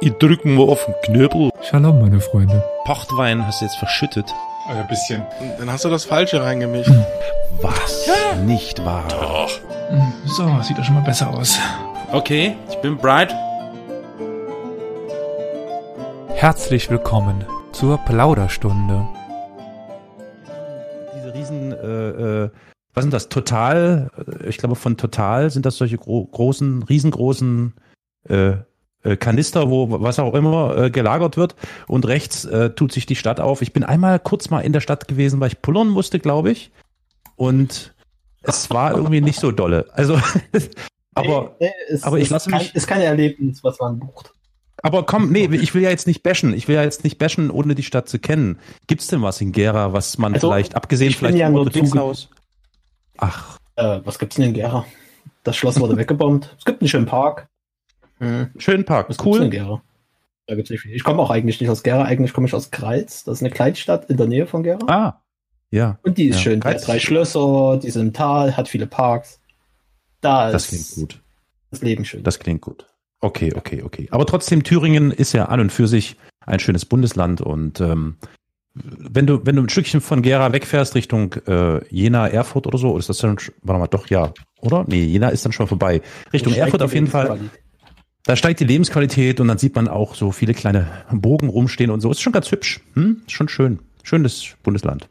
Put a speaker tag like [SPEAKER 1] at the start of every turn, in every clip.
[SPEAKER 1] Ich drück mal auf den Knöbel.
[SPEAKER 2] Shalom, meine Freunde.
[SPEAKER 1] Pochtwein hast du jetzt verschüttet.
[SPEAKER 3] Ein bisschen.
[SPEAKER 4] Dann hast du das Falsche reingemischt.
[SPEAKER 1] Was? Nicht wahr. Doch.
[SPEAKER 2] So, sieht doch schon mal besser aus.
[SPEAKER 5] Okay, ich bin Bright.
[SPEAKER 2] Herzlich willkommen zur Plauderstunde.
[SPEAKER 5] Diese riesen, äh, äh, was sind das? Total, äh, ich glaube von Total sind das solche gro großen, riesengroßen äh, äh, Kanister, wo was auch immer äh, gelagert wird. Und rechts äh, tut sich die Stadt auf. Ich bin einmal kurz mal in der Stadt gewesen, weil ich pullern musste, glaube ich. Und es war irgendwie nicht so dolle. Also, aber,
[SPEAKER 6] Nee, es,
[SPEAKER 5] aber ich
[SPEAKER 6] es
[SPEAKER 5] lasse
[SPEAKER 6] kein,
[SPEAKER 5] mich-
[SPEAKER 6] ist kein Erlebnis, was man bucht.
[SPEAKER 5] aber komm, nee, ich will ja jetzt nicht bashen. Ich will ja jetzt nicht bashen, ohne die Stadt zu kennen. Gibt's denn was in Gera, was man
[SPEAKER 6] Also,
[SPEAKER 5] vielleicht, abgesehen
[SPEAKER 6] ich bin
[SPEAKER 5] vielleicht
[SPEAKER 6] ja
[SPEAKER 5] vom
[SPEAKER 6] nur
[SPEAKER 5] Bibliothekshaus- Ach,
[SPEAKER 6] Äh, was gibt's denn in Gera? Das Schloss wurde weggebombt. Es gibt einen schönen Park. Hm,
[SPEAKER 5] schön Park,
[SPEAKER 6] was gibt's denn in
[SPEAKER 5] cool.
[SPEAKER 6] Gera? Da gibt's nicht viel. Ich komme auch eigentlich nicht aus Gera, eigentlich komme ich aus Greiz. Das ist eine Kleinstadt in der Nähe von Gera.
[SPEAKER 5] Ah, ja.
[SPEAKER 6] Und die ist
[SPEAKER 5] ja,
[SPEAKER 6] schön. Die
[SPEAKER 5] Greiz.
[SPEAKER 6] hat drei Schlösser, die sind im Tal, hat viele Parks. Da
[SPEAKER 5] Das klingt
[SPEAKER 6] ist
[SPEAKER 5] gut.
[SPEAKER 6] das Leben schön.
[SPEAKER 5] Das klingt gut. Okay, okay, okay. Aber trotzdem, Thüringen ist ja an und für sich ein schönes Bundesland und ähm, wenn du, wenn du ein Stückchen von Gera wegfährst Richtung äh, Jena, Erfurt oder so, oder ist das dann, sch- warte mal, doch, ja, oder? Nee, Jena ist dann schon vorbei. Richtung
[SPEAKER 6] Steigt
[SPEAKER 5] Erfurt
[SPEAKER 6] die
[SPEAKER 5] auf jeden Fall.
[SPEAKER 6] Lebensqualität.
[SPEAKER 5] Da steigt die Lebensqualität und dann sieht man auch so viele kleine Burgen rumstehen und so. Ist schon ganz hübsch. Hm? Ist Schon schön. Schönes Bundesland.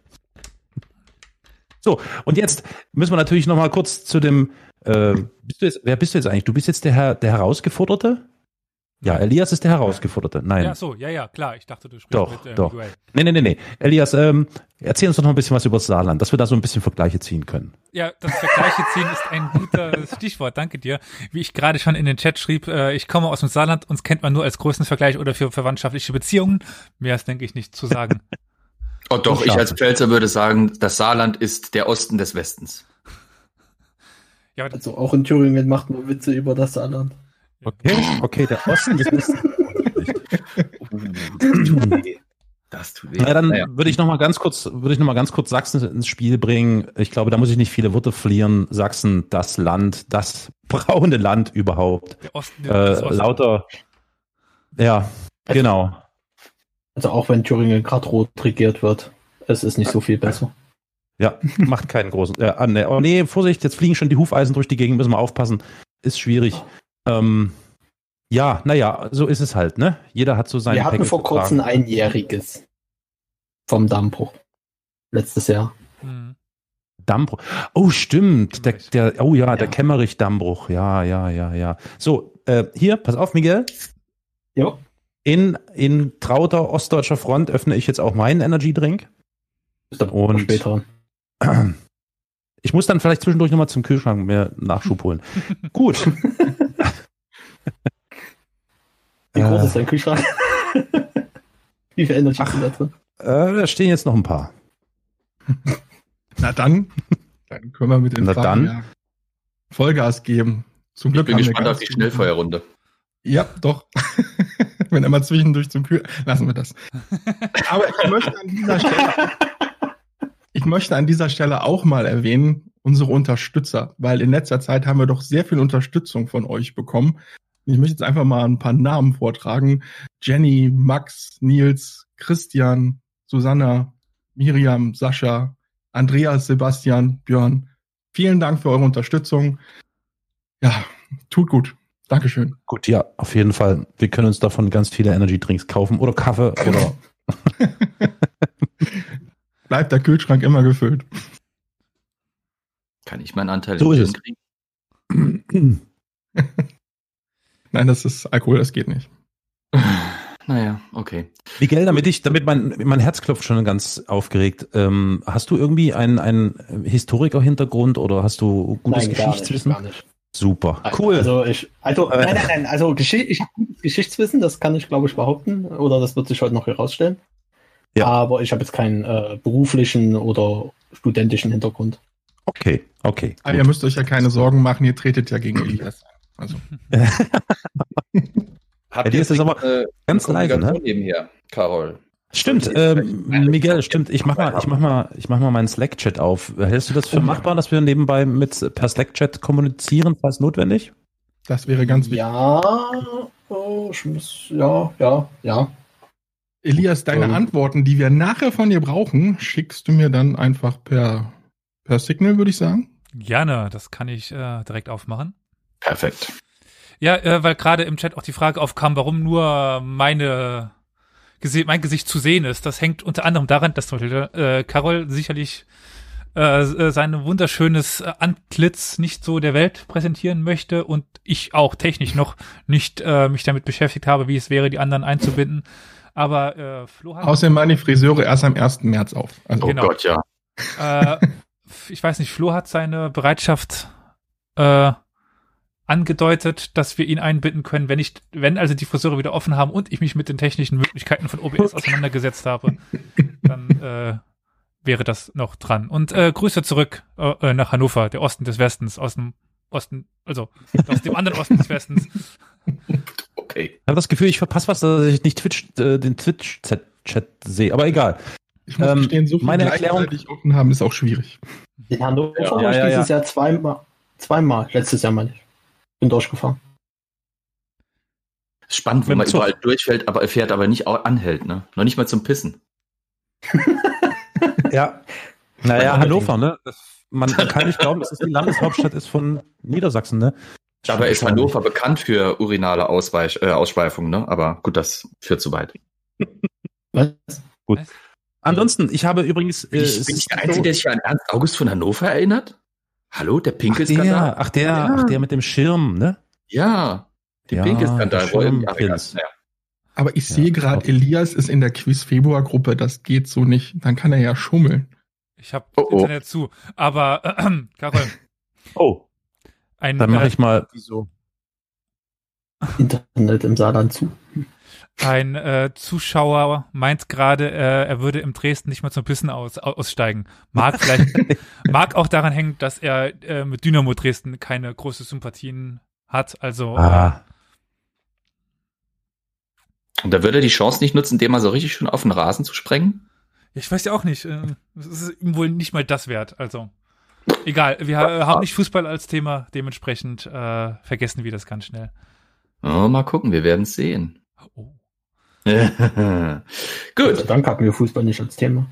[SPEAKER 5] So, und jetzt müssen wir natürlich noch mal kurz zu dem. Äh, bist du jetzt, wer bist du jetzt eigentlich? Du bist jetzt der, Herr, der Herausgeforderte? Ja, Elias ist der Herausgeforderte. Nein.
[SPEAKER 2] Ja, so, ja, ja, klar. Ich dachte, du sprichst
[SPEAKER 5] Ähm. Doch,
[SPEAKER 2] mit äh,
[SPEAKER 5] doch.
[SPEAKER 2] Miguel.
[SPEAKER 5] Nee, nee, nee, nee. Elias, ähm, erzähl uns doch noch ein bisschen was über das Saarland, dass wir da so ein bisschen Vergleiche ziehen können.
[SPEAKER 2] Ja, das Vergleiche ziehen ist ein guter Stichwort, danke dir. Wie ich gerade schon in den Chat schrieb, äh, ich komme aus dem Saarland, uns kennt man nur als Größenvergleich oder für verwandtschaftliche Beziehungen. Mehr ist, denke ich, nicht zu sagen.
[SPEAKER 7] Oh doch, ich als Pfälzer würde sagen, das Saarland ist der Osten des Westens.
[SPEAKER 2] Ja, aber
[SPEAKER 6] Also auch in Thüringen macht man Witze über das Saarland.
[SPEAKER 5] Okay, okay, der Osten des Westens.
[SPEAKER 7] Das tut weh.
[SPEAKER 5] Na, dann
[SPEAKER 7] Naja.
[SPEAKER 5] würde ich noch mal ganz kurz, würde ich noch mal ganz kurz Sachsen ins Spiel bringen. Ich glaube, da muss ich nicht viele Worte verlieren. Sachsen, das Land, das braune Land überhaupt.
[SPEAKER 2] der Osten,
[SPEAKER 5] Äh,
[SPEAKER 2] das Osten.
[SPEAKER 5] lauter. Ja, genau.
[SPEAKER 6] Also auch wenn Thüringen gerade rot regiert wird, es ist nicht so viel besser.
[SPEAKER 5] Ja, macht keinen großen. Äh, ah, nee, oh, nee, Vorsicht, jetzt fliegen schon die Hufeisen durch die Gegend, müssen wir aufpassen. Ist schwierig. Ähm, ja, naja, so ist es halt, ne? Jeder hat so seine
[SPEAKER 6] Wir hatten
[SPEAKER 5] Päckchen
[SPEAKER 6] vor
[SPEAKER 5] zu tragen.
[SPEAKER 6] kurzem einjähriges vom Dammbruch. Letztes Jahr.
[SPEAKER 2] Hm.
[SPEAKER 5] Dammbruch. Oh, stimmt. Der,
[SPEAKER 2] Kämmerich.
[SPEAKER 5] der, oh ja, der
[SPEAKER 6] Ja.
[SPEAKER 5] Kämmerich-Dammbruch. Ja, ja, ja, ja. So, äh, hier, pass auf, Miguel.
[SPEAKER 6] Jo.
[SPEAKER 5] In, in trauter ostdeutscher Front öffne ich jetzt auch meinen Energy-Drink.
[SPEAKER 6] Ist aber
[SPEAKER 5] Und-
[SPEAKER 6] später.
[SPEAKER 5] Ich muss dann vielleicht zwischendurch nochmal zum Kühlschrank mir Nachschub holen. Gut.
[SPEAKER 6] Wie groß
[SPEAKER 5] Äh.
[SPEAKER 6] ist dein Kühlschrank? Wie viel Energy
[SPEAKER 5] Ach.
[SPEAKER 6] sind da drin?
[SPEAKER 5] Äh, da stehen jetzt noch ein paar.
[SPEAKER 3] Na dann, dann können wir mit den
[SPEAKER 5] Na dann.
[SPEAKER 3] Fragen ja Vollgas geben. Zum
[SPEAKER 7] Ich
[SPEAKER 3] Glück
[SPEAKER 7] bin
[SPEAKER 3] haben wir
[SPEAKER 7] gespannt
[SPEAKER 3] ganz
[SPEAKER 7] auf die
[SPEAKER 3] viele-
[SPEAKER 7] Schnellfeuerrunde.
[SPEAKER 3] Ja, doch. Wenn er mal zwischendurch zum Kühl... Lassen wir das. Aber ich möchte an dieser Stelle... Ich möchte an dieser Stelle auch mal erwähnen, unsere Unterstützer, weil in letzter Zeit haben wir doch sehr viel Unterstützung von euch bekommen. Ich möchte jetzt einfach mal ein paar Namen vortragen. Jenny, Max, Nils, Christian, Susanna, Miriam, Sascha, Andreas, Sebastian, Björn. Vielen Dank für eure Unterstützung. Ja, tut gut. Dankeschön.
[SPEAKER 5] Gut, ja, auf jeden Fall. Wir können uns davon ganz viele Energy-Drinks kaufen oder Kaffee oder.
[SPEAKER 3] Genau.
[SPEAKER 5] Genau.
[SPEAKER 3] bleibt der Kühlschrank immer gefüllt.
[SPEAKER 7] Kann ich meinen Anteil
[SPEAKER 5] So
[SPEAKER 7] in
[SPEAKER 5] ist
[SPEAKER 7] den kriegen?
[SPEAKER 3] Nein, das ist Alkohol, das geht nicht.
[SPEAKER 7] Naja, okay.
[SPEAKER 5] Miguel, damit ich, damit mein, mein Herz klopft schon ganz aufgeregt. Ähm, hast du irgendwie einen, einen Historiker-Hintergrund oder hast du gutes Geschichtswissen?
[SPEAKER 6] nicht.
[SPEAKER 5] Super,
[SPEAKER 6] Cool.
[SPEAKER 5] cool.
[SPEAKER 6] Also ich, also
[SPEAKER 5] Äh.
[SPEAKER 6] nein, nein, nein, also Geschi ich, gutes Geschichtswissen, das kann ich glaube ich behaupten oder das wird sich heute noch herausstellen.
[SPEAKER 5] Ja.
[SPEAKER 6] Aber ich habe jetzt keinen äh, beruflichen oder studentischen Hintergrund.
[SPEAKER 5] okay, okay.
[SPEAKER 6] Ah,
[SPEAKER 3] Aber ihr müsst euch ja keine Sorgen machen, ihr tretet ja gegen Elias an. Also,
[SPEAKER 7] Habt
[SPEAKER 5] Ja, die ist jetzt aber
[SPEAKER 7] äh,
[SPEAKER 5] Ganz leise, ne?
[SPEAKER 7] nebenher, Carol?
[SPEAKER 5] Stimmt, ähm, Miguel, stimmt. Ich mach mal, ich mach mal, ich mach mal meinen Slack-Chat
[SPEAKER 6] Oh
[SPEAKER 5] auf. Hältst du das für machbar, dass wir nebenbei mit per Slack-Chat kommunizieren, falls notwendig?
[SPEAKER 3] Das wäre ganz wichtig.
[SPEAKER 6] Ja, oh, ich muss, ja, ja, ja.
[SPEAKER 3] Elias, deine
[SPEAKER 6] Ähm.
[SPEAKER 3] Antworten, die wir nachher von dir brauchen, schickst du mir dann einfach per, per Signal, würde ich sagen.
[SPEAKER 2] Gerne, das kann ich äh, direkt aufmachen.
[SPEAKER 7] Perfekt.
[SPEAKER 2] Ja, äh, weil gerade im Chat auch die Frage aufkam, warum nur meine gese- mein Gesicht zu sehen ist. Das hängt unter anderem daran, dass zum Beispiel äh, Carol sicherlich äh, s- äh, sein wunderschönes äh, Antlitz nicht so der Welt präsentieren möchte und ich auch technisch noch nicht äh, mich damit beschäftigt habe, wie es wäre, die anderen einzubinden. Aber äh, Flo
[SPEAKER 5] Ah.
[SPEAKER 2] hat
[SPEAKER 3] Außerdem waren die Friseure erst am 1. März auf. Also,
[SPEAKER 7] Oh
[SPEAKER 2] Genau.
[SPEAKER 7] Gott, ja.
[SPEAKER 2] äh, ich weiß nicht, Flo hat seine Bereitschaft äh, angedeutet, dass wir ihn einbinden können, wenn ich, wenn also die Friseure wieder offen haben und ich mich mit den technischen Möglichkeiten von OBS auseinandergesetzt habe, dann äh, wäre das noch dran. Und äh, Grüße zurück äh, äh, nach Hannover, der Osten des Westens, aus dem Osten, also aus dem anderen Osten des Westens.
[SPEAKER 7] Okay.
[SPEAKER 5] Ich habe das Gefühl, ich verpasse was, dass ich nicht Twitch, äh, den Twitch-Chat sehe. Aber egal.
[SPEAKER 3] ich muss
[SPEAKER 5] ähm,
[SPEAKER 3] gestehen, so viel
[SPEAKER 5] meine Erklärung-
[SPEAKER 3] gleichzeitig offen haben ist auch schwierig.
[SPEAKER 6] In Hannover
[SPEAKER 5] Ja,
[SPEAKER 6] war ich
[SPEAKER 5] ja, ja.
[SPEAKER 6] dieses Jahr zweimal, zweimal, letztes Jahr meine ich. Bin durchgefahren.
[SPEAKER 7] Ist Spannend, wo
[SPEAKER 5] Mit dem
[SPEAKER 7] man
[SPEAKER 5] Zug.
[SPEAKER 7] überall durchfällt, aber fährt, aber nicht au- anhält, ne? Noch nicht mal zum Pissen.
[SPEAKER 5] Ja. Naja, Hannover, ne? Das, man kann nicht glauben, dass es die Landeshauptstadt ist von Niedersachsen, ne?
[SPEAKER 7] Dabei ist Hannover bekannt für urinale Ausweich, äh, Ausschweifungen, ne? Aber gut, das führt zu
[SPEAKER 5] Äh,
[SPEAKER 7] weit.
[SPEAKER 6] Was?
[SPEAKER 5] Ansonsten, ich habe übrigens. Äh,
[SPEAKER 7] Ich,
[SPEAKER 5] es
[SPEAKER 7] bin ich
[SPEAKER 5] ist
[SPEAKER 7] der
[SPEAKER 5] so-
[SPEAKER 7] Einzige, der sich an Ernst August von Hannover erinnert? Hallo, der
[SPEAKER 5] ach
[SPEAKER 7] Pinkelskandal?
[SPEAKER 5] der, ach der,
[SPEAKER 7] Ja.
[SPEAKER 5] ach der mit dem Schirm, ne?
[SPEAKER 7] Ja, der
[SPEAKER 5] Ja,
[SPEAKER 7] Pinkelskandal.
[SPEAKER 5] der
[SPEAKER 7] wo er-
[SPEAKER 5] Schirmpilz.
[SPEAKER 7] Ja,
[SPEAKER 3] Aber ich
[SPEAKER 5] Ja,
[SPEAKER 3] sehe gerade,
[SPEAKER 5] auf-
[SPEAKER 3] Elias ist in der Quiz-Februar-Gruppe. Das geht so nicht. Dann kann er ja schummeln.
[SPEAKER 2] Ich habe
[SPEAKER 7] Oh, oh.
[SPEAKER 2] Internet zu, aber äh, Carol,
[SPEAKER 5] Oh,
[SPEAKER 2] ein
[SPEAKER 5] dann mache
[SPEAKER 2] äh,
[SPEAKER 5] ich mal.
[SPEAKER 6] Internet im Saarland zu.
[SPEAKER 2] Ein äh, Zuschauer meint gerade, äh, er würde im Dresden nicht mehr zum Pissen aus, au- aussteigen. Mag vielleicht, mag auch daran hängen, dass er äh, mit Dynamo Dresden keine große Sympathien hat. Also
[SPEAKER 5] Ah,
[SPEAKER 7] Und da würde er die Chance nicht nutzen, dem mal so richtig schön auf den Rasen zu sprengen?
[SPEAKER 2] ich weiß ja auch nicht. äh, Es ist ihm wohl nicht mal das wert. Also egal, wir ha haben nicht Fußball als Thema, dementsprechend äh, vergessen wir das ganz schnell.
[SPEAKER 7] Oh, mal gucken, wir werden es sehen.
[SPEAKER 2] Oh.
[SPEAKER 6] Gott sei
[SPEAKER 7] Gut,
[SPEAKER 6] Dank Also hatten wir Fußball nicht als Thema.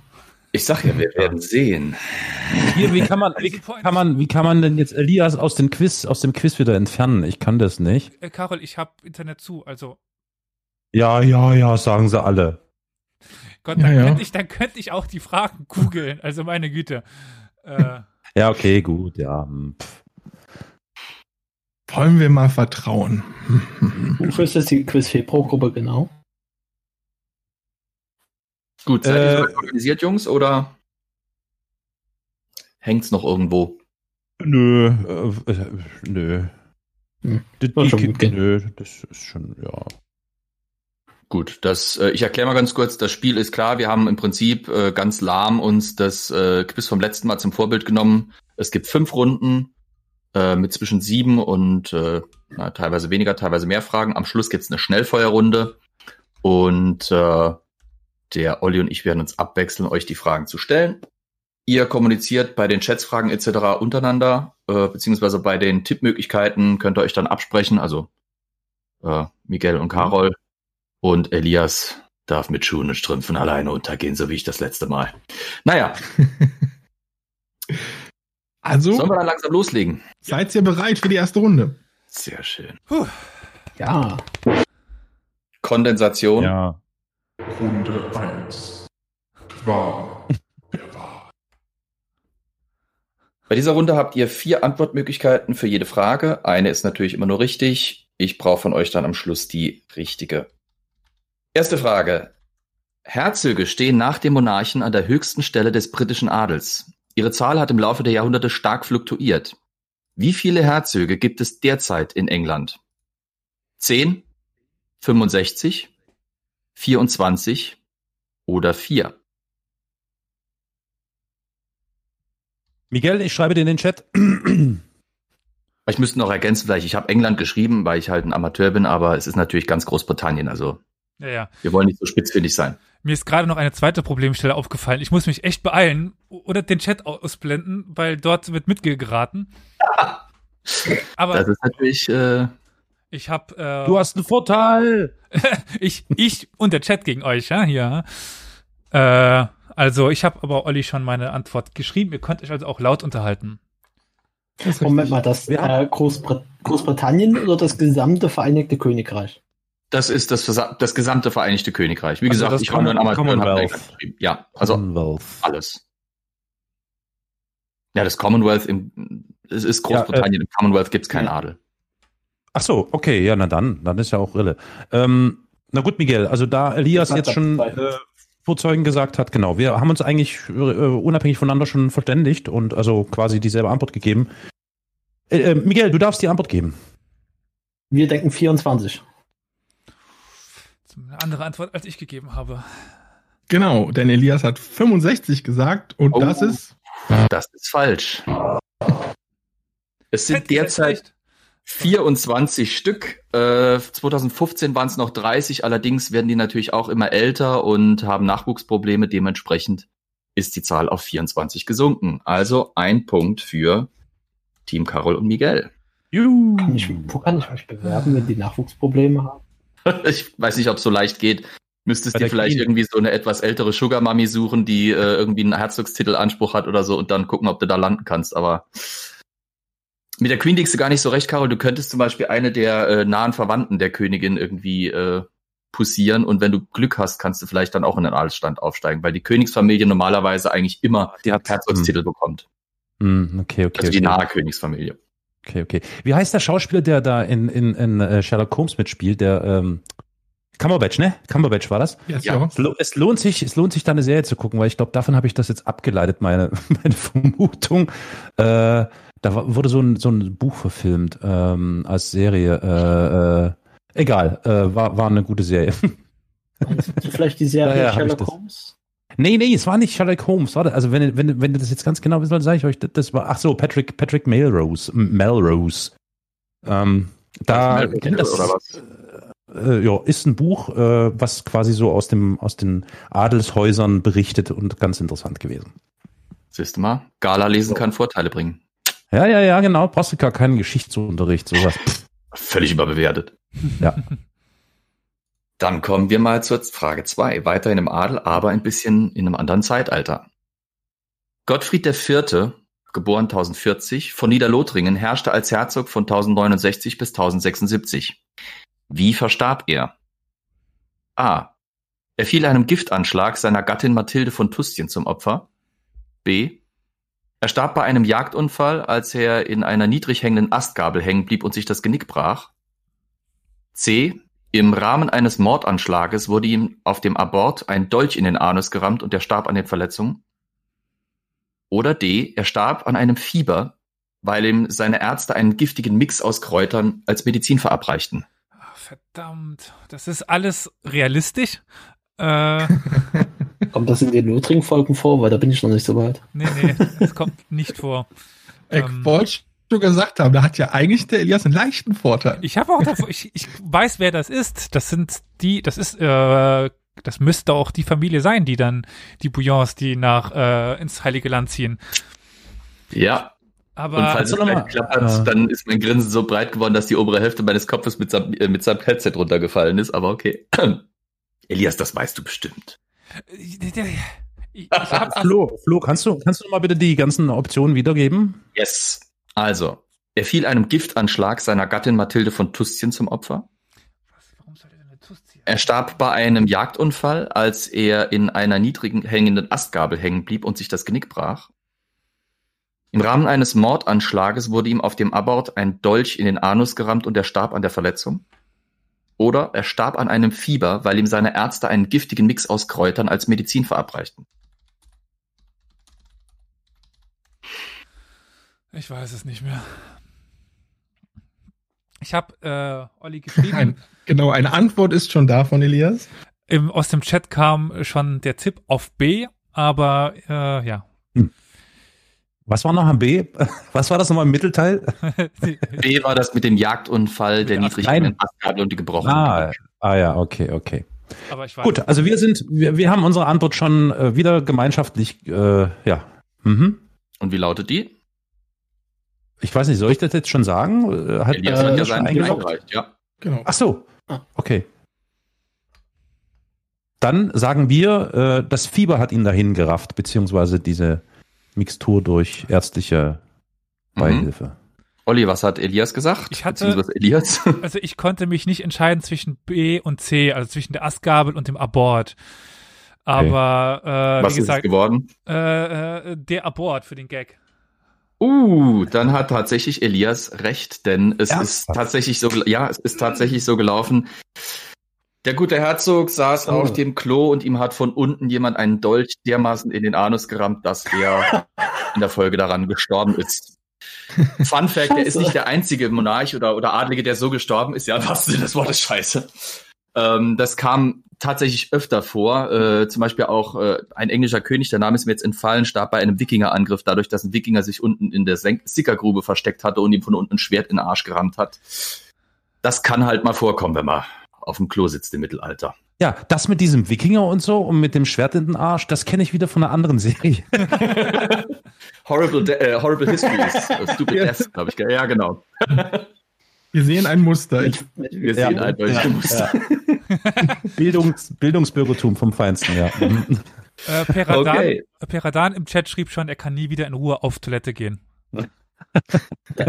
[SPEAKER 7] ich sag ja, wir werden sehen.
[SPEAKER 5] hier, wie kann man,
[SPEAKER 2] Also
[SPEAKER 5] wie kann man, wie kann man denn jetzt Elias aus dem Quiz, aus dem Quiz wieder entfernen? Ich kann das nicht.
[SPEAKER 2] Äh, Carol, ich habe Internet zu. Also
[SPEAKER 5] Ja, ja, ja, sagen sie alle.
[SPEAKER 2] Gott, dann,
[SPEAKER 3] Ja, ja.
[SPEAKER 2] Könnte ich, dann könnte ich auch die Fragen googeln. Also meine Güte. Äh,
[SPEAKER 5] Ja, okay, gut, ja. hm, pff.
[SPEAKER 3] Wollen wir mal vertrauen.
[SPEAKER 6] Wofür ist das die Quiz-Februar-Gruppe genau?
[SPEAKER 7] Gut, seid ihr
[SPEAKER 5] Äh,
[SPEAKER 7] soweit organisiert, Jungs, oder hängt's noch irgendwo?
[SPEAKER 5] Nö, äh, äh, nö.
[SPEAKER 6] Hm.
[SPEAKER 5] Die,
[SPEAKER 6] Soll schon
[SPEAKER 5] die-
[SPEAKER 6] gut gehen.
[SPEAKER 5] nö, das ist schon, ja.
[SPEAKER 7] Gut, das, äh, ich erkläre mal ganz kurz, das Spiel ist klar, wir haben im Prinzip äh, ganz lahm uns das äh, Quiz vom letzten Mal zum Vorbild genommen. Es gibt fünf Runden äh, mit zwischen sieben und äh, na, teilweise weniger, teilweise mehr Fragen. Am Schluss gibt's eine Schnellfeuerrunde und äh, der Olli und ich werden uns abwechseln, euch die Fragen zu stellen. Ihr kommuniziert bei den Chatsfragen etc. untereinander, äh, beziehungsweise bei den Tippmöglichkeiten könnt ihr euch dann absprechen, also äh, Miguel und Carol. Und Elias darf mit Schuhen und Strümpfen alleine untergehen, so wie ich das letzte Mal. Naja, sollen
[SPEAKER 3] Also,
[SPEAKER 7] wir dann langsam loslegen?
[SPEAKER 3] seid ihr bereit für die erste Runde?
[SPEAKER 7] Sehr schön.
[SPEAKER 6] Ja.
[SPEAKER 7] Kondensation.
[SPEAKER 5] Ja.
[SPEAKER 8] Runde 1. War.
[SPEAKER 7] Bei dieser Runde habt ihr vier Antwortmöglichkeiten für jede Frage. Eine ist natürlich immer nur richtig. Ich brauche von euch dann am Schluss die richtige. Erste Frage. Herzöge stehen nach dem Monarchen an der höchsten Stelle des britischen Adels. Ihre Zahl hat im Laufe der Jahrhunderte stark fluktuiert. Wie viele Herzöge gibt es derzeit in England? 10, 65, 24 oder 4?
[SPEAKER 5] Miguel, ich schreibe dir in den Chat.
[SPEAKER 7] Ich müsste noch ergänzen, vielleicht, ich habe England geschrieben, weil ich halt ein Amateur bin, aber es ist natürlich ganz Großbritannien, also
[SPEAKER 2] ja, ja.
[SPEAKER 7] wir wollen nicht so spitzfindig sein.
[SPEAKER 2] Mir ist gerade noch eine zweite Problemstelle aufgefallen. Ich muss mich echt beeilen oder den Chat ausblenden, weil dort wird mitgeraten. Aber
[SPEAKER 7] Das ist natürlich äh,
[SPEAKER 2] Ich hab, äh,
[SPEAKER 5] Du hast einen Vorteil.
[SPEAKER 2] ich, ich und der Chat gegen euch, ja, hier. Äh, also ich habe aber Olli schon meine Antwort geschrieben. Ihr könnt euch also auch laut unterhalten.
[SPEAKER 6] Moment mal, das äh, Großbrit Großbritannien oder das gesamte Vereinigte Königreich?
[SPEAKER 7] Das ist das, Versa das gesamte Vereinigte Königreich. Wie
[SPEAKER 5] Also
[SPEAKER 7] gesagt,
[SPEAKER 5] das
[SPEAKER 7] ich war nur ein
[SPEAKER 5] Common-
[SPEAKER 7] Amateur und hab
[SPEAKER 5] Commonwealth.
[SPEAKER 7] England geschrieben. Ja, also
[SPEAKER 5] Commonwealth.
[SPEAKER 7] alles. Ja, das Commonwealth im, es ist
[SPEAKER 5] äh,
[SPEAKER 7] Großbritannien, im Commonwealth gibt's keinen Adel.
[SPEAKER 5] Ach so, okay, ja, na dann, dann ist ja auch Rille. Ähm, na gut, Miguel, also da Elias
[SPEAKER 6] Ich mach
[SPEAKER 5] jetzt
[SPEAKER 6] das
[SPEAKER 5] schon
[SPEAKER 6] zweite.
[SPEAKER 5] äh, Vorzeugen gesagt hat, genau, wir haben uns eigentlich äh, unabhängig voneinander schon verständigt und also quasi dieselbe Antwort gegeben. Äh, äh, Miguel, du darfst die Antwort geben.
[SPEAKER 6] Wir denken 24.
[SPEAKER 2] Das ist Eine andere Antwort, als ich gegeben habe.
[SPEAKER 3] Genau, denn Elias hat 65 gesagt und
[SPEAKER 7] Oh.
[SPEAKER 3] das ist
[SPEAKER 7] Das ist falsch. Es sind
[SPEAKER 2] Hätte ich jetzt
[SPEAKER 7] derzeit
[SPEAKER 2] recht.
[SPEAKER 7] 24 Stück. Äh, 2015 waren es noch 30, allerdings werden die natürlich auch immer älter und haben Nachwuchsprobleme. Dementsprechend ist die Zahl auf 24 gesunken. Also ein Punkt für Team Carol und Miguel.
[SPEAKER 5] Juhu.
[SPEAKER 6] Kann ich, wo kann ich mich bewerben, wenn die Nachwuchsprobleme haben?
[SPEAKER 7] Ich weiß nicht, ob es so leicht geht. Müsstest
[SPEAKER 5] Bei
[SPEAKER 7] dir
[SPEAKER 5] der
[SPEAKER 7] vielleicht
[SPEAKER 5] Queen.
[SPEAKER 7] irgendwie so eine etwas ältere Sugar Mami suchen, die äh, irgendwie einen Herzogstitelanspruch hat oder so und dann gucken, ob du da landen kannst. Aber mit der Queen liegst du gar nicht so recht, Carol. Du könntest zum Beispiel eine der äh, nahen Verwandten der Königin irgendwie äh, pussieren und wenn du Glück hast, kannst du vielleicht dann auch in den Adelsstand aufsteigen, weil die Königsfamilie normalerweise eigentlich immer
[SPEAKER 5] Die hat
[SPEAKER 7] Herzogstitel bekommt.
[SPEAKER 5] Hm, okay, Hm. okay.
[SPEAKER 7] Also die
[SPEAKER 5] okay.
[SPEAKER 7] nahe Königsfamilie.
[SPEAKER 5] Okay, okay. Wie heißt der Schauspieler, der da in, in, in äh, Sherlock Holmes mitspielt? Der ähm, Cumberbatch, ne? Cumberbatch war das.
[SPEAKER 3] jetzt
[SPEAKER 7] Ja.
[SPEAKER 3] ja.
[SPEAKER 5] Es lo- Es lohnt sich, es lohnt sich, da eine Serie zu gucken, weil ich glaube, davon habe ich das jetzt abgeleitet, meine, meine Vermutung. Äh, da war, wurde so ein, so ein Buch verfilmt ähm, als Serie. Äh, äh, egal, äh, war, war eine gute Serie.
[SPEAKER 6] Ist Also Vielleicht die Serie
[SPEAKER 5] Daher hab ich
[SPEAKER 6] Sherlock
[SPEAKER 5] das.
[SPEAKER 6] Holmes?
[SPEAKER 5] nee, nee, es war nicht Sherlock Holmes. Warte, also wenn, wenn, wenn ihr das jetzt ganz genau wissen wollt, sage ich euch, das- das war, ach so, Patrick, Patrick Melrose. M- Melrose. Ähm, da,
[SPEAKER 7] Melrose
[SPEAKER 5] das,
[SPEAKER 7] oder was?
[SPEAKER 5] äh, ja, ist ein Buch, äh, was quasi so aus, dem, aus den Adelshäusern berichtet und ganz interessant gewesen.
[SPEAKER 7] Siehst du mal? Gala lesen kann Vorteile bringen.
[SPEAKER 5] Ja, ja, ja, genau. Brauchst du gar keinen Geschichtsunterricht, sowas. Pff,
[SPEAKER 7] Völlig überbewertet.
[SPEAKER 5] Ja.
[SPEAKER 7] Dann kommen wir mal zur Frage 2. Weiterhin im Adel, aber ein bisschen in einem anderen Zeitalter. Gottfried IV., geboren 1040, von Niederlothringen, herrschte als Herzog von 1069 bis 1076. Wie verstarb er? A. Er fiel einem Giftanschlag seiner Gattin Mathilde von Tustien zum Opfer. B. Er starb bei einem Jagdunfall, als er in einer niedrig hängenden Astgabel hängen blieb und sich das Genick brach. C. Im Rahmen eines Mordanschlages wurde ihm auf dem Abort ein Dolch in den Anus gerammt und er starb an den Verletzungen. Oder D. Er starb an einem Fieber, weil ihm seine Ärzte einen giftigen Mix aus Kräutern als Medizin verabreichten.
[SPEAKER 2] Ah, Verdammt, das ist alles realistisch. Äh,
[SPEAKER 6] Kommt das in den Lothring-Folgen vor? Weil da bin ich noch nicht so weit.
[SPEAKER 2] nee, nee, das kommt nicht vor.
[SPEAKER 3] Ich
[SPEAKER 2] Ähm.
[SPEAKER 3] wollte schon gesagt haben, da hat ja eigentlich der Elias einen leichten Vorteil.
[SPEAKER 2] Ich habe auch davor, ich, ich weiß, wer das ist. Das sind die, das ist, äh, das müsste auch die Familie sein, die dann die Bouillons, die nach äh, ins Heilige Land ziehen.
[SPEAKER 7] Ja,
[SPEAKER 2] Aber
[SPEAKER 7] und falls
[SPEAKER 5] Ah, Erzähl
[SPEAKER 7] es
[SPEAKER 5] doch
[SPEAKER 7] gleich
[SPEAKER 5] mal.
[SPEAKER 7] klappert,
[SPEAKER 5] Ja.
[SPEAKER 7] dann ist mein Grinsen so breit geworden, dass die obere Hälfte meines Kopfes mit seinem, äh, mit seinem Headset runtergefallen ist, aber okay. Elias, das weißt du bestimmt.
[SPEAKER 2] ich, ich, ich hab,
[SPEAKER 5] Ah, Flo, Flo, kannst du, kannst du mal bitte die ganzen Optionen wiedergeben?
[SPEAKER 7] Yes. Also, er fiel einem Giftanschlag seiner Gattin Mathilde von Tustien zum Opfer.
[SPEAKER 2] warum sollte denn eine Tuss ziehen?
[SPEAKER 7] Er starb bei einem Jagdunfall, als er in einer niedrigen hängenden Astgabel hängen blieb und sich das Genick brach. Im Rahmen eines Mordanschlages wurde ihm auf dem Abort ein Dolch in den Anus gerammt und er starb an der Verletzung. Oder er starb an einem Fieber, weil ihm seine Ärzte einen giftigen Mix aus Kräutern als Medizin verabreichten.
[SPEAKER 2] Ich weiß es nicht mehr. Ich habe äh, Olli geschrieben.
[SPEAKER 3] Genau, eine Antwort ist schon da von Elias.
[SPEAKER 2] Im, aus dem Chat kam schon der Tipp auf B, aber äh, ja.
[SPEAKER 5] Was war noch am B? Was war das nochmal im Mittelteil?
[SPEAKER 7] B war das mit dem Jagdunfall, der
[SPEAKER 2] Ja,
[SPEAKER 7] niedrig
[SPEAKER 5] nein.
[SPEAKER 7] hängenden Astgabel und die gebrochenen
[SPEAKER 5] Ah, ah ja, okay, okay.
[SPEAKER 2] aber ich weiß
[SPEAKER 5] Gut, also wir sind, wir, wir haben unsere Antwort schon äh, wieder gemeinschaftlich, äh, ja. Mhm.
[SPEAKER 7] Und wie lautet die?
[SPEAKER 5] Ich weiß nicht, soll ich das jetzt schon sagen? Äh, Hat,
[SPEAKER 7] Elias hat
[SPEAKER 5] äh,
[SPEAKER 7] ja
[SPEAKER 5] schon
[SPEAKER 7] seinen Tipp
[SPEAKER 5] eingeloggt?
[SPEAKER 7] eingereicht, ja.
[SPEAKER 3] Genau.
[SPEAKER 5] Ach so.
[SPEAKER 6] Ah.
[SPEAKER 5] Okay. Dann sagen wir, äh, das Fieber hat ihn dahin gerafft, beziehungsweise diese Mixtur durch ärztliche Mhm. Beihilfe.
[SPEAKER 7] Mhm. Olli, was hat Elias gesagt?
[SPEAKER 2] Ich hatte-
[SPEAKER 7] Beziehungsweise Elias.
[SPEAKER 2] Also ich konnte mich nicht entscheiden zwischen B und C, also zwischen der Astgabel und dem Abort. Aber äh,
[SPEAKER 7] was
[SPEAKER 2] wie
[SPEAKER 7] ist es
[SPEAKER 2] gesagt,
[SPEAKER 7] geworden?
[SPEAKER 2] äh, äh, der Abort für den Gag.
[SPEAKER 7] Uh, dann hat tatsächlich Elias recht, denn es ist
[SPEAKER 5] Ernsthaft?
[SPEAKER 7] tatsächlich so, gel- ja, es ist tatsächlich so gelaufen. Der gute Herzog saß auf dem Klo und ihm hat von unten jemand einen Dolch dermaßen in den Anus gerammt, dass er in der Folge daran gestorben ist. Fun Fact, der ist
[SPEAKER 6] Scheiße.
[SPEAKER 7] nicht der einzige Monarch oder, oder Adlige, der so gestorben ist. Ja, im wahrsten Sinne des Wortes Scheiße. Ähm, das kam tatsächlich öfter vor. Äh, zum Beispiel auch äh, ein englischer König, der Name ist mir jetzt entfallen, starb bei einem Wikingerangriff, dadurch, dass ein Wikinger sich unten in der Senk- Sickergrube versteckt hatte und ihm von unten ein Schwert in den Arsch gerammt hat. Das kann halt mal vorkommen, wenn man auf dem Klo sitzt im Mittelalter.
[SPEAKER 5] Ja, das mit diesem Wikinger und so und mit dem Schwert in den Arsch, das kenne ich wieder von einer anderen Serie.
[SPEAKER 7] Horrible, De äh, horrible Histories, äh, Stupid
[SPEAKER 3] Ja.
[SPEAKER 7] Deaths, glaube ich. gell? Ja, genau.
[SPEAKER 3] Wir sehen ein Muster. Ich,
[SPEAKER 6] Mit- mit-
[SPEAKER 7] Wir
[SPEAKER 5] Ja.
[SPEAKER 7] sehen eindeutig. du musst-
[SPEAKER 5] Bildungs Bildungsbürgertum vom Feinsten, ja. Mhm.
[SPEAKER 2] Äh, Peradan,
[SPEAKER 7] Okay.
[SPEAKER 2] Peradan im Chat schrieb schon, er kann nie wieder in Ruhe auf Toilette gehen.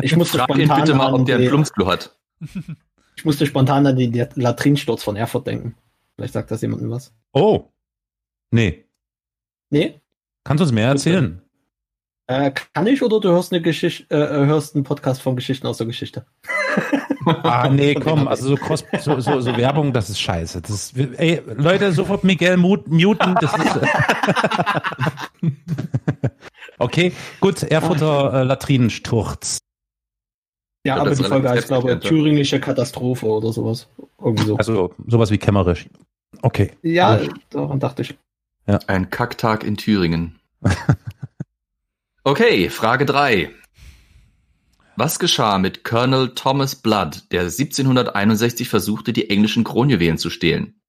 [SPEAKER 6] Ich musste
[SPEAKER 7] Frag ihn
[SPEAKER 6] spontan
[SPEAKER 7] bitte mal,
[SPEAKER 6] an
[SPEAKER 7] ob der
[SPEAKER 6] die-
[SPEAKER 7] einen Plumpsklo hat.
[SPEAKER 6] Ich musste spontan an den Latrinsturz von Erfurt denken. Vielleicht sagt das jemandem was.
[SPEAKER 5] Oh. Nee.
[SPEAKER 6] Nee?
[SPEAKER 5] Kannst du uns mehr erzählen?
[SPEAKER 6] Äh, kann ich oder du hörst eine Geschichte, äh, hörst einen Podcast von Geschichten aus der Geschichte?
[SPEAKER 5] Ah, nee, komm, also so, Cross so, so, so Werbung, das ist scheiße. Das ist, ey, Leute, sofort Miguel mut- muten. Das ist, okay, gut, Erfurter äh, Latrinensturz.
[SPEAKER 6] Ja,
[SPEAKER 7] Ja,
[SPEAKER 6] aber
[SPEAKER 7] das
[SPEAKER 6] die
[SPEAKER 7] ist
[SPEAKER 6] Folge
[SPEAKER 7] relativ
[SPEAKER 6] heißt, glaube ich,
[SPEAKER 7] selbsterklärend,
[SPEAKER 6] Thüringische Katastrophe oder sowas. Irgendwie so.
[SPEAKER 5] Also sowas wie Kämmerisch. Okay.
[SPEAKER 6] ja, daran dachte ich.
[SPEAKER 7] Ein Kacktag in Thüringen. Okay, Frage 3. Was geschah mit Colonel Thomas Blood, der 1761 versuchte, die englischen Kronjuwelen zu stehlen?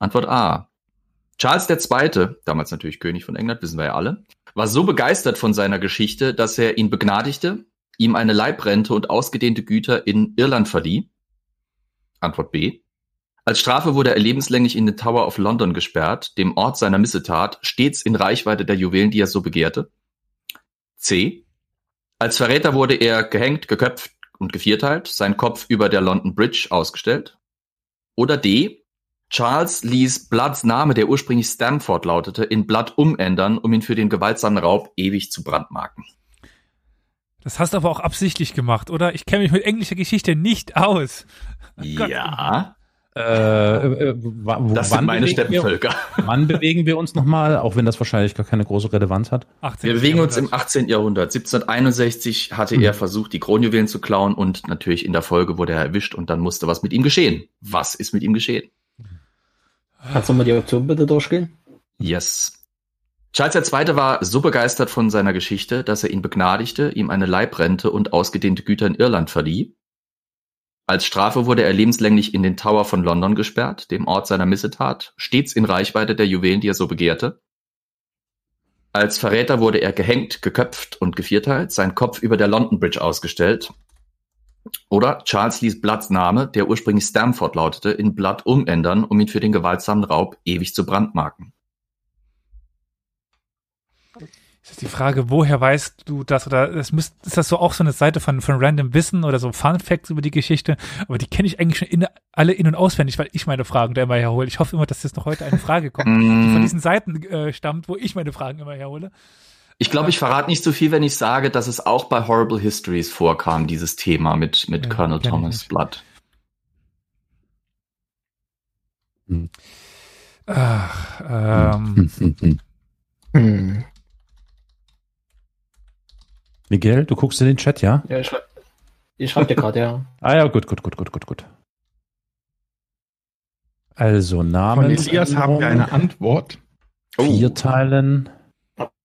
[SPEAKER 7] Antwort A. Charles II., damals natürlich König von England, wissen wir ja alle, war so begeistert von seiner Geschichte, dass er ihn begnadigte, ihm eine Leibrente und ausgedehnte Güter in Irland verlieh. Antwort B. Als Strafe wurde er lebenslänglich in den Tower of London gesperrt, dem Ort seiner Missetat, stets in Reichweite der Juwelen, die er so begehrte. C. Als Verräter wurde er gehängt, geköpft und gevierteilt, sein Kopf über der London Bridge ausgestellt. Oder D. Charles ließ Bloods Name, der ursprünglich Stamford lautete, in Blood umändern, um ihn für den gewaltsamen Raub ewig zu brandmarken.
[SPEAKER 2] Das hast du aber auch absichtlich gemacht, oder? Ich kenne mich mit englischer Geschichte nicht aus.
[SPEAKER 7] Ja,
[SPEAKER 5] Äh, äh, wa- wo-
[SPEAKER 7] das sind meine
[SPEAKER 5] bewegen wir,
[SPEAKER 7] Steppenvölker.
[SPEAKER 5] wann bewegen wir uns nochmal, auch wenn das wahrscheinlich gar keine große Relevanz hat?
[SPEAKER 2] 18.
[SPEAKER 7] Wir bewegen uns im
[SPEAKER 2] Jahrhundert. Mhm.
[SPEAKER 7] 18. Jahrhundert. 1761 hatte er versucht, die Kronjuwelen zu klauen und natürlich in der Folge wurde er erwischt und dann musste was mit ihm geschehen. Was ist mit ihm geschehen?
[SPEAKER 6] Kannst du mal die Option bitte durchgehen?
[SPEAKER 7] Yes. Charles II. war so begeistert von seiner Geschichte, dass er ihn begnadigte, ihm eine Leibrente und ausgedehnte Güter in Irland verlieh. Als Strafe wurde er lebenslänglich in den Tower von London gesperrt, dem Ort seiner Missetat, stets in Reichweite der Juwelen, die er so begehrte. Als Verräter wurde er gehängt, geköpft und gevierteilt, sein Kopf über der London Bridge ausgestellt. Oder Charles ließ Bloods Name, der ursprünglich Stamford lautete, in Blood umändern, um ihn für den gewaltsamen Raub ewig zu brandmarken.
[SPEAKER 2] Das ist die Frage, woher weißt du das? Oder das müsst, ist das so auch so eine Seite von, von Random Wissen oder so Fun Facts über die Geschichte? Aber die kenne ich eigentlich schon in, alle in- und auswendig, weil ich meine Fragen da immer herhole. Ich hoffe immer, dass jetzt noch heute eine Frage kommt, die von
[SPEAKER 7] Mm,
[SPEAKER 2] diesen Seiten äh, stammt, wo ich meine Fragen immer herhole.
[SPEAKER 7] Ich glaube, ich verrate nicht so viel, wenn ich sage, dass es auch bei Horrible Histories vorkam, dieses Thema mit, mit
[SPEAKER 2] Ja,
[SPEAKER 7] Colonel
[SPEAKER 2] kenn ich
[SPEAKER 7] Thomas
[SPEAKER 2] nicht.
[SPEAKER 7] Blood.
[SPEAKER 2] Ach, ähm,
[SPEAKER 6] Hm.
[SPEAKER 5] Miguel, du guckst in den Chat, ja?
[SPEAKER 6] Ja, ich, schrei- ich schreibe dir gerade, ja.
[SPEAKER 5] Ah ja, gut, gut, gut, gut, gut, gut. Also
[SPEAKER 3] von
[SPEAKER 5] Namen.
[SPEAKER 3] Elias haben wir eine Antwort.
[SPEAKER 7] Oh.
[SPEAKER 5] Vier Teilen.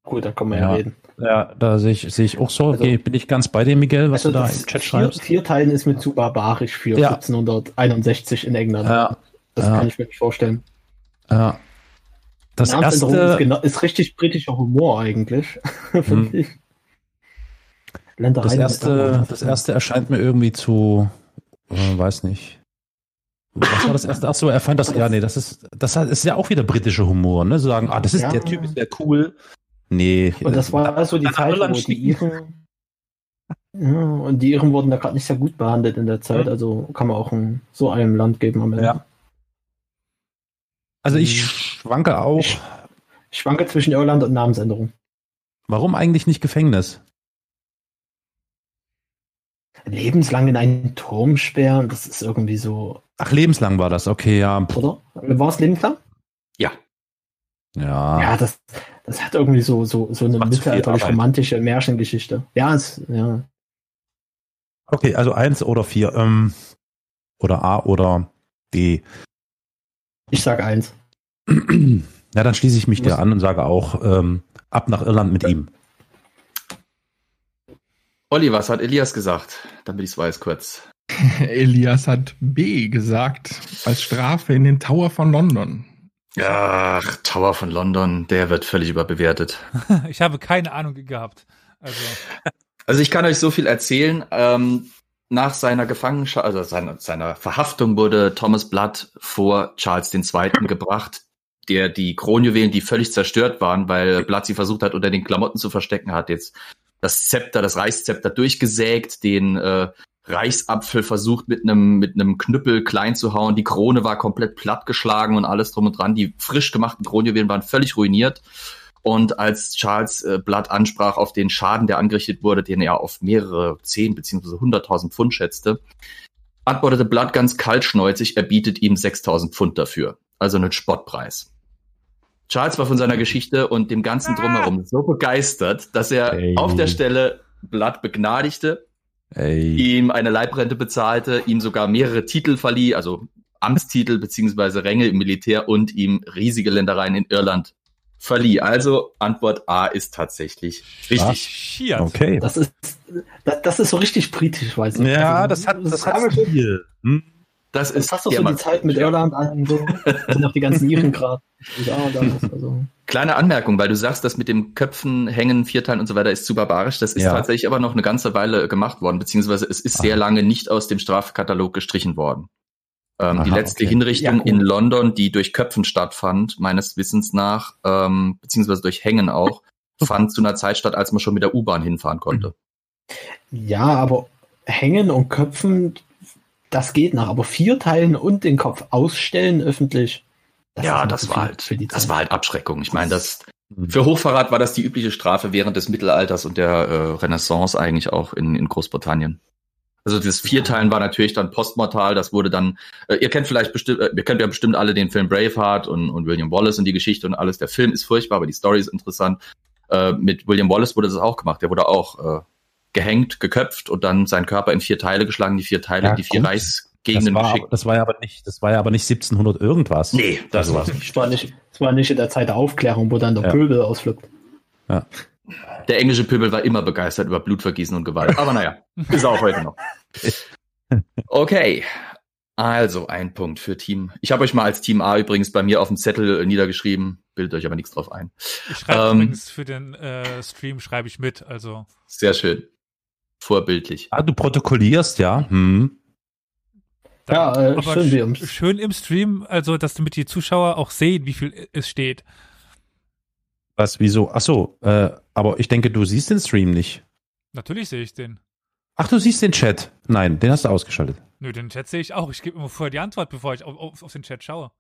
[SPEAKER 6] Gut, dann können wir ja,
[SPEAKER 5] Ja.
[SPEAKER 6] reden.
[SPEAKER 5] Ja, da sehe ich, sehe ich auch so.
[SPEAKER 6] Also-
[SPEAKER 5] okay, bin ich ganz bei dir, Miguel, was du da
[SPEAKER 6] das
[SPEAKER 5] im Chat
[SPEAKER 6] vier,
[SPEAKER 5] schreibst.
[SPEAKER 6] vier Teilen ist mir zu barbarisch für
[SPEAKER 5] Ja.
[SPEAKER 6] 1761 in England.
[SPEAKER 5] Ja,
[SPEAKER 6] das
[SPEAKER 5] ja.
[SPEAKER 6] kann ich mir nicht vorstellen.
[SPEAKER 5] ja. Das
[SPEAKER 6] Namensänderung ist,
[SPEAKER 5] erste,
[SPEAKER 6] genau, ist richtig britischer Humor eigentlich,
[SPEAKER 5] Hm.
[SPEAKER 6] finde ich.
[SPEAKER 5] das
[SPEAKER 6] Ländereien mit
[SPEAKER 5] erste,
[SPEAKER 6] Abmachen.
[SPEAKER 5] das erste erscheint mir irgendwie zu Äh, weiß nicht. Was war das erste? Achso, er fand das, ja, nee, das ist, das ist ja auch wieder britischer Humor, ne? So sagen, ah, das ist,
[SPEAKER 6] Ja.
[SPEAKER 5] der Typ ist ja cool. Nee.
[SPEAKER 6] Und das war so die
[SPEAKER 5] Dann
[SPEAKER 6] Zeit, wo
[SPEAKER 5] Irland
[SPEAKER 6] die
[SPEAKER 5] stinkt.
[SPEAKER 6] Iren. Ja, und die Iren wurden da gerade nicht sehr gut behandelt in der Zeit, also kann man auch ein, so einem Land geben am Ende.
[SPEAKER 5] Mhm. Ja. Also ich schwanke auch.
[SPEAKER 6] Mhm. Ich schwanke zwischen Irland und Namensänderung.
[SPEAKER 5] Warum eigentlich nicht Gefängnis?
[SPEAKER 6] Lebenslang in einen Turm sperren, das ist irgendwie so,
[SPEAKER 5] Ach, lebenslang war das. Okay, ja. pff,
[SPEAKER 6] oder? War es lebenslang?
[SPEAKER 5] Ja.
[SPEAKER 6] Ja, das, das hat irgendwie so, so, so eine
[SPEAKER 5] Macht Ah. zu viel
[SPEAKER 6] mittelalterlich
[SPEAKER 5] Arbeit.
[SPEAKER 6] romantische Märchengeschichte. Ja, es, ja.
[SPEAKER 5] Okay, also eins oder vier. Ähm, oder A oder D.
[SPEAKER 6] Ich sag eins.
[SPEAKER 5] Ja, dann schließe ich mich dir
[SPEAKER 6] Muss-
[SPEAKER 5] an und sage auch, ähm, ab nach Irland mit ihm.
[SPEAKER 7] Olli, was hat Elias gesagt? Damit ich es weiß kurz.
[SPEAKER 3] Elias hat B gesagt, als Strafe in den Tower von London.
[SPEAKER 7] Ach, Tower von London, der wird völlig überbewertet.
[SPEAKER 2] Ich habe keine Ahnung gehabt. Also,
[SPEAKER 7] Also ich kann euch so viel erzählen. Ähm, nach seiner Gefangenschaft, also seiner, seiner Verhaftung wurde Thomas Blood vor Charles II. gebracht, der die Kronjuwelen, die völlig zerstört waren, weil Blood sie versucht hat, unter den Klamotten zu verstecken, hat jetzt das Zepter, das Reichszepter durchgesägt, den äh, Reichsapfel versucht mit einem mit einem Knüppel klein zu hauen, die Krone war komplett plattgeschlagen und alles drum und dran. Die frisch gemachten Kronjuwelen waren völlig ruiniert. Und als Charles äh, Blood ansprach auf den Schaden, der angerichtet wurde, den er auf mehrere zehn beziehungsweise 100.000 Pfund schätzte, antwortete Blood ganz kaltschnäuzig, er bietet ihm 6.000 Pfund dafür. Also einen Spottpreis. Charles war von seiner Geschichte und dem ganzen Drumherum so begeistert, dass er
[SPEAKER 5] Ey.
[SPEAKER 7] auf der Stelle Blood begnadigte
[SPEAKER 5] Ey.
[SPEAKER 7] ihm eine Leibrente bezahlte, ihm sogar mehrere Titel verlieh, also Amtstitel beziehungsweise Ränge im Militär und ihm riesige Ländereien in Irland verlieh. Also Antwort A ist tatsächlich richtig.
[SPEAKER 2] Schiert.
[SPEAKER 5] Okay.
[SPEAKER 6] Das ist, das, das ist so richtig britisch, weiß ich. Also,
[SPEAKER 5] Ja, das hat, das hat Stil. Hm?
[SPEAKER 7] Das
[SPEAKER 6] Das
[SPEAKER 7] ist
[SPEAKER 6] passt doch so die
[SPEAKER 7] dermaßen-
[SPEAKER 6] Zeit mit Irland an, so, sind auch die ganzen Iren gerade. Ja, und alles, also.
[SPEAKER 7] Kleine Anmerkung, weil du sagst, das mit dem Köpfen, Hängen, Vierteilen und so weiter ist zu barbarisch. Das ist
[SPEAKER 5] Ja.
[SPEAKER 7] tatsächlich aber noch eine ganze Weile äh, gemacht worden, beziehungsweise es ist sehr lange nicht aus dem Strafkatalog gestrichen worden. Ähm, die
[SPEAKER 5] Aha,
[SPEAKER 7] letzte
[SPEAKER 5] okay.
[SPEAKER 7] Hinrichtung
[SPEAKER 6] Ja, gut.
[SPEAKER 7] in London, die durch Köpfen stattfand, meines Wissens nach, ähm, beziehungsweise durch Hängen auch, fand zu einer Zeit statt, als man schon mit der U-Bahn hinfahren konnte.
[SPEAKER 6] Ja, aber hängen und köpfen, das geht noch. Aber vier Teilen und den Kopf ausstellen öffentlich. ist
[SPEAKER 7] ja,
[SPEAKER 6] mir
[SPEAKER 7] das
[SPEAKER 6] zu
[SPEAKER 7] war
[SPEAKER 6] viel
[SPEAKER 7] halt,
[SPEAKER 6] für die
[SPEAKER 7] das
[SPEAKER 6] Zeit.
[SPEAKER 7] war halt Abschreckung. Ich meine, das, für Hochverrat war das die übliche Strafe während des Mittelalters und der äh, Renaissance eigentlich auch in, in Großbritannien. Also das Vierteilen war natürlich dann postmortal, das wurde dann, äh, ihr kennt vielleicht bestimmt, äh, ihr kennt ja bestimmt alle den Film Braveheart und, und William Wallace und die Geschichte und alles. Der Film ist furchtbar, aber die Story ist interessant. Äh, mit William Wallace wurde das auch gemacht. Der wurde auch äh, gehängt, geköpft und dann sein Körper in vier Teile geschlagen, die vier Teile,
[SPEAKER 5] Ja,
[SPEAKER 7] die vier
[SPEAKER 5] gut. Das
[SPEAKER 7] Reichsgegenden
[SPEAKER 5] war,
[SPEAKER 7] geschickt.
[SPEAKER 5] das war ja aber nicht, das war ja aber nicht 1700 irgendwas.
[SPEAKER 7] Nee, das war's nicht.
[SPEAKER 6] Das war nicht, das war nicht in der Zeit der Aufklärung, wo dann der
[SPEAKER 5] Ja.
[SPEAKER 6] Pöbel ausflippt.
[SPEAKER 7] Der englische Pöbel war immer begeistert über Blutvergießen und Gewalt. Aber naja, ist er auch heute noch. Okay. Also ein Punkt für Team. Ich habe euch mal als Team A übrigens bei mir auf dem Zettel äh, niedergeschrieben. Bildet euch aber nichts drauf ein.
[SPEAKER 2] Ich schreibe
[SPEAKER 7] Ähm.
[SPEAKER 2] übrigens für den äh, Stream schreibe ich mit. Also
[SPEAKER 7] Sehr schön. Vorbildlich.
[SPEAKER 5] Ah, du protokollierst, ja. Hm.
[SPEAKER 6] Ja, äh,
[SPEAKER 2] aber
[SPEAKER 6] schön, wie im-
[SPEAKER 2] sch- schön im Stream, also dass damit die Zuschauer auch sehen, wie viel es steht.
[SPEAKER 5] Was, wieso? Ach so, äh, aber ich denke, du siehst den Stream nicht.
[SPEAKER 2] Natürlich sehe ich den.
[SPEAKER 5] Ach, du siehst den Chat. Nein, den hast du ausgeschaltet.
[SPEAKER 2] Nö, den Chat sehe ich auch. Ich gebe immer vorher die Antwort, bevor ich auf, auf, auf den Chat schaue.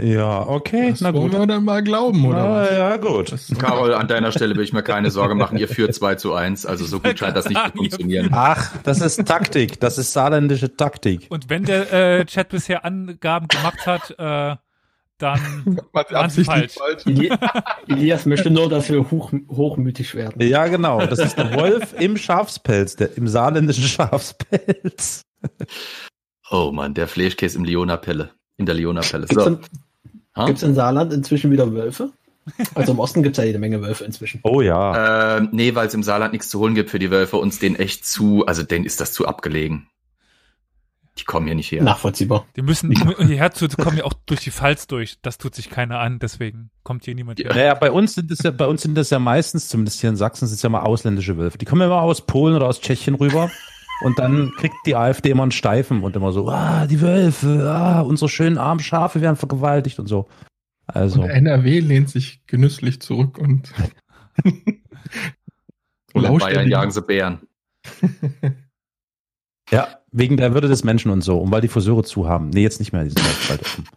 [SPEAKER 5] Ja, okay,
[SPEAKER 3] das wollen wir dann mal glauben, oder
[SPEAKER 5] Na,
[SPEAKER 3] was?
[SPEAKER 5] ja, gut.
[SPEAKER 3] Das-
[SPEAKER 7] Carol, an deiner Stelle will ich mir keine Sorge machen. Ihr führt 2 zu 1. Also so gut scheint das nicht zu funktionieren.
[SPEAKER 5] Ach, das ist Taktik. Das ist saarländische Taktik.
[SPEAKER 2] Und wenn der äh, Chat bisher Angaben gemacht hat, äh, dann
[SPEAKER 3] Was
[SPEAKER 2] Waren Sie
[SPEAKER 3] absichtlich falsch.
[SPEAKER 6] Eli- Elias möchte nur, dass wir hoch, hochmütig werden.
[SPEAKER 5] Ja, genau. Das ist der Wolf im Schafspelz, der, im saarländischen Schafspelz.
[SPEAKER 7] Oh Mann, der Fleischkäse im Leona Pelle. In der Leona Pelle.
[SPEAKER 6] Gibt's
[SPEAKER 7] So.
[SPEAKER 6] in,
[SPEAKER 7] Ha?
[SPEAKER 6] gibt's in Saarland inzwischen wieder Wölfe? Also im Osten gibt es ja jede Menge Wölfe inzwischen.
[SPEAKER 5] Oh ja.
[SPEAKER 7] Ähm, nee, weil es im Saarland nichts zu holen gibt für die Wölfe, uns den echt zu, also denen ist das zu abgelegen. Die kommen hier nicht her.
[SPEAKER 6] Nachvollziehbar.
[SPEAKER 2] die müssen um hierher zu kommen ja auch durch die Pfalz durch. Das tut sich keiner an, deswegen kommt hier niemand her.
[SPEAKER 5] Naja, bei uns sind es ja, bei uns sind das ja meistens, zumindest hier in Sachsen, sind es ja mal ausländische Wölfe. Die kommen ja immer aus Polen oder aus Tschechien rüber. Und dann kriegt die AfD immer einen Steifen und immer so, ah, die Wölfe, ah, unsere schönen armen Schafe werden vergewaltigt und so. Also,
[SPEAKER 3] Und äh, NRW lehnt sich genüsslich zurück und
[SPEAKER 7] Und in
[SPEAKER 3] lauscht
[SPEAKER 7] Bayern
[SPEAKER 3] der-
[SPEAKER 7] jagen sie Bären.
[SPEAKER 5] ja, wegen der Würde des Menschen und so. Und weil die Friseure zu haben. Nee, jetzt nicht mehr, die sind halt bald offen.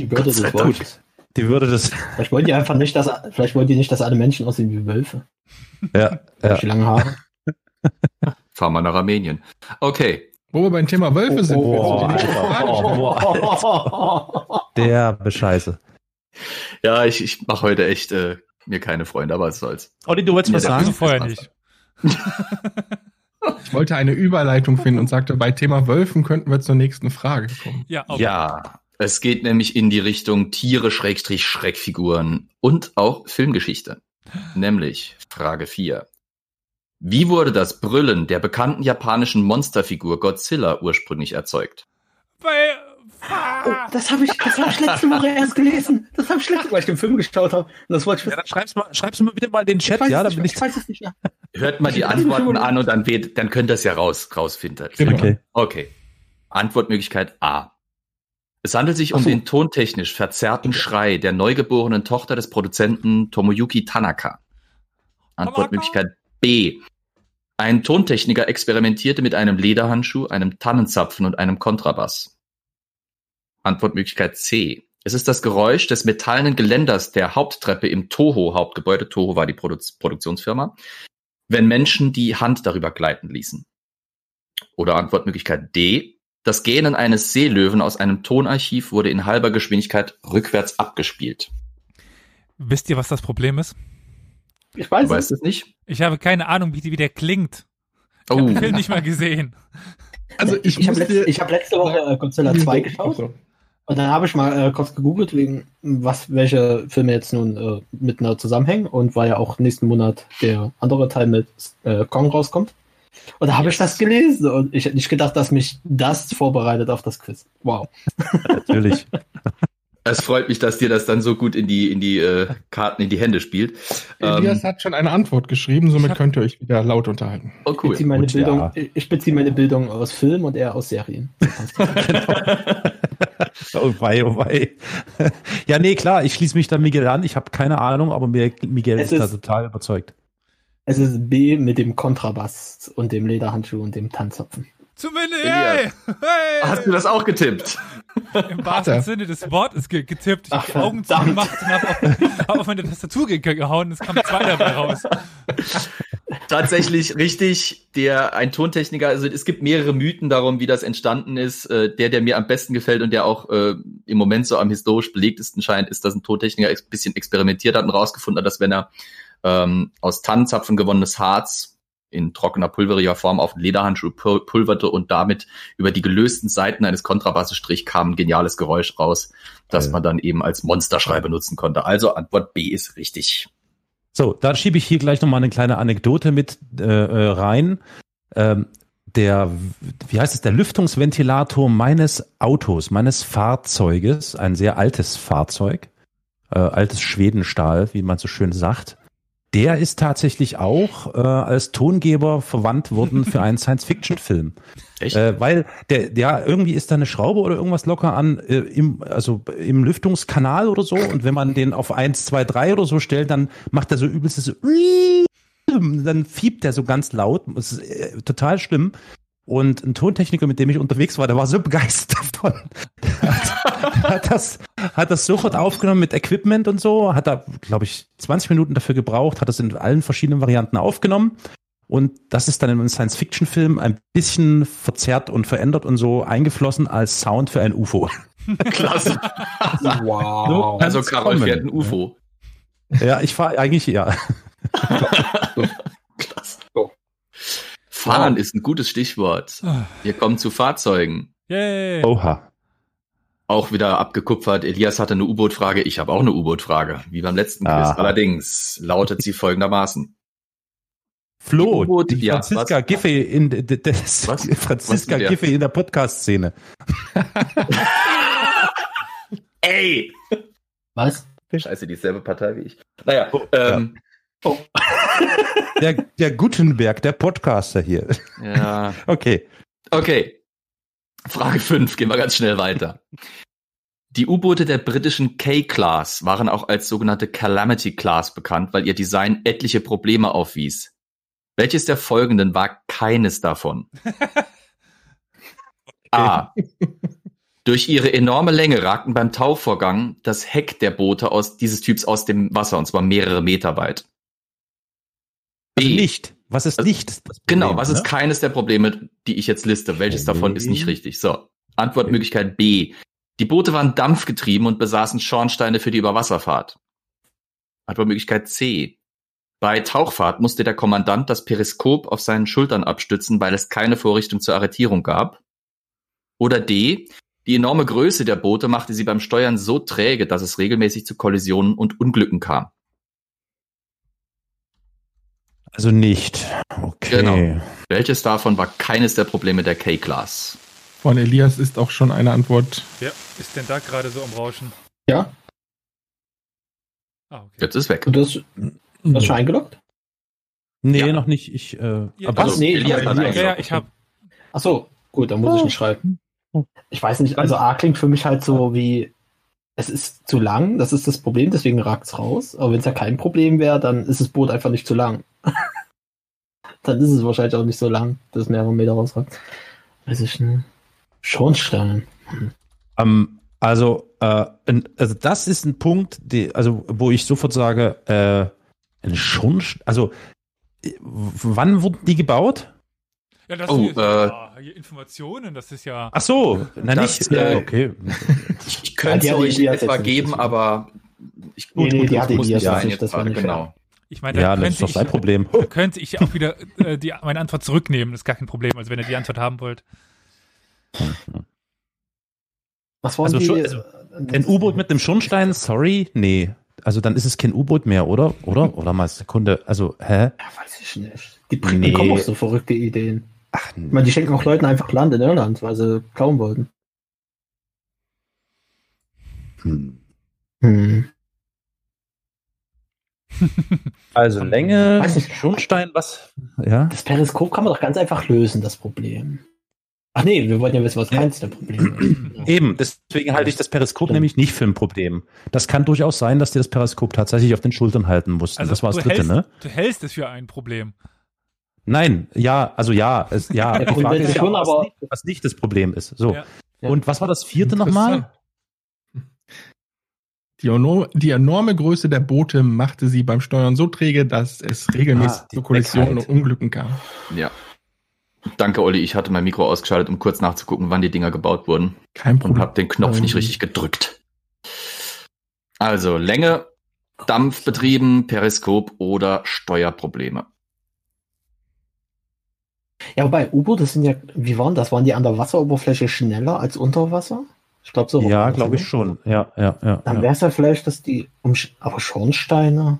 [SPEAKER 6] Die Würde des Wolfes.
[SPEAKER 5] Die Würde des,
[SPEAKER 6] Vielleicht wollen die einfach nicht, dass, vielleicht wollen die nicht, dass alle Menschen aussehen wie Wölfe.
[SPEAKER 5] ja, ja.
[SPEAKER 6] Die lange Haare.
[SPEAKER 7] Fahr mal nach Armenien. Okay.
[SPEAKER 3] Wo wir beim Thema Wölfe sind.
[SPEAKER 5] Boah,
[SPEAKER 3] willst du die
[SPEAKER 6] oh.
[SPEAKER 5] Alter.
[SPEAKER 3] Frage stellen?
[SPEAKER 5] der Bescheiße.
[SPEAKER 7] Ja, ich, ich mache heute echt äh, mir keine Freunde, aber es soll's.
[SPEAKER 5] Olli, du wolltest
[SPEAKER 7] Ja,
[SPEAKER 5] was
[SPEAKER 7] der-
[SPEAKER 5] sagen?
[SPEAKER 2] Also vorher nicht.
[SPEAKER 3] Ich wollte eine Überleitung finden und sagte, bei Thema Wölfen könnten wir zur nächsten Frage kommen.
[SPEAKER 2] Ja, auch.
[SPEAKER 7] Ja, es geht nämlich in die Richtung Tiere, Schrägstrich, Schreckfiguren und auch Filmgeschichte. Nämlich Frage 4. Wie wurde das Brüllen der bekannten japanischen Monsterfigur Godzilla ursprünglich erzeugt?
[SPEAKER 2] Bei,
[SPEAKER 6] Oh,
[SPEAKER 2] ah,
[SPEAKER 6] das habe ich, das hab ich letzte Woche erst gelesen. Das habe ich letzte Woche, weil ich den Film geschaut habe. Und das wollte ich
[SPEAKER 5] Ja, dann schreib's, mal, schreib's mir bitte mal in den Chat, ja, da
[SPEAKER 6] es
[SPEAKER 5] bin
[SPEAKER 6] nicht,
[SPEAKER 5] ich.
[SPEAKER 6] ich weiß es nicht mehr.
[SPEAKER 7] Hört mal die Antworten an und dann, bet- dann könnt ihr es ja raus, rausfinden.
[SPEAKER 3] Genau.
[SPEAKER 5] Okay.
[SPEAKER 7] Okay. Antwortmöglichkeit A. Es handelt sich um
[SPEAKER 6] Ach so.
[SPEAKER 7] den tontechnisch verzerrten Schrei der neugeborenen Tochter des Produzenten Tomoyuki Tanaka. Antwortmöglichkeit B. Ein Tontechniker experimentierte mit einem Lederhandschuh, einem Tannenzapfen und einem Kontrabass. Antwortmöglichkeit C. Es ist das Geräusch des metallenen Geländers der Haupttreppe im Toho-Hauptgebäude. Toho war die Produ Produktionsfirma. Wenn Menschen die Hand darüber gleiten ließen. Oder Antwortmöglichkeit D. Das Gähnen eines Seelöwen aus einem Tonarchiv wurde in halber Geschwindigkeit rückwärts abgespielt.
[SPEAKER 2] wisst ihr, was das Problem ist?
[SPEAKER 6] Ich
[SPEAKER 7] Du
[SPEAKER 6] weiß
[SPEAKER 3] Also?
[SPEAKER 6] es.
[SPEAKER 7] weißt es nicht?
[SPEAKER 2] Ich habe keine Ahnung, wie, wie der klingt. Ich habe
[SPEAKER 7] Oh,
[SPEAKER 2] den Film nicht mal gesehen.
[SPEAKER 3] Also
[SPEAKER 6] ich
[SPEAKER 3] ich,
[SPEAKER 6] habe
[SPEAKER 3] muss
[SPEAKER 6] letzte,
[SPEAKER 3] dir-
[SPEAKER 6] ich hab letzte Woche äh, Godzilla 2 geschaut
[SPEAKER 3] Also,
[SPEAKER 6] und dann habe ich mal äh, kurz gegoogelt, wegen was welche Filme jetzt nun äh, miteinander zusammenhängen und weil ja auch nächsten Monat der andere Teil mit äh, Kong rauskommt. Und da habe ich das gelesen und ich hätte nicht gedacht, dass mich das vorbereitet auf das Quiz. Wow.
[SPEAKER 5] Natürlich.
[SPEAKER 7] es freut mich, dass dir das dann so gut in die, in die äh, Karten in die Hände spielt. Ähm,
[SPEAKER 3] Elias hat schon eine Antwort geschrieben,
[SPEAKER 2] Ich
[SPEAKER 3] somit
[SPEAKER 2] hab-
[SPEAKER 3] könnt ihr euch wieder laut unterhalten.
[SPEAKER 7] oh,
[SPEAKER 6] Ich beziehe
[SPEAKER 7] cool.
[SPEAKER 6] meine,
[SPEAKER 5] Gut,
[SPEAKER 6] Bildung,
[SPEAKER 5] ja.
[SPEAKER 6] ich- ich beziehe meine Bildung aus Film und er aus Serien.
[SPEAKER 5] Oh wei, oh wei. Ja, nee, klar, ich schließe mich da Miguel an. Ich habe keine Ahnung, aber mir- Miguel
[SPEAKER 6] Es
[SPEAKER 5] ist, da
[SPEAKER 6] ist-
[SPEAKER 5] total überzeugt.
[SPEAKER 6] Es ist B mit dem Kontrabass und dem Lederhandschuh und dem Tanzzapfen.
[SPEAKER 2] Zumindest, hey,
[SPEAKER 7] Elias.
[SPEAKER 2] hey,
[SPEAKER 7] Hast du das auch getippt?
[SPEAKER 2] im wahrsten Sinne des Wortes ge getippt. Ich
[SPEAKER 6] Ach,
[SPEAKER 2] habe die Augen zugemacht und habe auf, hab auf meine Tastatur ge- gehauen. Es kamen zwei dabei raus.
[SPEAKER 7] Tatsächlich richtig, der ein Tontechniker, also es gibt mehrere Mythen darum, wie das entstanden ist. Äh, der, der mir am besten gefällt und der auch äh, im Moment so am historisch belegtesten scheint, ist, dass ein Tontechniker ein ex bisschen experimentiert hat und rausgefunden hat, dass wenn er ähm, aus Tannenzapfen gewonnenes Harz in trockener, pulveriger Form auf einen Lederhandschuh pul pulverte und damit über die gelösten Seiten eines Kontrabasses strich, kam ein geniales Geräusch raus, das
[SPEAKER 5] Geil.
[SPEAKER 7] man dann eben als Monsterschrei benutzen konnte. Also Antwort B ist richtig.
[SPEAKER 5] So, da schiebe ich hier gleich nochmal eine kleine Anekdote mit äh, äh, rein. Ähm, der, wie heißt es, der Lüftungsventilator meines Autos, meines Fahrzeuges, ein sehr altes Fahrzeug, äh, altes Schwedenstahl, wie man so schön sagt, der ist tatsächlich auch äh, als Tongeber verwandt worden für einen Science-Fiction-Film.
[SPEAKER 7] Echt?
[SPEAKER 5] Äh, weil der, ja, irgendwie ist da eine Schraube oder irgendwas locker an, äh, im, also im Lüftungskanal oder so. Und wenn man den auf 1, 2, 3 oder so stellt, dann macht er so übelstes, so, dann fiebt der so ganz laut. Das ist äh, total schlimm. Und ein Tontechniker, mit dem ich unterwegs war, der war so begeistert davon. Der hat, der hat, das, hat das sofort aufgenommen mit Equipment und so. Hat da, glaube ich, 20 Minuten dafür gebraucht, hat das in allen verschiedenen Varianten aufgenommen. Und das ist dann in einem Science-Fiction-Film ein bisschen verzerrt und verändert und so eingeflossen als Sound für ein UFO.
[SPEAKER 7] Klasse.
[SPEAKER 5] So
[SPEAKER 6] Wow.
[SPEAKER 5] kann's
[SPEAKER 7] Also Karol
[SPEAKER 5] kommen. ne?
[SPEAKER 7] fährt ein UFO.
[SPEAKER 5] Ja, ich fahre eigentlich, ja.
[SPEAKER 7] Klasse. Fahren ist ein gutes Stichwort.
[SPEAKER 2] Ah,
[SPEAKER 7] Wir kommen zu Fahrzeugen.
[SPEAKER 2] Yay.
[SPEAKER 7] Oh.
[SPEAKER 5] Oha.
[SPEAKER 7] Auch wieder abgekupfert. Elias hatte eine U-Boot-Frage. Ich habe auch eine U-Boot-Frage, wie beim letzten Quiz.
[SPEAKER 5] Aha.
[SPEAKER 7] Allerdings lautet sie folgendermaßen. Die
[SPEAKER 5] Flo,
[SPEAKER 7] U-Boot,
[SPEAKER 5] die
[SPEAKER 7] ja,
[SPEAKER 5] Franziska
[SPEAKER 7] was?
[SPEAKER 5] Giffey in, de- de- des,
[SPEAKER 7] Was?
[SPEAKER 5] Franziska
[SPEAKER 7] Was mit der?
[SPEAKER 5] Giffey in der Podcast-Szene.
[SPEAKER 7] Ey!
[SPEAKER 6] Was?
[SPEAKER 7] Scheiße, dieselbe Partei wie ich. Naja, ähm,
[SPEAKER 5] Der, der Gutenberg, der Podcaster hier.
[SPEAKER 7] Ja.
[SPEAKER 5] Okay.
[SPEAKER 7] Okay. Frage 5, gehen wir ganz schnell weiter. Die U-Boote der britischen K-Class waren auch als sogenannte Calamity Class bekannt, weil ihr Design etliche Probleme aufwies. Welches der folgenden war keines davon? A. Durch ihre enorme Länge ragten beim Tauvorgang das Heck der Boote aus, dieses Typs aus dem Wasser, und zwar mehrere Meter weit.
[SPEAKER 5] Also
[SPEAKER 7] B.
[SPEAKER 5] nicht. Was ist nicht? das Problem,
[SPEAKER 7] Genau, was
[SPEAKER 5] ne?
[SPEAKER 7] ist keines der Probleme, die ich jetzt liste? Welches davon ist nicht richtig? So, Antwortmöglichkeit B. Die Boote waren dampfgetrieben und besaßen Schornsteine für die Überwasserfahrt. Antwortmöglichkeit C. Bei Tauchfahrt musste der Kommandant das Periskop auf seinen Schultern abstützen, weil es keine Vorrichtung zur Arretierung gab. Oder D. Die enorme Größe der Boote machte sie beim Steuern so träge, dass es regelmäßig zu Kollisionen und Unglücken kam.
[SPEAKER 5] Also nicht. Okay.
[SPEAKER 7] Genau. Welches davon war keines der Probleme der K-Class?
[SPEAKER 3] Von Elias ist auch schon eine Antwort.
[SPEAKER 2] Ja, ist denn da gerade so am Rauschen?
[SPEAKER 6] Ja,
[SPEAKER 2] Ah, okay.
[SPEAKER 7] Jetzt ist weg.
[SPEAKER 6] und das,
[SPEAKER 7] Hm.
[SPEAKER 6] das schon eingeloggt?
[SPEAKER 5] Nee,
[SPEAKER 7] Ja.
[SPEAKER 5] noch nicht. Ich, äh,
[SPEAKER 2] Ja,
[SPEAKER 5] aber
[SPEAKER 2] also-
[SPEAKER 6] Nee,
[SPEAKER 7] Elias
[SPEAKER 6] aber
[SPEAKER 7] hat
[SPEAKER 6] Elias-
[SPEAKER 7] eigentlich
[SPEAKER 2] Ja, ja,
[SPEAKER 7] auch-
[SPEAKER 2] ich habe
[SPEAKER 6] Ach so, gut, dann muss ich nicht schreiben. Ich weiß nicht, also A klingt für mich halt so wie, es ist zu lang, das ist das Problem, deswegen ragt's raus. Aber wenn es ja kein Problem wäre, dann ist das Boot einfach nicht zu lang. dann ist es wahrscheinlich auch nicht so lang, dass mehrere Meter rausragt. Weiß ich nicht. Schornstein.
[SPEAKER 5] ähm, also, äh, ein- also das ist ein Punkt, die, also wo ich sofort sage, äh, ein Schornstein. Also äh, w- wann wurden die gebaut?
[SPEAKER 2] ja, das
[SPEAKER 7] Oh,
[SPEAKER 2] sind jetzt-
[SPEAKER 7] äh,
[SPEAKER 2] ah, hier Informationen, das ist ja
[SPEAKER 5] Ach so, na
[SPEAKER 7] Das,
[SPEAKER 5] nicht.
[SPEAKER 7] äh,
[SPEAKER 5] Ja, okay.
[SPEAKER 7] Ich, ich
[SPEAKER 6] Ja, die
[SPEAKER 7] könnte
[SPEAKER 6] hat
[SPEAKER 7] es euch
[SPEAKER 6] die- die hat
[SPEAKER 7] etwa
[SPEAKER 6] jetzt nicht
[SPEAKER 7] geben,
[SPEAKER 6] richtig.
[SPEAKER 7] aber ich
[SPEAKER 6] Nee, nee, die hat die-
[SPEAKER 7] muss
[SPEAKER 6] die
[SPEAKER 7] nicht
[SPEAKER 6] hat
[SPEAKER 7] sein
[SPEAKER 6] nicht,
[SPEAKER 7] jetzt
[SPEAKER 6] das war
[SPEAKER 7] gerade,
[SPEAKER 6] nicht
[SPEAKER 7] genau.
[SPEAKER 2] ich meine,
[SPEAKER 5] Ja, das
[SPEAKER 2] da
[SPEAKER 5] ist
[SPEAKER 2] könnte
[SPEAKER 5] doch
[SPEAKER 2] ich,
[SPEAKER 5] sein Problem.
[SPEAKER 2] könnte ich auch wieder äh, die, meine Antwort zurücknehmen, das ist gar kein Problem, also wenn ihr die Antwort haben wollt.
[SPEAKER 6] Was waren
[SPEAKER 5] Also
[SPEAKER 6] die? äh,
[SPEAKER 5] schon- also Ein U-Boot mit einem Schornstein, sorry, nee. Also dann ist es kein U-Boot mehr, oder? Oder? Oder mal Sekunde, also, hä?
[SPEAKER 6] Ja, weiß ich nicht. Die, bringen-
[SPEAKER 5] Nee.
[SPEAKER 6] die kommen auf so verrückte Ideen.
[SPEAKER 5] Ach,
[SPEAKER 6] Ich meine, die schenken auch Leuten einfach Land in Irland, weil sie klauen wollten.
[SPEAKER 5] hm.
[SPEAKER 6] Hm.
[SPEAKER 5] Also Länge,
[SPEAKER 6] Weiß nicht.
[SPEAKER 5] Schornstein, was? Ja.
[SPEAKER 6] Das Periskop kann man doch ganz einfach lösen, das Problem. Ach nee, wir wollten ja wissen, was keins der Probleme ist.
[SPEAKER 5] Eben, deswegen halte ich das Periskop
[SPEAKER 6] Stimmt.
[SPEAKER 5] nämlich nicht für ein Problem. Das kann durchaus sein, dass die das Periskop tatsächlich auf den Schultern halten mussten.
[SPEAKER 2] Also
[SPEAKER 5] das war das
[SPEAKER 2] du,
[SPEAKER 5] dritte,
[SPEAKER 2] hältst,
[SPEAKER 5] ne?
[SPEAKER 2] du hältst es für ein Problem.
[SPEAKER 5] Nein, ja, also ja, es, ja.
[SPEAKER 6] Ja,
[SPEAKER 5] Die Frage
[SPEAKER 6] grundsätzlich
[SPEAKER 5] ist ja,
[SPEAKER 6] schon,
[SPEAKER 5] was,
[SPEAKER 6] aber-
[SPEAKER 5] nicht, was nicht das Problem ist. So.
[SPEAKER 2] Ja.
[SPEAKER 6] Ja.
[SPEAKER 5] Und was war das vierte nochmal?
[SPEAKER 3] Die, ono- die enorme Größe der Boote machte sie beim Steuern so träge, dass es regelmäßig
[SPEAKER 5] Ah, die
[SPEAKER 3] zu Kollisionen
[SPEAKER 5] Trägheit.
[SPEAKER 3] und Unglücken kam.
[SPEAKER 7] Ja. Danke, Olli. Ich hatte mein Mikro ausgeschaltet, um kurz nachzugucken, wann die Dinger gebaut wurden
[SPEAKER 3] Kein
[SPEAKER 7] und
[SPEAKER 3] Problem.
[SPEAKER 7] habe den Knopf nicht richtig gedrückt. Also Länge, Dampf betrieben, Periskop oder Steuerprobleme.
[SPEAKER 6] Ja, wobei U-Boote sind ja, wie waren das? Waren die an der Wasseroberfläche schneller als unter Wasser? Ich glaube so. war
[SPEAKER 5] Ja,
[SPEAKER 6] das,
[SPEAKER 5] glaube ich
[SPEAKER 6] ne?
[SPEAKER 5] schon. Ja, ja, ja.
[SPEAKER 6] Dann
[SPEAKER 5] ja.
[SPEAKER 6] wäre es ja vielleicht, dass die, um, Sch- aber Schornsteine.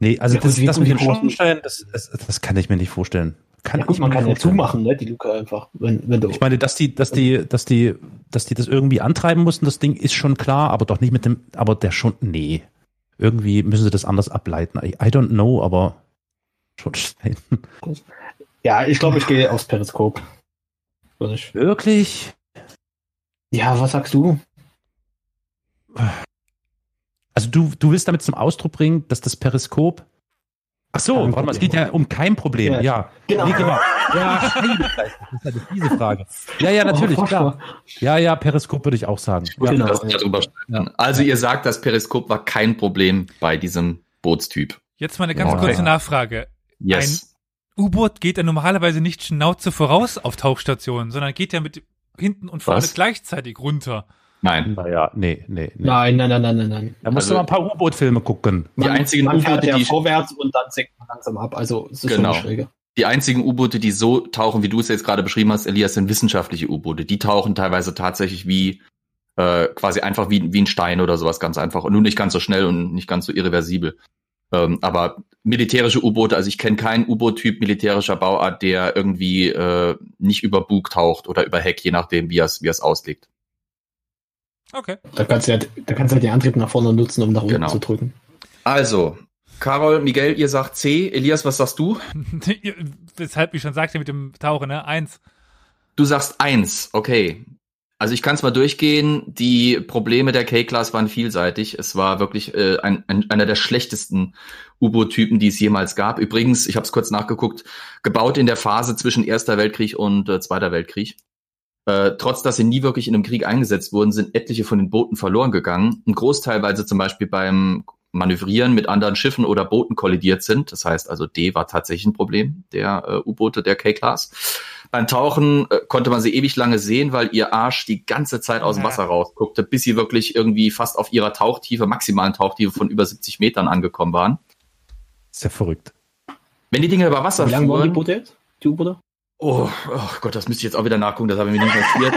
[SPEAKER 5] Nee, also
[SPEAKER 6] Ja,
[SPEAKER 5] das,
[SPEAKER 6] gut, wie
[SPEAKER 5] das
[SPEAKER 6] gut
[SPEAKER 5] mit
[SPEAKER 6] die
[SPEAKER 5] dem
[SPEAKER 6] großen-
[SPEAKER 5] Schornstein, das, das, das kann ich mir nicht vorstellen. Kann
[SPEAKER 6] Ja, gut,
[SPEAKER 5] ich
[SPEAKER 6] man
[SPEAKER 5] mir
[SPEAKER 6] kann
[SPEAKER 5] nicht
[SPEAKER 6] ja
[SPEAKER 5] vorstellen.
[SPEAKER 6] zumachen, ne, die Luke einfach, wenn, wenn du.
[SPEAKER 5] Ich meine, dass die, dass die, dass die, dass die das irgendwie antreiben mussten, das Ding ist schon klar, aber doch nicht mit dem, aber der schon, nee. Irgendwie müssen sie das anders ableiten. I, I don't know, aber schon schnell.
[SPEAKER 6] ja, ich glaube, ich gehe aufs Periskop. Würde ich.
[SPEAKER 5] Wirklich?
[SPEAKER 6] Ja, was sagst du?
[SPEAKER 5] Also du, du willst damit zum Ausdruck bringen, dass das Periskop. Ach so,
[SPEAKER 6] Kein
[SPEAKER 5] warte mal, es
[SPEAKER 6] Problem.
[SPEAKER 5] geht ja um kein Problem.
[SPEAKER 6] Ja.
[SPEAKER 5] Ja,
[SPEAKER 6] Genau.
[SPEAKER 5] Nee, genau. Ja, das ist eine fiese Frage. Ja, ja, natürlich,
[SPEAKER 6] Oh,
[SPEAKER 5] klar. Ja, ja, Periskop würde ich auch sagen. Ja.
[SPEAKER 6] Genau.
[SPEAKER 7] Das darüber streiten. Also ihr sagt, das Periskop war kein Problem bei diesem Bootstyp.
[SPEAKER 2] Jetzt mal eine ganz
[SPEAKER 7] Okay.
[SPEAKER 2] kurze Nachfrage.
[SPEAKER 7] Yes.
[SPEAKER 2] U-Boot geht ja normalerweise nicht Schnauze voraus auf Tauchstationen, sondern geht ja mit hinten und vorne
[SPEAKER 7] Was?
[SPEAKER 2] gleichzeitig runter.
[SPEAKER 7] Nein.
[SPEAKER 5] Naja, nee, nee, nee.
[SPEAKER 6] Nein, nein, nein, nein, nein, nein.
[SPEAKER 5] Da musst du
[SPEAKER 7] Also-
[SPEAKER 5] mal ein paar U-Boot-Filme gucken.
[SPEAKER 7] Die einzigen
[SPEAKER 6] man fährt
[SPEAKER 7] U-Boote,
[SPEAKER 6] ja
[SPEAKER 7] die-
[SPEAKER 6] vorwärts und dann senkt man langsam ab. Also es ist
[SPEAKER 7] Genau.
[SPEAKER 6] schon schräger.
[SPEAKER 7] Die einzigen U-Boote, die so tauchen, wie du es jetzt gerade beschrieben hast, Elias, sind wissenschaftliche U-Boote. Die tauchen teilweise tatsächlich wie äh, quasi einfach wie, wie ein Stein oder sowas ganz einfach. Und nur nicht ganz so schnell und nicht ganz so irreversibel. Ähm, aber militärische U-Boote, also ich kenne keinen U-Boot-Typ militärischer Bauart, der irgendwie äh, nicht über Bug taucht oder über Heck, je nachdem, wie er es wie er's auslegt.
[SPEAKER 2] Okay.
[SPEAKER 6] halt Da kannst du ja, da kannst du ja den Antrieb nach vorne nutzen, um nach unten
[SPEAKER 7] Genau.
[SPEAKER 6] zu drücken.
[SPEAKER 7] Also, Carol, Miguel, ihr sagt C. Elias, was sagst du?
[SPEAKER 2] Weshalb ich schon sagte mit dem Tauchen, ne? Eins.
[SPEAKER 7] Du sagst eins, okay. Also ich kann es mal durchgehen. Die Probleme der K-Class waren vielseitig. Es war wirklich äh, ein, ein, einer der schlechtesten U-Boot-Typen, die es jemals gab. Übrigens, ich habe es kurz nachgeguckt, gebaut in der Phase zwischen Erster Weltkrieg und äh, Zweiter Weltkrieg. Äh, trotz dass sie nie wirklich in einem Krieg eingesetzt wurden, sind etliche von den Booten verloren gegangen. Ein Großteil, weil sie zum Beispiel beim Manövrieren mit anderen Schiffen oder Booten kollidiert sind. Das heißt also, D war tatsächlich ein Problem der äh, U-Boote der K-Class. Beim Tauchen äh, konnte man sie ewig lange sehen, weil ihr Arsch die ganze Zeit aus dem
[SPEAKER 2] Ja.
[SPEAKER 7] Wasser rausguckte, bis sie wirklich irgendwie fast auf ihrer Tauchtiefe, maximalen Tauchtiefe von über 70 Metern angekommen waren.
[SPEAKER 5] Ist ja verrückt.
[SPEAKER 7] Wenn die Dinger über Wasser
[SPEAKER 6] Wie lange waren die
[SPEAKER 7] fuhren,
[SPEAKER 6] Boote jetzt? Die U-Boote?
[SPEAKER 7] Oh, oh Gott, das müsste ich jetzt auch wieder nachgucken, das habe ich mir nicht notiert.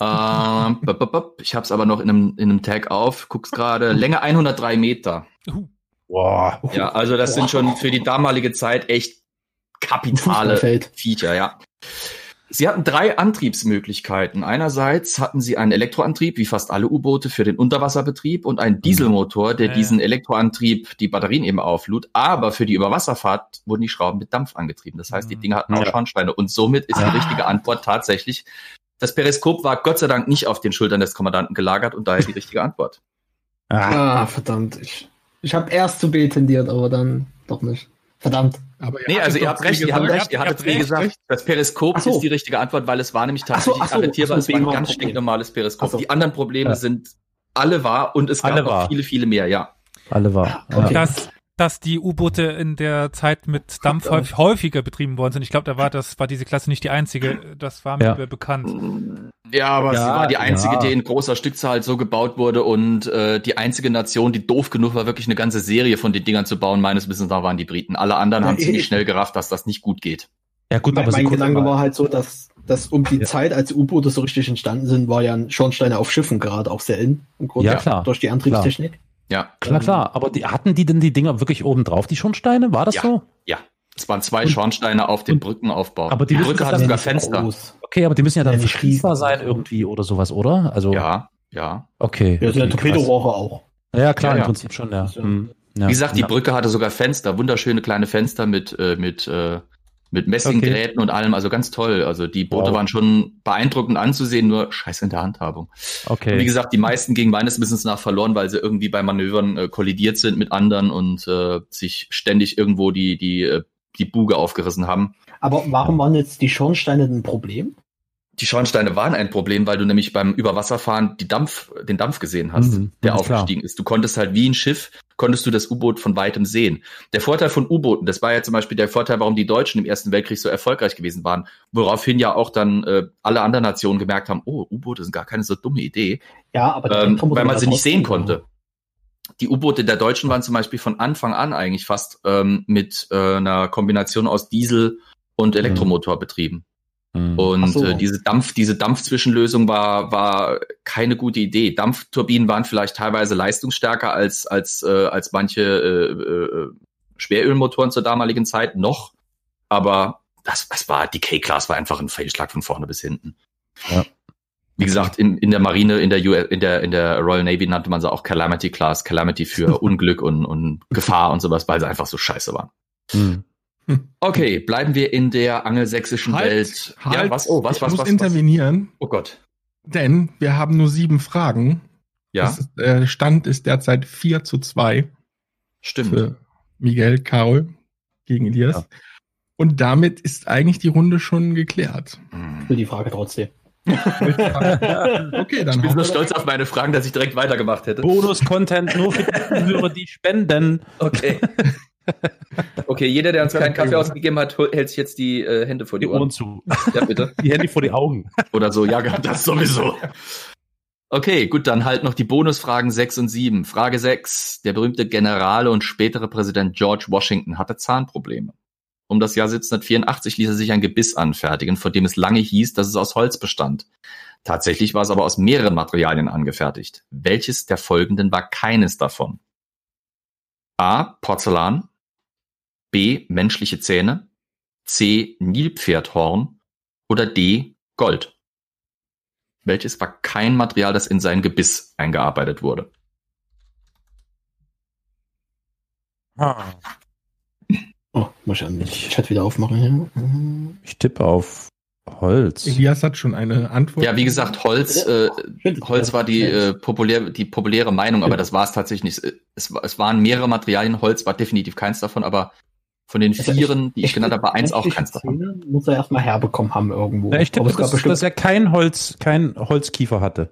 [SPEAKER 7] ähm, bop, bop, bop. ich habe es aber noch in einem, in einem Tag auf, guck's gerade. Länge 103 Meter.
[SPEAKER 5] Boah.
[SPEAKER 7] Ja, also das sind schon für die damalige Zeit echt
[SPEAKER 6] Ein
[SPEAKER 7] kapitale
[SPEAKER 6] Fußballfeld.
[SPEAKER 7] Feature, ja. Sie hatten drei Antriebsmöglichkeiten. Einerseits hatten sie einen Elektroantrieb, wie fast alle U-Boote, für den Unterwasserbetrieb und einen Dieselmotor, der
[SPEAKER 2] Mhm. Ja, ja.
[SPEAKER 7] diesen Elektroantrieb, die Batterien eben auflud. Aber für die Überwasserfahrt wurden die Schrauben mit Dampf angetrieben. Das heißt, die
[SPEAKER 2] Mhm. Ah.
[SPEAKER 7] Dinger hatten auch
[SPEAKER 5] Ja.
[SPEAKER 7] Schornsteine. Und somit ist die richtige Antwort tatsächlich, das Periskop war Gott sei Dank nicht auf den Schultern des Kommandanten gelagert und daher die richtige Antwort.
[SPEAKER 6] Ah, verdammt. Ich, ich habe erst zu B tendiert, aber dann doch nicht. Verdammt.
[SPEAKER 3] Aber ihr
[SPEAKER 7] Nee, also ihr
[SPEAKER 3] doch
[SPEAKER 7] habt
[SPEAKER 3] C
[SPEAKER 7] recht, ihr habt
[SPEAKER 3] gesagt.
[SPEAKER 7] recht, ihr hattet wie gesagt, das Periskop
[SPEAKER 6] Ach so.
[SPEAKER 7] ist die richtige Antwort, weil es war nämlich
[SPEAKER 6] Ach so,
[SPEAKER 7] tatsächlich
[SPEAKER 6] ach so,
[SPEAKER 7] adaptierbar,
[SPEAKER 6] ach so,
[SPEAKER 7] es war
[SPEAKER 6] deswegen
[SPEAKER 7] ein
[SPEAKER 6] war
[SPEAKER 7] ganz
[SPEAKER 6] ein Problem.
[SPEAKER 7] stinknormales Periskop.
[SPEAKER 6] Ach so.
[SPEAKER 7] Die anderen Probleme
[SPEAKER 5] Ja.
[SPEAKER 7] sind alle wahr und es
[SPEAKER 5] Alle
[SPEAKER 7] gab noch
[SPEAKER 5] wahr.
[SPEAKER 7] viele, viele mehr, ja.
[SPEAKER 5] Alle wahr.
[SPEAKER 6] Okay.
[SPEAKER 5] Ja.
[SPEAKER 2] Dass, dass die U-Boote in der Zeit mit Dampf
[SPEAKER 6] Kommt auch.
[SPEAKER 2] häuf- häufiger betrieben worden sind. Ich glaube, da war das, war diese Klasse nicht die einzige. Das war mir
[SPEAKER 5] Ja.
[SPEAKER 2] bekannt.
[SPEAKER 7] Ja, aber sie
[SPEAKER 5] Ja,
[SPEAKER 7] war die einzige,
[SPEAKER 5] ja.
[SPEAKER 7] die in großer Stückzahl so gebaut wurde und äh, die einzige Nation, die doof genug war, wirklich eine ganze Serie von den Dingern zu bauen, meines Wissens nach waren die Briten. Alle anderen haben ziemlich schnell gerafft, dass das nicht gut geht.
[SPEAKER 5] ja, gut,
[SPEAKER 6] mein
[SPEAKER 5] aber sie
[SPEAKER 6] mein
[SPEAKER 5] gucken
[SPEAKER 6] Gedanke
[SPEAKER 5] mal.
[SPEAKER 6] war halt so, dass, dass um die
[SPEAKER 5] Ja.
[SPEAKER 6] Zeit, als die U-Boote so richtig entstanden sind, war ja Schornsteine auf Schiffen gerade auch sehr in. Im Grunde
[SPEAKER 5] Ja, klar.
[SPEAKER 6] Durch die Antriebstechnik.
[SPEAKER 7] Ja,
[SPEAKER 5] Klar, klar. Aber die, hatten die denn die Dinger wirklich oben drauf, die Schornsteine? War das
[SPEAKER 7] Ja.
[SPEAKER 5] so?
[SPEAKER 7] es waren zwei Schornsteine auf den
[SPEAKER 5] und-
[SPEAKER 7] Brückenaufbau.
[SPEAKER 5] aber die
[SPEAKER 7] die
[SPEAKER 5] müssen
[SPEAKER 7] Brücke
[SPEAKER 5] das
[SPEAKER 7] hat
[SPEAKER 5] dann
[SPEAKER 7] sogar
[SPEAKER 5] nicht
[SPEAKER 7] Fenster.
[SPEAKER 6] Groß.
[SPEAKER 5] Okay, aber die müssen ja dann
[SPEAKER 6] Ja, die
[SPEAKER 5] verschließbar
[SPEAKER 6] Riesen.
[SPEAKER 5] sein irgendwie oder sowas, oder? Also,
[SPEAKER 7] Ja, ja.
[SPEAKER 5] okay.
[SPEAKER 6] Ja, so eine
[SPEAKER 5] okay, krass.
[SPEAKER 6] Torpedorohre auch.
[SPEAKER 5] Ja, klar,
[SPEAKER 7] Ja, ja.
[SPEAKER 5] im Prinzip schon, ja.
[SPEAKER 6] Ja.
[SPEAKER 5] Hm. ja.
[SPEAKER 7] Wie gesagt, die
[SPEAKER 5] ja.
[SPEAKER 7] Brücke hatte sogar Fenster, wunderschöne kleine Fenster mit, äh, mit, äh, mit Messinggräten und allem, also ganz toll. Also die Boote
[SPEAKER 5] Wow.
[SPEAKER 7] waren schon beeindruckend anzusehen, nur scheiße in der Handhabung. Und
[SPEAKER 5] Okay.
[SPEAKER 7] wie gesagt, die meisten gingen meines Wissens nach verloren, weil sie irgendwie bei Manövern äh, kollidiert sind mit anderen und äh, sich ständig irgendwo die, die, äh, die Buge aufgerissen haben.
[SPEAKER 6] Aber warum waren jetzt die Schornsteine ein Problem?
[SPEAKER 7] Die Schornsteine waren ein Problem, weil du nämlich beim Überwasserfahren die Dampf, den Dampf gesehen hast,
[SPEAKER 5] Mhm,
[SPEAKER 7] der
[SPEAKER 5] ja, klar.
[SPEAKER 7] aufgestiegen ist. Du konntest halt wie ein Schiff, konntest du das U-Boot von weitem sehen. Der Vorteil von U-Booten, das war ja zum Beispiel der Vorteil, warum die Deutschen im Ersten Weltkrieg so erfolgreich gewesen waren, woraufhin ja auch dann äh, alle anderen Nationen gemerkt haben, oh, U-Boote sind gar keine so dumme Idee,
[SPEAKER 6] Ja, aber die
[SPEAKER 7] ähm,
[SPEAKER 6] Elektromotor-
[SPEAKER 7] weil man sie nicht sehen
[SPEAKER 6] Ja.
[SPEAKER 7] konnte. Die U-Boote der Deutschen waren zum Beispiel von Anfang an eigentlich fast ähm, mit äh, einer Kombination aus Diesel und Elektromotor betrieben.
[SPEAKER 5] Hm.
[SPEAKER 7] Und
[SPEAKER 6] Ach so.
[SPEAKER 7] äh, diese Dampf, diese Dampfzwischenlösung war, war keine gute Idee. Dampfturbinen waren vielleicht teilweise leistungsstärker als, als, äh, als manche äh, äh, Schwerölmotoren zur damaligen Zeit noch. Aber das, das war, die K-Class war einfach ein Fehlschlag von vorne bis hinten.
[SPEAKER 5] Ja.
[SPEAKER 7] Wie gesagt, in, in der Marine, in der, US, in der in der Royal Navy nannte man sie auch Calamity Class, Calamity für Unglück und, und Gefahr und sowas, weil sie einfach so scheiße waren.
[SPEAKER 5] Hm.
[SPEAKER 7] Okay, bleiben wir in der angelsächsischen
[SPEAKER 3] Halt,
[SPEAKER 7] Welt.
[SPEAKER 3] Halt,
[SPEAKER 7] ja, was? Oh, was,
[SPEAKER 3] ich
[SPEAKER 7] was,
[SPEAKER 3] muss
[SPEAKER 7] was, was?
[SPEAKER 3] intervenieren,
[SPEAKER 7] Oh Gott.
[SPEAKER 3] denn wir haben nur sieben Fragen.
[SPEAKER 7] Ja,
[SPEAKER 3] Das ist, äh, Stand ist derzeit 4 zu 2
[SPEAKER 7] stimmt.
[SPEAKER 3] für Miguel Karol gegen Elias.
[SPEAKER 5] Ja.
[SPEAKER 3] Und damit ist eigentlich die Runde schon geklärt.
[SPEAKER 6] Ich
[SPEAKER 7] Hm.
[SPEAKER 6] will die Frage trotzdem.
[SPEAKER 3] Okay, dann
[SPEAKER 7] Ich bin
[SPEAKER 3] hauen
[SPEAKER 7] so
[SPEAKER 3] wir
[SPEAKER 7] stolz auf meine Fragen, dass ich direkt weitergemacht
[SPEAKER 5] Oh,
[SPEAKER 7] hätte.
[SPEAKER 5] Bonus-Content nur für die Hörer, die spenden.
[SPEAKER 7] Okay. Okay, jeder, der uns keinen Kaffee ausgegeben hat, hol- hält sich jetzt die äh, Hände vor die Ohren.
[SPEAKER 5] zu.
[SPEAKER 7] Ja, bitte.
[SPEAKER 5] Die Hände vor die Augen.
[SPEAKER 7] Oder so, ja, das sowieso. Okay, gut, dann halt noch die Bonusfragen 6 und 7. Frage 6. Der berühmte General und spätere Präsident George Washington hatte Zahnprobleme. Um das Jahr 1784 ließ er sich ein Gebiss anfertigen, von dem es lange hieß, dass es aus Holz bestand. Tatsächlich war es aber aus mehreren Materialien angefertigt. Welches der folgenden war keines davon? A. Porzellan. B. Menschliche Zähne. C. Nilpferdhorn. Oder D. Gold. Welches war kein Material, das in sein Gebiss eingearbeitet wurde?
[SPEAKER 5] Ah,
[SPEAKER 6] Oh, muss ich an den Chat wieder aufmachen. Ja. Mhm.
[SPEAKER 5] ich tippe auf Holz.
[SPEAKER 3] Elias hat schon eine Antwort.
[SPEAKER 7] Ja, wie gesagt, Holz, äh, Holz war die, äh, populär, die populäre Meinung, aber das war es tatsächlich nicht. Es, war- es waren mehrere Materialien, Holz war definitiv keins davon, aber von den
[SPEAKER 6] Also
[SPEAKER 7] vieren, die ich genannt habe, war eins auch keins davon.
[SPEAKER 6] Szene muss er erstmal herbekommen haben irgendwo.
[SPEAKER 5] Ja, ich tippe,
[SPEAKER 6] Oh, Aber es gab
[SPEAKER 5] dass,
[SPEAKER 6] bestimmt
[SPEAKER 5] dass er kein Holz, kein Holzkiefer hatte.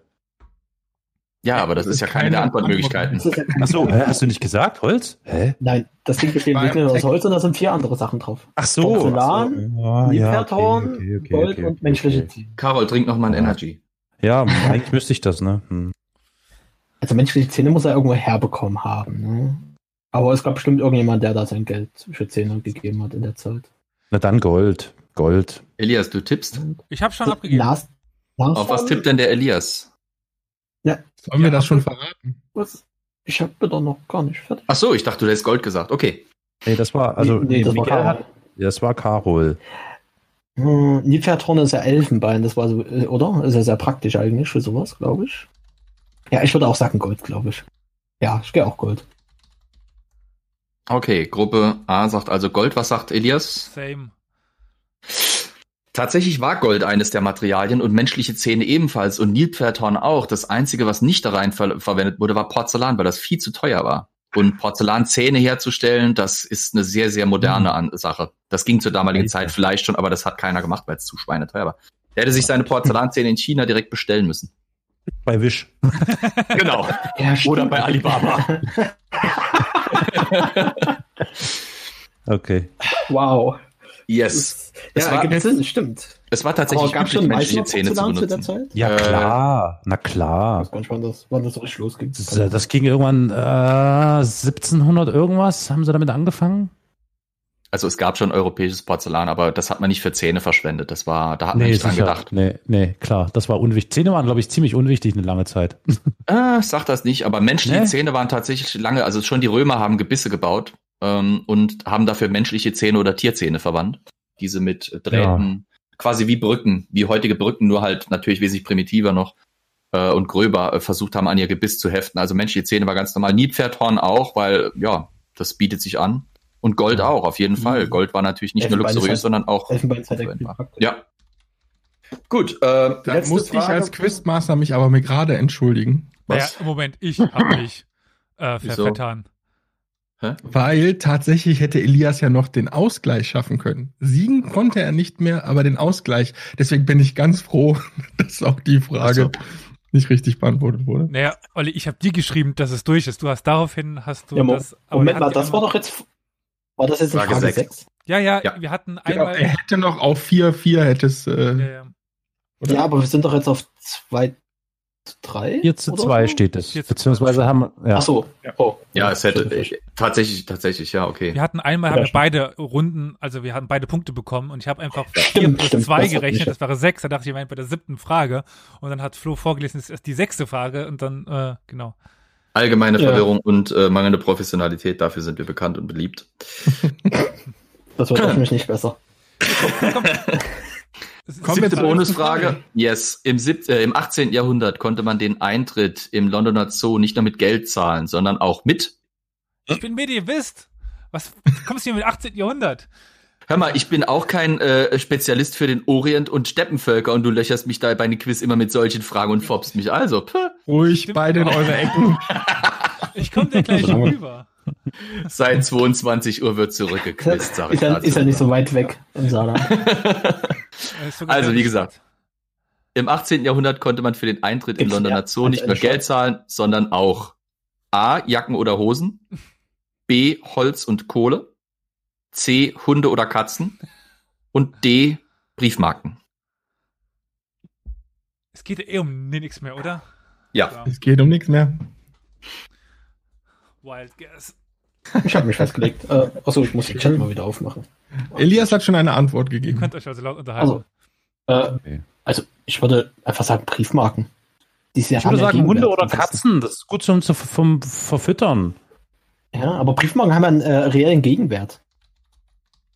[SPEAKER 7] Ja, aber das ist ja Also keine der Antwortmöglichkeiten.
[SPEAKER 6] Das ist ja kein-
[SPEAKER 5] Ach so, hä, hast du nicht gesagt Holz? Hä?
[SPEAKER 6] Nein, das Ding besteht
[SPEAKER 3] War
[SPEAKER 6] wirklich nur
[SPEAKER 3] im
[SPEAKER 6] aus
[SPEAKER 3] Text.
[SPEAKER 6] Holz und da sind vier andere Sachen drauf.
[SPEAKER 5] Ach so.
[SPEAKER 6] Porzellan,
[SPEAKER 5] Ah, ja, okay,
[SPEAKER 6] Nilpferthorn,
[SPEAKER 5] okay, okay,
[SPEAKER 6] Gold
[SPEAKER 5] okay,
[SPEAKER 6] und
[SPEAKER 5] okay,
[SPEAKER 6] menschliche
[SPEAKER 5] okay.
[SPEAKER 6] Zähne.
[SPEAKER 7] Carol, trink noch mal ein Energy.
[SPEAKER 5] Ja, eigentlich müsste ich das, ne? Hm.
[SPEAKER 6] Also menschliche Zähne muss er irgendwo herbekommen haben. Ne? Aber es gab bestimmt irgendjemand, der da sein Geld für Zähne gegeben hat in der Zeit.
[SPEAKER 5] Na dann Gold. Gold.
[SPEAKER 7] Elias, du tippst?
[SPEAKER 2] Ich habe schon
[SPEAKER 6] So,
[SPEAKER 2] abgegeben.
[SPEAKER 6] Last, last
[SPEAKER 7] Auf was tippt denn der Elias?
[SPEAKER 3] Sollen wir das schon verraten?
[SPEAKER 6] Was? Ich habe doch noch gar nicht fertig.
[SPEAKER 7] Ach so, ich dachte, du hättest Gold gesagt. Okay.
[SPEAKER 5] Nee, das war, also,
[SPEAKER 6] nee, das war
[SPEAKER 5] Miguel
[SPEAKER 6] Karl.
[SPEAKER 5] hat- das war Karol.
[SPEAKER 6] Hm, Nilpferdhorn ist ja Elfenbein, das war so, äh, oder? Ist ja sehr praktisch eigentlich für sowas, glaube ich. Ja, ich würde auch sagen Gold, glaube ich. Ja, ich gehe auch Gold.
[SPEAKER 7] Okay, Gruppe A sagt also Gold. Was sagt Elias?
[SPEAKER 2] Same.
[SPEAKER 7] Tatsächlich war Gold eines der Materialien und menschliche Zähne ebenfalls und Nilpferdhorn auch. Das einzige, was nicht da rein ver verwendet wurde, war Porzellan, weil das viel zu teuer war. Und Porzellanzähne herzustellen, das ist eine sehr, sehr moderne An Sache. Das ging zur damaligen Zeit vielleicht schon, aber das hat keiner gemacht, weil es zu schweineteuer war. Er hätte sich seine Porzellanzähne in China direkt bestellen müssen.
[SPEAKER 5] Bei Wish.
[SPEAKER 7] Genau.
[SPEAKER 6] Ja,
[SPEAKER 7] Oder bei Alibaba.
[SPEAKER 5] Okay.
[SPEAKER 6] Wow.
[SPEAKER 7] Yes.
[SPEAKER 6] Das
[SPEAKER 7] Das
[SPEAKER 6] ja,
[SPEAKER 7] war-
[SPEAKER 6] ergibt Sinn, stimmt.
[SPEAKER 7] Es war tatsächlich
[SPEAKER 6] gab's
[SPEAKER 7] üblich, menschliche
[SPEAKER 6] Meißner
[SPEAKER 7] Zähne zu
[SPEAKER 6] Porzellan
[SPEAKER 7] benutzen.
[SPEAKER 6] zu der Zeit?
[SPEAKER 5] Ja,
[SPEAKER 7] Äh,
[SPEAKER 5] klar. Na
[SPEAKER 6] Ich
[SPEAKER 5] klar.
[SPEAKER 6] weiß gar nicht, wann das, wann das so richtig losging.
[SPEAKER 5] Das, äh, das ging irgendwann äh, 1700 irgendwas. Haben sie damit angefangen?
[SPEAKER 7] Also es gab schon europäisches Porzellan, aber das hat man nicht für Zähne verschwendet. Das war, da hat man nicht dran
[SPEAKER 5] sicher.
[SPEAKER 7] gedacht.
[SPEAKER 5] Nee, nee, klar. Das war unwichtig. Zähne waren, glaube ich, ziemlich unwichtig eine lange Zeit.
[SPEAKER 7] Äh, sag das nicht, aber menschliche
[SPEAKER 6] Ne?
[SPEAKER 5] Nee?
[SPEAKER 7] Zähne waren tatsächlich lange, also schon die Römer haben Gebisse gebaut ähm, und haben dafür menschliche Zähne oder Tierzähne verwandt. Diese mit Drähten, quasi wie Brücken, wie heutige Brücken, nur halt natürlich wesentlich primitiver noch äh, und gröber äh, versucht haben, an ihr Gebiss zu heften. Also menschliche Zähne war ganz normal. Niepferdhorn auch, weil ja, das bietet sich an. Und Gold
[SPEAKER 5] Ja.
[SPEAKER 7] auch, auf jeden Fall.
[SPEAKER 6] Mhm.
[SPEAKER 7] Gold war natürlich nicht nur
[SPEAKER 6] Elfenbein ist
[SPEAKER 7] luxuriös,
[SPEAKER 6] halt-
[SPEAKER 7] sondern auch
[SPEAKER 6] Elfenbein ist halt echt viel
[SPEAKER 7] verwendbar.
[SPEAKER 6] praktisch.
[SPEAKER 7] Ja. Gut, äh,
[SPEAKER 3] Da
[SPEAKER 6] letzte
[SPEAKER 3] musste ich
[SPEAKER 6] Frage-
[SPEAKER 3] als Quizmaster mich aber mir gerade entschuldigen,
[SPEAKER 2] Naja,
[SPEAKER 7] was?
[SPEAKER 2] Moment, ich habe mich äh, ver
[SPEAKER 7] Wieso?
[SPEAKER 2] vertan.
[SPEAKER 3] weil tatsächlich hätte Elias ja noch den Ausgleich schaffen können. Siegen konnte er nicht mehr, aber den Ausgleich. Deswegen bin ich ganz froh, dass auch die Frage nicht richtig beantwortet wurde.
[SPEAKER 2] Naja, Olli, ich habe dir geschrieben, dass es durch ist. Du hast daraufhin, hast du
[SPEAKER 6] Ja, Mo-
[SPEAKER 2] das... aber wir
[SPEAKER 6] Moment
[SPEAKER 2] hatten
[SPEAKER 6] mal, das war doch jetzt. War das jetzt in
[SPEAKER 7] Frage
[SPEAKER 6] Frage
[SPEAKER 7] sechs.
[SPEAKER 6] 6?
[SPEAKER 2] Ja, ja,
[SPEAKER 7] Ja.
[SPEAKER 2] wir hatten
[SPEAKER 3] Genau,
[SPEAKER 2] einmal...
[SPEAKER 3] er hätte noch auf 4-4 hätte es.
[SPEAKER 2] Ja,
[SPEAKER 3] Äh,
[SPEAKER 2] ja.
[SPEAKER 3] oder?
[SPEAKER 6] Ja, aber wir sind doch jetzt auf 2 zu 3?
[SPEAKER 5] 4 zu 2 steht es.
[SPEAKER 2] Vier zu
[SPEAKER 5] Beziehungsweise haben, ja.
[SPEAKER 6] Ach so. Oh.
[SPEAKER 7] Ja, es hätte
[SPEAKER 6] Entschuldigung.
[SPEAKER 7] äh, tatsächlich, tatsächlich, ja, okay.
[SPEAKER 2] Wir hatten einmal
[SPEAKER 6] Ja,
[SPEAKER 2] haben wir
[SPEAKER 6] stimmt.
[SPEAKER 2] beide Runden, also wir haben beide Punkte bekommen und ich habe einfach vier
[SPEAKER 6] Stimmt,
[SPEAKER 2] plus
[SPEAKER 6] stimmt,
[SPEAKER 2] zwei
[SPEAKER 6] das hat mich-
[SPEAKER 2] gerechnet, das wäre sechs, da dachte ich, wir wären bei der siebten Frage und dann hat Flo vorgelesen, es ist die sechste Frage und dann, äh, genau.
[SPEAKER 7] Allgemeine
[SPEAKER 6] Ja.
[SPEAKER 7] Verwirrung und äh, mangelnde Professionalität, dafür sind wir bekannt und beliebt.
[SPEAKER 6] Das wird hoffentlich nicht besser.
[SPEAKER 2] Es ist
[SPEAKER 3] Kommen wir
[SPEAKER 2] siebte
[SPEAKER 7] Siebte
[SPEAKER 3] zur Bonus-
[SPEAKER 2] Frage.
[SPEAKER 7] Bonusfrage. Yes, im, sieb äh, im 18. Jahrhundert konnte man den Eintritt im Londoner Zoo nicht nur mit Geld zahlen, sondern auch mit.
[SPEAKER 2] Ich bin Medievist. Was kommst du hier mit 18. Jahrhundert?
[SPEAKER 7] Hör mal, ich bin auch kein äh, Spezialist für den Orient und Steppenvölker und du löcherst mich da bei den Quiz immer mit solchen Fragen und foppst mich. Also, puh,
[SPEAKER 3] Ruhig beide in eure Ecken.
[SPEAKER 2] Ich komme dir gleich rüber.
[SPEAKER 7] seit 22 Uhr wird zurückgequizt, sag ich
[SPEAKER 6] Ist ja,
[SPEAKER 7] dazu.
[SPEAKER 6] ist ja nicht so weit weg im Saarland.
[SPEAKER 2] Äh, ist sogar
[SPEAKER 7] Also,
[SPEAKER 2] sehr
[SPEAKER 7] wie
[SPEAKER 2] gut.
[SPEAKER 7] gesagt. Im 18. Jahrhundert konnte man für den Eintritt im
[SPEAKER 6] Gibt's
[SPEAKER 7] Londoner
[SPEAKER 6] mehr
[SPEAKER 7] Zoo
[SPEAKER 6] als
[SPEAKER 7] nicht
[SPEAKER 6] eine
[SPEAKER 7] nur Geld zahlen, sondern auch A. Jacken oder Hosen, B. Holz und Kohle, C. Hunde oder Katzen und D. Briefmarken.
[SPEAKER 2] Es geht ja eh um nichts mehr, oder?
[SPEAKER 7] Ja.
[SPEAKER 3] Es geht um nichts mehr.
[SPEAKER 2] Wild guess.
[SPEAKER 6] Ich habe mich festgelegt. Äh, achso, ich muss den Chat mal wieder aufmachen.
[SPEAKER 3] Elias hat schon eine Antwort
[SPEAKER 2] Ihr
[SPEAKER 3] gegeben.
[SPEAKER 2] könnt euch also laut unterhalten.
[SPEAKER 6] Also, äh,
[SPEAKER 5] Okay.
[SPEAKER 6] also ich würde einfach sagen Briefmarken. Die sind ja-
[SPEAKER 5] Ich würde
[SPEAKER 6] haben ja
[SPEAKER 5] sagen,
[SPEAKER 6] einen
[SPEAKER 5] Hunde
[SPEAKER 6] Wert
[SPEAKER 5] oder
[SPEAKER 6] von
[SPEAKER 5] Katzen, das ist gut zum, zum, vom Verfüttern.
[SPEAKER 6] Ja, aber Briefmarken haben ja einen äh, reellen Gegenwert.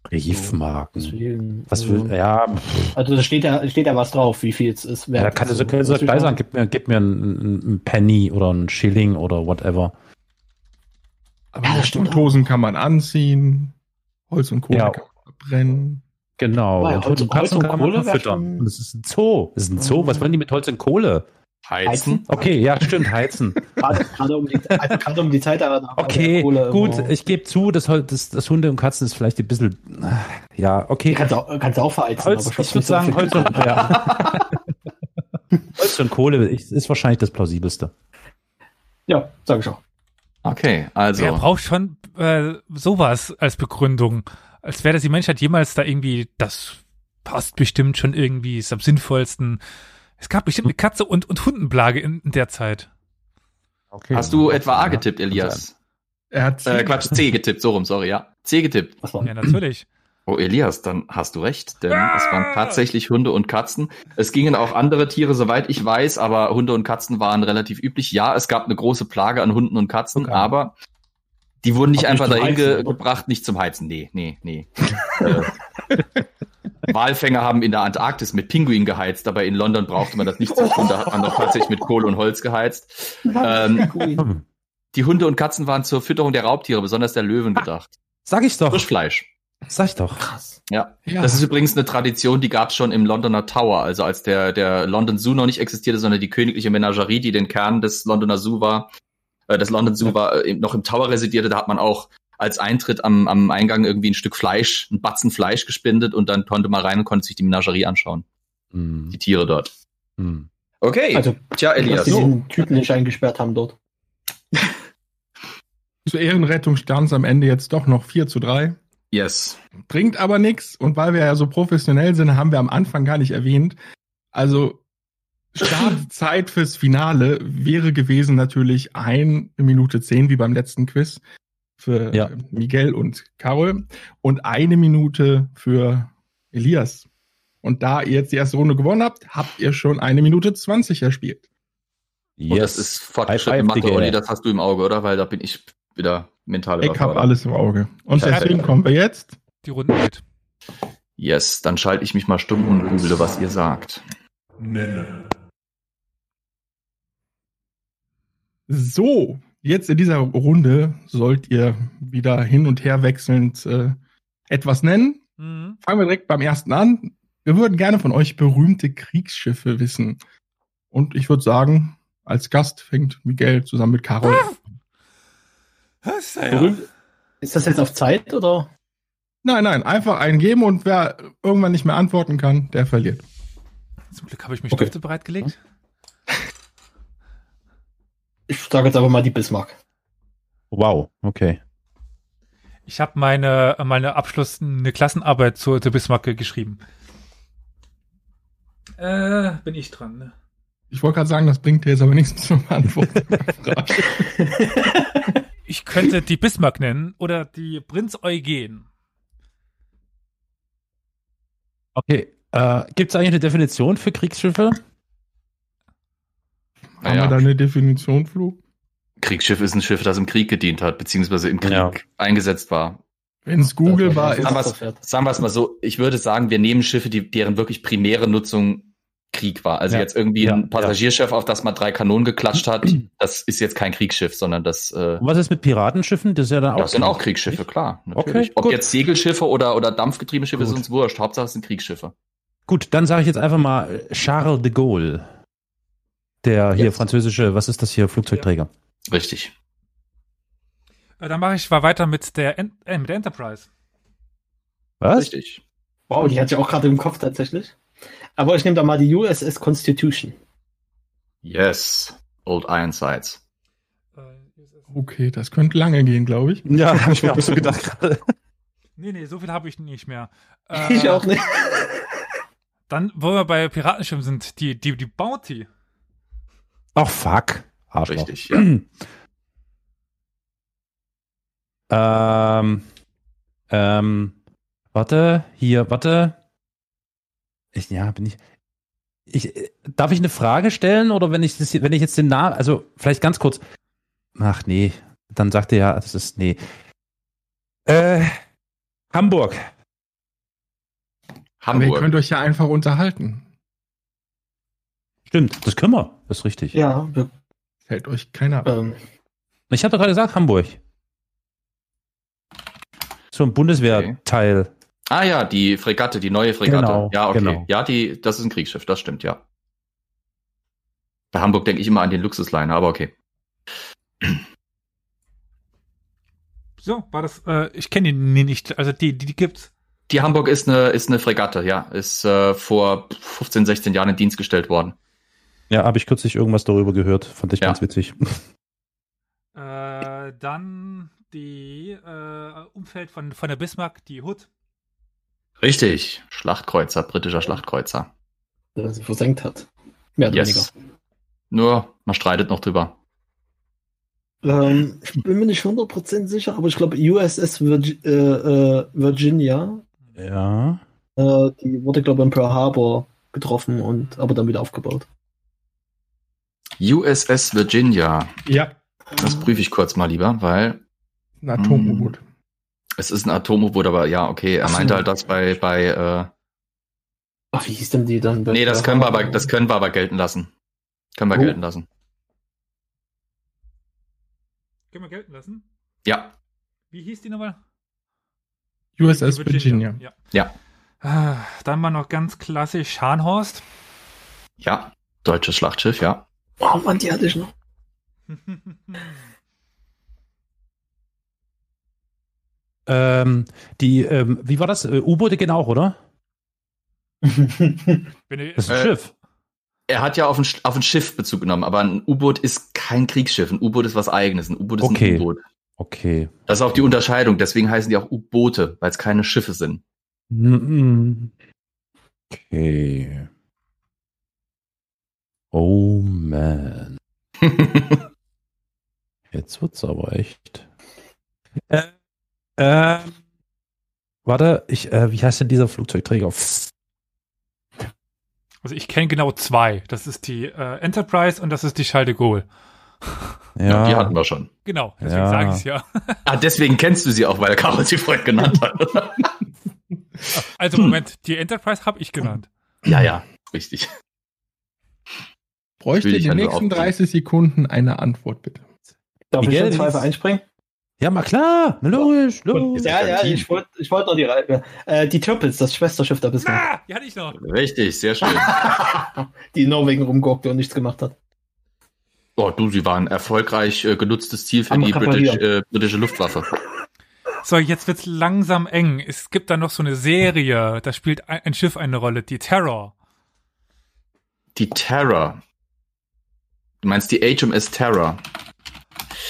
[SPEAKER 5] Briefmarken.
[SPEAKER 6] Deswegen,
[SPEAKER 5] Hm. Was
[SPEAKER 6] also,
[SPEAKER 5] will, ja,
[SPEAKER 6] also da steht ja, steht ja was drauf, wie viel es ist.
[SPEAKER 5] ja,
[SPEAKER 6] wert.
[SPEAKER 5] da kannst du,
[SPEAKER 6] Also,
[SPEAKER 5] kannst du
[SPEAKER 6] was will
[SPEAKER 5] gleich
[SPEAKER 6] ich
[SPEAKER 5] sagen, gib mir, gib mir einen, einen Penny oder einen Schilling oder whatever.
[SPEAKER 3] Aber
[SPEAKER 6] Ja, das stimmt
[SPEAKER 3] Strumpfhosen kann man anziehen, Holz und Kohle
[SPEAKER 5] Ja.
[SPEAKER 3] kann man verbrennen.
[SPEAKER 5] Genau.
[SPEAKER 6] Weil
[SPEAKER 5] Und
[SPEAKER 6] Holz-
[SPEAKER 5] Katzen
[SPEAKER 6] Holz und
[SPEAKER 5] kann man
[SPEAKER 6] Kohle wär
[SPEAKER 5] füttern.
[SPEAKER 6] schon-
[SPEAKER 5] Und es ist ein Zoo. Es ist ein Zoo. Was wollen die mit Holz und Kohle?
[SPEAKER 7] Heizen.
[SPEAKER 5] Okay, ja, stimmt, heizen.
[SPEAKER 6] Gerade, gerade, um, die, also gerade um die Zeit da. da-
[SPEAKER 5] Okay,
[SPEAKER 6] der Kohle
[SPEAKER 5] gut,
[SPEAKER 6] immer-
[SPEAKER 5] ich gebe zu, das, Hol- das, das Hunde und Katzen ist vielleicht ein bisschen. Ja,
[SPEAKER 6] Die
[SPEAKER 5] okay.
[SPEAKER 6] kannst du auch, kannst du auch verheizen.
[SPEAKER 5] Holz,
[SPEAKER 6] schafft
[SPEAKER 5] ich würde
[SPEAKER 6] nicht so
[SPEAKER 5] sagen,
[SPEAKER 6] viel.
[SPEAKER 5] Holz und, ja. Holz und Kohle ist ist wahrscheinlich das plausibelste.
[SPEAKER 6] Ja, sag ich auch.
[SPEAKER 7] Okay, also.
[SPEAKER 2] Wer braucht schon äh, sowas als Begründung? Als wäre das die Menschheit jemals da irgendwie, das passt bestimmt schon irgendwie, ist am sinnvollsten. Es gab bestimmt eine Katze und, und Hundenplage in, in der Zeit.
[SPEAKER 5] Okay.
[SPEAKER 7] Hast du etwa A getippt, Elias?
[SPEAKER 3] Er hat
[SPEAKER 7] Äh, Quatsch, C getippt, so rum, sorry, ja. C getippt.
[SPEAKER 6] Was war
[SPEAKER 2] Ja, natürlich.
[SPEAKER 7] Oh, Elias, dann hast du recht, denn es waren tatsächlich Hunde und Katzen. Es gingen auch andere Tiere, soweit ich weiß, aber Hunde und Katzen waren relativ üblich. Ja, es gab eine große Plage an Hunden und Katzen,
[SPEAKER 5] Okay.
[SPEAKER 7] aber die wurden nicht
[SPEAKER 6] Auch nicht
[SPEAKER 7] einfach
[SPEAKER 6] zum
[SPEAKER 7] dahin
[SPEAKER 6] Heizen,
[SPEAKER 7] ge
[SPEAKER 6] oder?
[SPEAKER 7] gebracht, nicht zum Heizen. Nee, nee, nee. äh, Walfänger haben in der Antarktis mit Pinguin geheizt, aber in London brauchte man das nicht zu tun. Da hat man doch tatsächlich mit Kohle und Holz geheizt. Ähm,
[SPEAKER 5] Hm.
[SPEAKER 7] die Hunde und Katzen waren zur Fütterung der Raubtiere, besonders der Löwen gedacht.
[SPEAKER 5] Sag ich doch.
[SPEAKER 7] Frischfleisch.
[SPEAKER 5] Sag ich doch.
[SPEAKER 6] Krass.
[SPEAKER 3] ja.
[SPEAKER 7] Das ist übrigens eine Tradition, die gab es schon im Londoner Tower, also als der, der London Zoo noch nicht existierte, sondern die königliche Menagerie, die den Kern des Londoner Zoo war, äh, das London Zoo war äh, eben noch im Tower residierte, da hat man auch als Eintritt am, am Eingang irgendwie ein Stück Fleisch, ein Batzen Fleisch gespendet und dann konnte man rein und konnte sich die Menagerie anschauen,
[SPEAKER 5] Hm,
[SPEAKER 7] die Tiere dort.
[SPEAKER 5] hm.
[SPEAKER 7] Okay,
[SPEAKER 6] Also,
[SPEAKER 7] tja,
[SPEAKER 6] dass
[SPEAKER 7] Elias.
[SPEAKER 6] die den Typen nicht eingesperrt haben dort.
[SPEAKER 3] Zur Ehrenrettung stand es am Ende jetzt doch noch 4 zu 3.
[SPEAKER 7] Yes.
[SPEAKER 3] Bringt aber nichts. Und weil wir ja so professionell sind, haben wir am Anfang gar nicht erwähnt. Also Startzeit fürs Finale wäre gewesen natürlich ein Minute zehn, wie beim letzten Quiz für
[SPEAKER 5] Ja.
[SPEAKER 3] äh, Miguel und Carol und eine Minute für Elias. Und da ihr jetzt die erste Runde gewonnen habt, habt ihr schon eine Minute 20 erspielt.
[SPEAKER 7] Und das ist fortgeschrittene
[SPEAKER 5] High five,
[SPEAKER 7] Mathe,
[SPEAKER 5] Digga.
[SPEAKER 7] Olli, das hast du im Auge, oder? Weil da bin ich wieder mental
[SPEAKER 3] Ich habe
[SPEAKER 7] überfordert.
[SPEAKER 3] alles im Auge. Und
[SPEAKER 7] Perfekt.
[SPEAKER 3] deswegen kommen wir jetzt
[SPEAKER 2] Die Runden geht.
[SPEAKER 7] Yes, dann schalte ich mich mal stumm und google, was ihr sagt.
[SPEAKER 8] Nenne.
[SPEAKER 3] So, jetzt in dieser Runde sollt ihr wieder hin und her wechselnd äh, etwas nennen.
[SPEAKER 2] Mhm.
[SPEAKER 3] Fangen wir direkt beim ersten an. Wir würden gerne von euch berühmte Kriegsschiffe wissen. Und ich würde sagen, als Gast fängt Miguel zusammen mit Carol. an.
[SPEAKER 4] Was?
[SPEAKER 6] Berühmt- Ist das jetzt auf Zeit oder?
[SPEAKER 3] Nein, nein, einfach eingeben und wer irgendwann nicht mehr antworten kann, der verliert.
[SPEAKER 2] Zum Glück habe ich mir
[SPEAKER 6] Okay.
[SPEAKER 2] Stifte bereitgelegt.
[SPEAKER 6] Ich sage jetzt aber mal die Bismarck.
[SPEAKER 5] Wow, okay.
[SPEAKER 2] Ich habe meine, meine Abschluss, eine Klassenarbeit zur, zur Bismarck geschrieben. Äh, bin ich dran, ne?
[SPEAKER 3] Ich wollte gerade sagen, das bringt dir jetzt aber nichts zum Antworten. der Frage.
[SPEAKER 2] Ich könnte die Bismarck nennen oder die Prinz Eugen.
[SPEAKER 5] Okay. Äh, Gibt es eigentlich eine Definition für Kriegsschiffe?
[SPEAKER 7] Ah
[SPEAKER 3] Haben
[SPEAKER 7] ja.
[SPEAKER 3] wir da eine Definition, Flo?
[SPEAKER 7] Kriegsschiff ist ein Schiff, das im Krieg gedient hat, beziehungsweise im Krieg
[SPEAKER 5] Ja.
[SPEAKER 7] eingesetzt war.
[SPEAKER 3] Wenn es Google
[SPEAKER 6] Das
[SPEAKER 3] war, ist
[SPEAKER 7] Aber
[SPEAKER 6] das
[SPEAKER 7] es-
[SPEAKER 6] Pferd.
[SPEAKER 7] Sagen wir es mal so, ich würde sagen, wir nehmen Schiffe, die, deren wirklich primäre Nutzung Krieg war. Also
[SPEAKER 5] Ja.
[SPEAKER 7] jetzt irgendwie
[SPEAKER 5] Ja,
[SPEAKER 7] ein Passagierschiff, auf das man drei Kanonen geklatscht hat, das ist jetzt kein Kriegsschiff, sondern das, äh,
[SPEAKER 5] Und was ist mit Piratenschiffen? Das ist ja dann auch.
[SPEAKER 7] das sind auch
[SPEAKER 5] Krieg.
[SPEAKER 7] Kriegsschiffe,
[SPEAKER 5] Nicht?
[SPEAKER 7] klar.
[SPEAKER 5] Okay,
[SPEAKER 7] Ob
[SPEAKER 5] gut.
[SPEAKER 7] jetzt Segelschiffe oder, oder dampfgetriebene Schiffe ist
[SPEAKER 5] Gut.
[SPEAKER 7] uns wurscht. Hauptsache es sind Kriegsschiffe.
[SPEAKER 5] Gut, dann sage ich jetzt einfach mal äh, Charles de Gaulle. Der hier
[SPEAKER 7] Yes.
[SPEAKER 5] französische, was ist das hier, Flugzeugträger?
[SPEAKER 7] Richtig.
[SPEAKER 2] Äh, Dann mache ich mal weiter mit der, Ent äh, mit der Enterprise.
[SPEAKER 5] Was?
[SPEAKER 7] Richtig.
[SPEAKER 6] Wow, die hatte ich auch gerade im Kopf tatsächlich. Aber ich nehme da mal die USS Constitution.
[SPEAKER 7] Yes. Old Ironsides.
[SPEAKER 2] Äh,
[SPEAKER 3] Okay, das könnte lange gehen, glaube ich.
[SPEAKER 5] Ja, habe ich mir auch so gedacht gerade.
[SPEAKER 2] nee, nee, so viel habe ich nicht mehr.
[SPEAKER 7] Ah.
[SPEAKER 2] Äh,
[SPEAKER 6] Ich auch nicht.
[SPEAKER 2] Dann, wo wir bei Piratenschiffen sind, die, die, die Bounty.
[SPEAKER 5] Ach, fuck. Arschloch.
[SPEAKER 7] Richtig, ja.
[SPEAKER 5] Ähm, ähm, warte, hier, warte. Ich, ja, bin ich. Ich, äh, darf ich eine Frage stellen oder wenn ich das, hier- wenn ich jetzt den Namen, also vielleicht ganz kurz. Ach nee, dann sagt er ja, das ist nee. Äh, Hamburg.
[SPEAKER 3] Aber ihr
[SPEAKER 7] Hamburg.
[SPEAKER 3] könnt euch ja einfach unterhalten.
[SPEAKER 5] Stimmt, das können wir. Das ist richtig.
[SPEAKER 6] Ja, wir,
[SPEAKER 3] Hält euch keiner ab.
[SPEAKER 6] ähm,
[SPEAKER 5] Ich habe doch gerade gesagt Hamburg. So ein Bundeswehrteil.
[SPEAKER 7] Ah ja, die Fregatte, die neue Fregatte.
[SPEAKER 5] Genau,
[SPEAKER 7] ja, okay.
[SPEAKER 5] genau.
[SPEAKER 7] Ja, die, das ist ein Kriegsschiff, das stimmt, ja. Bei Hamburg denke ich immer an den Luxusliner, aber okay.
[SPEAKER 2] So, war das, äh, ich kenne die nie nicht, also die, die, die gibt's.
[SPEAKER 7] Die Hamburg ist eine, ist eine Fregatte, ja. Ist äh, vor 15, 16 Jahren in Dienst gestellt worden.
[SPEAKER 5] Ja, habe ich kürzlich irgendwas darüber gehört. Fand ich
[SPEAKER 7] Ja.
[SPEAKER 5] ganz witzig.
[SPEAKER 2] Äh, dann die, äh, Umfeld von, von der Bismarck, die Hood.
[SPEAKER 7] Richtig. Schlachtkreuzer, britischer Schlachtkreuzer.
[SPEAKER 6] der äh, sie versenkt hat. Mehr oder
[SPEAKER 7] Yes. Nur, man streitet noch drüber.
[SPEAKER 6] weniger. Ähm, ich bin mir nicht 100% sicher, aber ich glaube USS Virgi äh, äh, Virginia,
[SPEAKER 5] Ja.
[SPEAKER 6] äh, die wurde glaube ich in Pearl Harbor getroffen und aber dann wieder aufgebaut.
[SPEAKER 7] USS Virginia.
[SPEAKER 3] Ja,
[SPEAKER 7] Das prüfe ich kurz mal lieber, weil
[SPEAKER 3] ein Atom-U-Boot.
[SPEAKER 7] es ist ein Atom-U-Boot, aber ja, okay. Er
[SPEAKER 6] Ach so.
[SPEAKER 7] meinte halt das bei, bei, äh,
[SPEAKER 6] Ach, wie hieß denn die dann?
[SPEAKER 7] nee, das können wir aber, das können wir aber gelten lassen. Können wir
[SPEAKER 6] Oh.
[SPEAKER 7] gelten lassen.
[SPEAKER 2] Können wir gelten lassen?
[SPEAKER 7] Ja.
[SPEAKER 2] Wie hieß die nochmal?
[SPEAKER 3] USS Virginia.
[SPEAKER 2] Ja. Ah, Dann mal noch ganz klassisch Scharnhorst.
[SPEAKER 7] Ja. Deutsches Schlachtschiff, ja.
[SPEAKER 6] Oh Mann, die hatte ich noch.
[SPEAKER 5] Ähm, die, ähm, wie war das? Äh, U-Boote gehen auch, oder?
[SPEAKER 2] Wenn ihr,
[SPEAKER 5] Das ist ein
[SPEAKER 7] Äh,
[SPEAKER 5] Schiff.
[SPEAKER 7] Er hat ja auf ein, Sch- auf ein Schiff Bezug genommen, aber ein U-Boot ist kein Kriegsschiff. Ein U-Boot ist was eigenes. Ein U-Boot ist
[SPEAKER 5] Okay.
[SPEAKER 7] ein U-Boot.
[SPEAKER 5] Okay.
[SPEAKER 7] Das ist auch die Unterscheidung. Deswegen heißen die auch U-Boote, weil es keine Schiffe sind.
[SPEAKER 5] Mm-mm. Okay. Oh man. Jetzt wird's aber echt. Äh, äh, warte, ich, äh, wie heißt denn dieser Flugzeugträger? Pff,
[SPEAKER 2] also ich kenne genau zwei. Das ist die äh, Enterprise und das ist die Schalde Goal.
[SPEAKER 7] Ja. Die hatten wir schon.
[SPEAKER 2] Genau, deswegen
[SPEAKER 5] Ja.
[SPEAKER 2] sage ich es ja.
[SPEAKER 7] Ah, deswegen kennst du sie auch, weil Caro sie vorhin genannt hat.
[SPEAKER 2] Also Moment, die Enterprise habe ich genannt.
[SPEAKER 7] ja, ja, richtig.
[SPEAKER 3] Bräuchte
[SPEAKER 7] Will
[SPEAKER 3] in
[SPEAKER 7] ich
[SPEAKER 3] den
[SPEAKER 7] also
[SPEAKER 3] nächsten
[SPEAKER 7] auch-
[SPEAKER 3] 30 Sekunden eine Antwort, bitte.
[SPEAKER 6] Darf ich
[SPEAKER 5] Miguel,
[SPEAKER 6] in Zweifel
[SPEAKER 5] links.
[SPEAKER 6] einspringen?
[SPEAKER 5] Ja, mal klar. Na, Logisch, logisch.
[SPEAKER 6] Ja, ja, ich wollte ich wollt noch die Reihe. Äh, die Türpitz, das Schwesterschiff der Bismarck,
[SPEAKER 2] Ah, die hatte ich noch.
[SPEAKER 7] Richtig, sehr schön.
[SPEAKER 6] die in Norwegen rumguckte und nichts gemacht hat.
[SPEAKER 7] Oh, du, sie waren erfolgreich äh, genutztes Ziel für
[SPEAKER 6] Am
[SPEAKER 7] die britisch,
[SPEAKER 6] Reparieren.
[SPEAKER 7] äh, britische Luftwaffe.
[SPEAKER 2] So, jetzt wird's langsam eng. Es gibt dann noch so eine Serie, da spielt ein, ein Schiff eine Rolle, die Terror.
[SPEAKER 7] Die Terror. Du meinst die HMS Terror?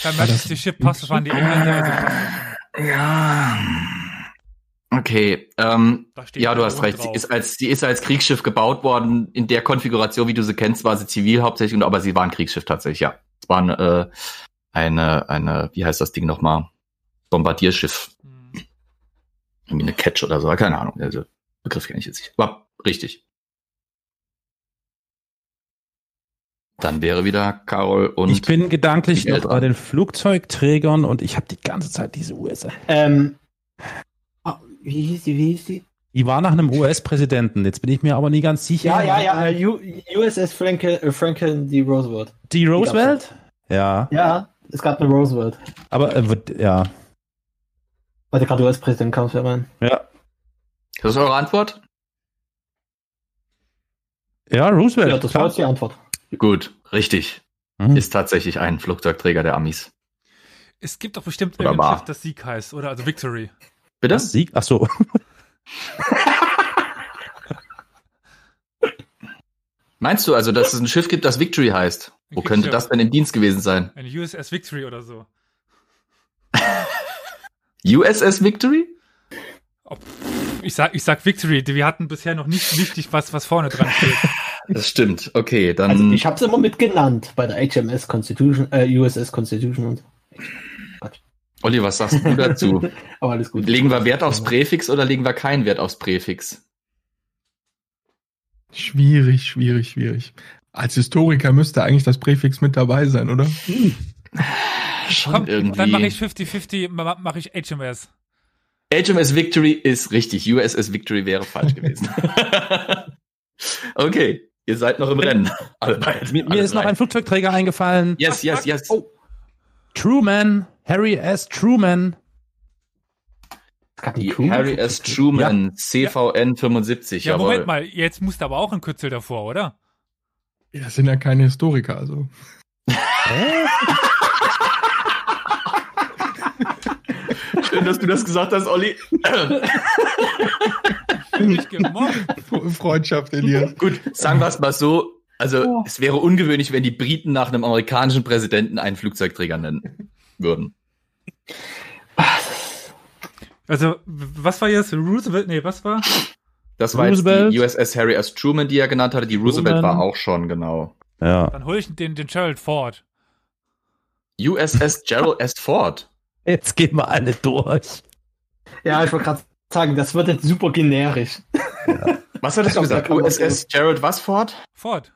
[SPEAKER 2] Dann merkst du, das Schiff passt, das waren die Engländer. Also passt,
[SPEAKER 7] Ja. Okay, ähm,
[SPEAKER 2] da steht
[SPEAKER 7] Ja, du
[SPEAKER 2] Terror
[SPEAKER 7] hast recht. Sie
[SPEAKER 2] drauf.
[SPEAKER 7] ist, als, sie ist als Kriegsschiff gebaut worden. In der Konfiguration, wie du sie kennst, war sie zivil hauptsächlich, und- aber sie war ein Kriegsschiff tatsächlich, ja. Es war eine, äh, eine, eine wie heißt das Ding nochmal? Bombardierschiff.
[SPEAKER 2] Hm.
[SPEAKER 7] Irgendwie eine Catch oder so, keine Ahnung. Also, Begriff kenne ich jetzt nicht. War richtig. Dann wäre wieder Carol und
[SPEAKER 5] ich bin gedanklich
[SPEAKER 7] die
[SPEAKER 5] noch
[SPEAKER 7] Eltern.
[SPEAKER 5] bei den Flugzeugträgern und ich habe die ganze Zeit diese US.
[SPEAKER 6] Ähm, ah, wie hieß die, wie hieß die?
[SPEAKER 5] Die war nach einem US-Präsidenten. Jetzt bin ich mir aber nie ganz sicher.
[SPEAKER 6] Ja, ja, ja, äh, U- USS Franklin, äh, Franklin D. Roosevelt.
[SPEAKER 5] Die Roosevelt? Ja,
[SPEAKER 6] Ja, es gab eine Roosevelt.
[SPEAKER 5] aber äh, wird- ja.
[SPEAKER 6] Weil der gerade US-Präsident kam, für rein.
[SPEAKER 5] ja.
[SPEAKER 7] Das ist eure Antwort?
[SPEAKER 5] Ja, Roosevelt.
[SPEAKER 6] Ja, das war jetzt die Antwort.
[SPEAKER 7] Gut, richtig.
[SPEAKER 5] Hm.
[SPEAKER 7] Ist tatsächlich ein Flugzeugträger der Amis.
[SPEAKER 2] Es gibt doch bestimmt
[SPEAKER 7] Oder
[SPEAKER 2] irgendein
[SPEAKER 7] war.
[SPEAKER 2] Schiff, das Sieg heißt, oder? Also Victory.
[SPEAKER 7] Bitte?
[SPEAKER 5] das Sieg. Ach so.
[SPEAKER 7] Meinst du also, dass es ein Schiff gibt, das Victory heißt? Wo
[SPEAKER 2] Ein
[SPEAKER 7] könnte
[SPEAKER 2] Kriegsschiff.
[SPEAKER 7] das denn im Dienst gewesen sein?
[SPEAKER 2] Eine USS Victory oder so.
[SPEAKER 7] USS Victory?
[SPEAKER 2] Oh, pff, Ich sag, ich sag Victory. Wir hatten bisher noch nicht wichtig, was, was vorne dran steht.
[SPEAKER 7] Das stimmt. Okay, dann.
[SPEAKER 6] Also ich habe es immer mitgenannt bei der HMS Constitution, äh, USS Constitution und.
[SPEAKER 7] Olli, was sagst du dazu?
[SPEAKER 6] Aber alles gut.
[SPEAKER 7] legen wir Wert aufs Präfix oder legen wir keinen Wert aufs Präfix?
[SPEAKER 3] Schwierig, schwierig, schwierig. Als Historiker müsste eigentlich das Präfix mit dabei sein, oder?
[SPEAKER 6] Hm.
[SPEAKER 7] Schon
[SPEAKER 2] Komm, dann mache ich
[SPEAKER 7] irgendwie.
[SPEAKER 2] 50-50, ma- mache ich HMS.
[SPEAKER 7] HMS Victory ist richtig. USS Victory wäre falsch gewesen. okay, ihr seid noch im Rennen. Alle beide.
[SPEAKER 5] Mir, mir
[SPEAKER 7] Alle
[SPEAKER 5] ist noch
[SPEAKER 7] drei.
[SPEAKER 5] ein Flugzeugträger eingefallen.
[SPEAKER 7] Yes, yes, yes.
[SPEAKER 5] Truman. Harry S. Truman.
[SPEAKER 6] gab einen
[SPEAKER 7] Die
[SPEAKER 6] Truman-
[SPEAKER 7] Harry S. Truman CVN 75.
[SPEAKER 2] Ja,
[SPEAKER 7] jawohl.
[SPEAKER 2] Moment mal, jetzt muss da aber auch ein Kürzel davor, oder?
[SPEAKER 3] Ja, Das sind ja keine Historiker, also.
[SPEAKER 7] Schön, dass du das gesagt hast, Olli.
[SPEAKER 2] Nicht gemocht.
[SPEAKER 3] Freundschaft, Elias.
[SPEAKER 7] Gut, sagen wir es mal so. Also, es wäre ungewöhnlich, wenn die Briten nach einem amerikanischen Präsidenten einen Flugzeugträger nennen würden.
[SPEAKER 6] Ah,
[SPEAKER 2] Also, w- was war jetzt Roosevelt? Nee, was war?
[SPEAKER 7] Das war
[SPEAKER 5] Roosevelt.
[SPEAKER 7] jetzt die USS Harry S. Truman, die er genannt hatte. Die Roosevelt
[SPEAKER 5] Truman.
[SPEAKER 7] war auch schon, genau.
[SPEAKER 5] Ja.
[SPEAKER 2] Dann hol ich den, den Gerald Ford.
[SPEAKER 7] USS Gerald S. Ford.
[SPEAKER 5] Jetzt gehen wir alle durch.
[SPEAKER 6] Ja, ich wollte gerade sagen, das wird jetzt super generisch.
[SPEAKER 7] Was hattest du
[SPEAKER 6] Ich glaub,
[SPEAKER 7] gesagt?
[SPEAKER 6] da kann man-
[SPEAKER 7] USS Gerald was Ford?
[SPEAKER 2] Ford.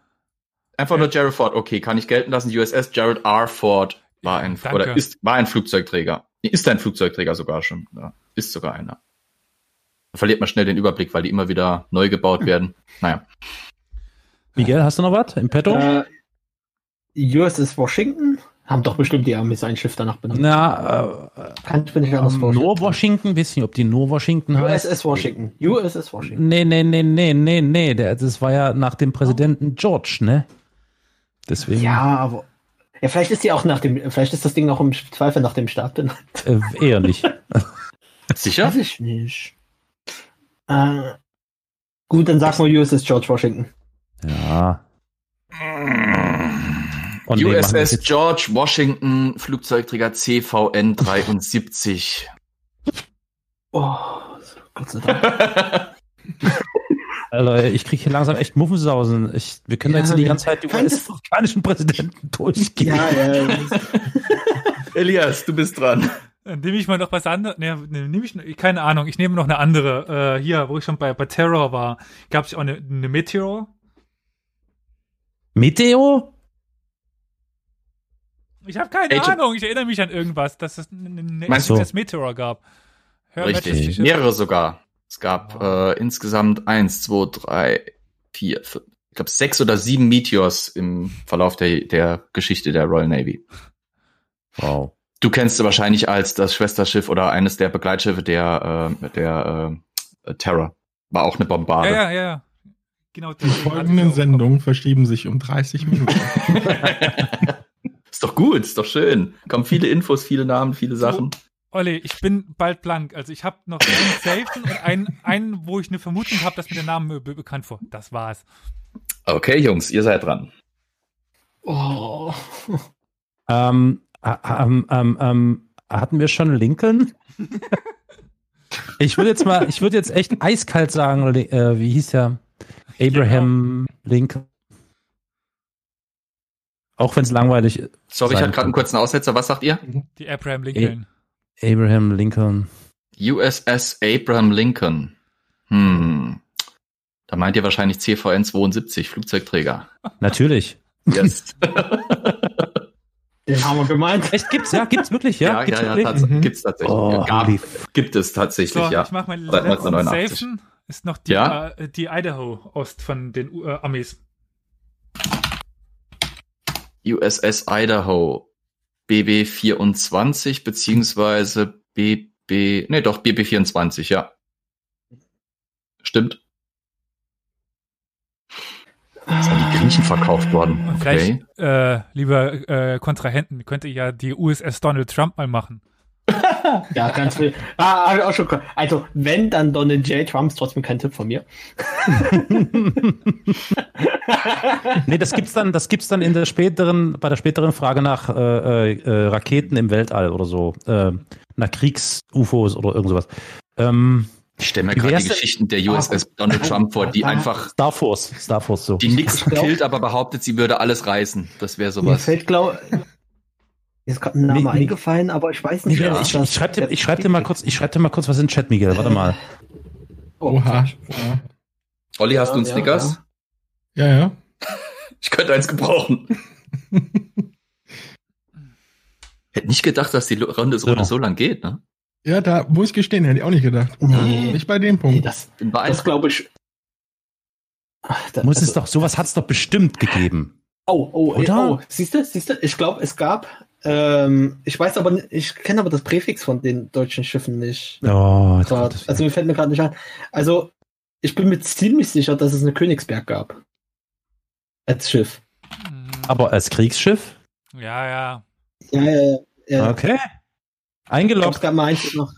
[SPEAKER 7] Einfach nur Gerald Ford. Okay, kann ich gelten lassen. USS Gerald R. Ford war ein,
[SPEAKER 2] Danke.
[SPEAKER 7] oder ist, war ein Flugzeugträger. Nee, Ist ein Flugzeugträger sogar schon. Ja, ist sogar einer. Da verliert man schnell den Überblick, weil die immer wieder neu gebaut werden. Naja.
[SPEAKER 5] Miguel, hast du noch was im Petto?
[SPEAKER 6] Äh, USS Washington haben doch bestimmt die Armee sein Schiff danach benannt.
[SPEAKER 5] Na, äh,
[SPEAKER 6] Kann ich mir nicht anders
[SPEAKER 5] ähm, nur
[SPEAKER 6] vorstellen.
[SPEAKER 5] Washington, weiß nicht, ob die nur Washington heißt.
[SPEAKER 6] USS Washington. USS Washington.
[SPEAKER 5] Nee, nee, nee, nee, nee, nee. Der, das war ja nach dem Präsidenten George, ne? Deswegen.
[SPEAKER 6] Ja, aber. Ja, vielleicht ist die auch nach dem, vielleicht ist das Ding noch im Zweifel nach dem Start benannt.
[SPEAKER 5] Äh, eher nicht.
[SPEAKER 7] Sicher?
[SPEAKER 6] Weiß ich nicht. Äh, gut, dann sag mal USS George Washington.
[SPEAKER 5] Ja. Und nee, machen wir
[SPEAKER 7] USS
[SPEAKER 5] jetzt-
[SPEAKER 7] George Washington, Flugzeugträger CVN 73.
[SPEAKER 6] Oh, Gott sei Dank.
[SPEAKER 5] Alter, ich kriege hier langsam echt Muffensausen. Ich, wir können
[SPEAKER 6] Ja,
[SPEAKER 5] jetzt die
[SPEAKER 6] wir-
[SPEAKER 5] ganze Zeit die
[SPEAKER 6] Fand es-
[SPEAKER 5] US-amerikanischen Präsidenten durchgehen.
[SPEAKER 6] ja, ja.
[SPEAKER 7] Elias, du bist dran.
[SPEAKER 2] Dann nehme ich mal noch was anderes. Ne, ne, nehme ich, keine Ahnung, ich nehme noch eine andere. Äh, hier, wo ich schon bei, bei Terror war, gab es auch eine, eine Meteor.
[SPEAKER 5] Meteo?
[SPEAKER 2] Ich habe keine
[SPEAKER 7] Agent-
[SPEAKER 2] Ahnung, ich erinnere mich an irgendwas, dass es eine, eine
[SPEAKER 5] Meinst du?
[SPEAKER 2] USS Meteor gab. Hör
[SPEAKER 7] Richtig.
[SPEAKER 2] Ja.
[SPEAKER 7] Mehrere sogar. Es gab äh, insgesamt eins, zwei, drei, vier, fünf. Ich glaube, sechs oder sieben Meteors im Verlauf der, der Geschichte der Royal Navy.
[SPEAKER 5] Wow.
[SPEAKER 7] Du kennst sie wahrscheinlich als das Schwesterschiff oder eines der Begleitschiffe der, äh, der äh, Terror. War auch eine Bombarde.
[SPEAKER 2] ja, ja, ja. Genau.
[SPEAKER 3] Die folgenden Sendungen verschieben sich um 30 Minuten.
[SPEAKER 7] Ist doch gut, ist doch schön. Kommen viele Infos, viele Namen, viele Sachen.
[SPEAKER 2] Olli, ich bin bald blank. Also ich habe noch einen safen und einen, einen, wo ich eine Vermutung habe, dass mir der Name be bekannt vor. Das war's.
[SPEAKER 7] Okay, Jungs, ihr seid dran.
[SPEAKER 6] Oh.
[SPEAKER 5] Ähm, äh, ähm, ähm, ähm, hatten wir schon Lincoln? ich würde jetzt mal, ich würde jetzt echt eiskalt sagen, Li- äh, wie hieß der? Abraham Lincoln. Auch wenn es langweilig ist.
[SPEAKER 7] Sorry, ich
[SPEAKER 5] Sein
[SPEAKER 7] hatte gerade einen kurzen Aussetzer. Was sagt ihr?
[SPEAKER 2] Die Abraham Lincoln.
[SPEAKER 5] Abraham Lincoln.
[SPEAKER 7] USS Abraham Lincoln. Hm. Da meint ihr wahrscheinlich CVN 72, Flugzeugträger.
[SPEAKER 5] Natürlich.
[SPEAKER 7] Yes.
[SPEAKER 6] Den haben wir gemeint.
[SPEAKER 5] Echt gibt's, ja, gibt's wirklich, ja.
[SPEAKER 7] ja,
[SPEAKER 5] gibt's
[SPEAKER 7] ja, ja,
[SPEAKER 5] wirklich?
[SPEAKER 7] tats
[SPEAKER 3] Mhm.
[SPEAKER 7] gibt's tatsächlich.
[SPEAKER 5] Oh,
[SPEAKER 7] ja, gab,
[SPEAKER 5] holy
[SPEAKER 7] gibt es tatsächlich,
[SPEAKER 2] So,
[SPEAKER 7] ja.
[SPEAKER 2] ich mache meinen
[SPEAKER 7] Seit
[SPEAKER 2] letzten
[SPEAKER 7] 1989.
[SPEAKER 2] safen. Ist noch die,
[SPEAKER 7] Ja?
[SPEAKER 2] äh, die Idaho Ost von den äh, Amis.
[SPEAKER 7] USS Idaho, BB 24, beziehungsweise BB, nee, doch, BB 24, ja. Stimmt. Ist an die Griechen verkauft worden.
[SPEAKER 2] Und
[SPEAKER 7] Okay.
[SPEAKER 2] vielleicht, äh, lieber äh, Kontrahenten, könnt ihr ja die USS Donald Trump mal machen.
[SPEAKER 6] Ja, ganz viel. Ah, hab ich auch schon gehört. Also, wenn, dann Donald J. Trump ist trotzdem kein Tipp von mir.
[SPEAKER 5] Nee, das gibt's dann, das gibt's dann in der späteren, bei der späteren Frage nach äh, äh, Raketen im Weltall oder so, äh, nach Kriegs-UFOs oder irgend sowas. Ähm,
[SPEAKER 7] Ich stelle mir
[SPEAKER 5] Wie
[SPEAKER 7] gerade
[SPEAKER 5] wär's
[SPEAKER 7] die
[SPEAKER 5] denn-
[SPEAKER 7] Geschichten der USS Donald Trump vor, die
[SPEAKER 6] Ah.
[SPEAKER 7] einfach
[SPEAKER 5] Star Force, Star Force so.
[SPEAKER 7] die nix
[SPEAKER 6] Ich glaub-
[SPEAKER 7] killt, aber behauptet, sie würde alles reißen. Das wäre
[SPEAKER 6] Mir
[SPEAKER 7] sowas.
[SPEAKER 6] fällt, glaube ist gerade ein Name
[SPEAKER 5] Mir- mir-
[SPEAKER 6] eingefallen, aber ich weiß nicht,
[SPEAKER 5] Miguel,
[SPEAKER 6] ob
[SPEAKER 5] ich,
[SPEAKER 6] das
[SPEAKER 5] ich schreib dir,
[SPEAKER 6] jetzt
[SPEAKER 5] ich schreib dir mal kurz, ich schreib dir mal kurz was in den Chat, Miguel. Warte mal.
[SPEAKER 6] Oh,
[SPEAKER 3] Oha. Ja,
[SPEAKER 7] Olli, hast du einen
[SPEAKER 6] Ja,
[SPEAKER 7] Snickers?
[SPEAKER 6] ja.
[SPEAKER 3] ja. ja.
[SPEAKER 7] Ich könnte eins gebrauchen. Hätte nicht gedacht, dass die Lo- Runde so,
[SPEAKER 5] So.
[SPEAKER 7] so lang geht, ne?
[SPEAKER 3] Ja, da muss ich gestehen, hätte ich auch nicht gedacht.
[SPEAKER 6] Nee.
[SPEAKER 3] Nicht bei dem
[SPEAKER 6] Nee,
[SPEAKER 3] Punkt.
[SPEAKER 6] das,
[SPEAKER 7] Bin beeindruckt.
[SPEAKER 6] das glaube ich. Ach, da-
[SPEAKER 5] Muss
[SPEAKER 6] also-
[SPEAKER 5] es doch, sowas hat's doch bestimmt gegeben.
[SPEAKER 6] Oh, oh,
[SPEAKER 5] Oder?
[SPEAKER 6] oh. Siehst du, siehst du? Ich glaube, es gab Ähm, ich weiß aber, n- ich kenne aber das Präfix von den deutschen Schiffen nicht.
[SPEAKER 5] Oh, jetzt
[SPEAKER 6] grad.
[SPEAKER 5] kommt das wieder.
[SPEAKER 6] Also mir fällt mir gerade nicht ein. Also ich bin mir ziemlich sicher, dass es eine Königsberg gab. Als Schiff.
[SPEAKER 5] Aber als Kriegsschiff?
[SPEAKER 2] Ja, ja.
[SPEAKER 6] Ja, ja, ja. ja.
[SPEAKER 5] Okay.
[SPEAKER 6] Ich glaube, es
[SPEAKER 5] Eingeloggt.
[SPEAKER 6] gab mal eins noch.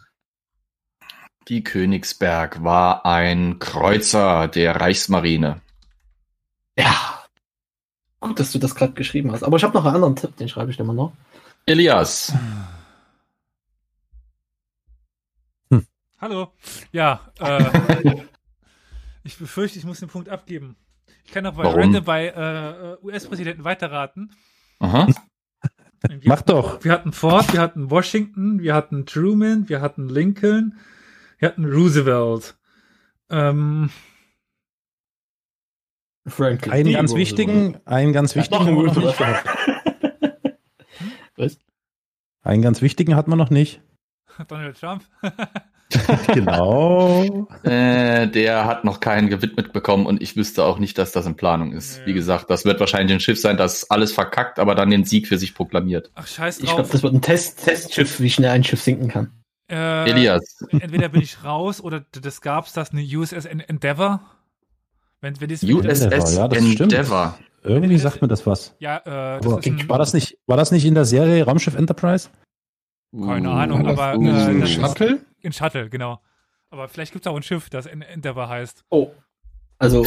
[SPEAKER 7] Die Königsberg war ein Kreuzer der Reichsmarine.
[SPEAKER 6] Ja. Gut, dass du das gerade geschrieben hast. Aber ich habe noch einen anderen Tipp, den schreibe ich dir mal noch.
[SPEAKER 7] Elias,
[SPEAKER 2] Hallo. Ja, äh, ich befürchte, ich muss den Punkt abgeben. Ich kann auch bei
[SPEAKER 7] Warum?
[SPEAKER 2] Random bei äh, US-Präsidenten weiterraten.
[SPEAKER 7] Aha.
[SPEAKER 2] Wir
[SPEAKER 5] Mach doch.
[SPEAKER 2] Wir hatten Ford, wir hatten Washington, wir hatten Truman, wir hatten Lincoln, wir hatten Roosevelt. Ähm,
[SPEAKER 6] Franklin.
[SPEAKER 5] Einen ganz wichtigen, einen ganz wichtigen. haben wir noch nicht gehabt.
[SPEAKER 6] Was?
[SPEAKER 5] Einen ganz wichtigen hat man noch nicht.
[SPEAKER 2] Donald Trump.
[SPEAKER 5] Genau.
[SPEAKER 7] Äh, der hat noch keinen gewidmet bekommen und ich wüsste auch nicht, dass das in Planung ist.
[SPEAKER 2] Ja.
[SPEAKER 7] Wie gesagt, das wird wahrscheinlich ein Schiff sein, das alles verkackt, aber dann den Sieg für sich proklamiert.
[SPEAKER 2] Ach, scheiß
[SPEAKER 6] Ich glaube,
[SPEAKER 2] drauf.
[SPEAKER 6] das wird ein Test Testschiff, wie schnell ein Schiff sinken kann.
[SPEAKER 2] Äh,
[SPEAKER 7] Elias,
[SPEAKER 2] Entweder bin ich raus oder d- das gab's das eine USS En- Endeavor. Wenn, wenn die
[SPEAKER 7] USS
[SPEAKER 5] ja, das stimmt.
[SPEAKER 7] Endeavour.
[SPEAKER 5] Irgendwie sagt mir das was.
[SPEAKER 2] Ja, äh, das
[SPEAKER 5] Aber
[SPEAKER 2] ist ein,
[SPEAKER 5] war, das nicht, war das nicht in der Serie Raumschiff Enterprise?
[SPEAKER 2] Keine Ahnung,
[SPEAKER 3] War das
[SPEAKER 2] aber,
[SPEAKER 7] uh,
[SPEAKER 2] äh,
[SPEAKER 3] ein
[SPEAKER 2] das ist-
[SPEAKER 3] Shuttle?
[SPEAKER 2] ein Shuttle, genau. Aber vielleicht gibt's auch ein Schiff, das En- Endeavor heißt.
[SPEAKER 6] Oh. Also,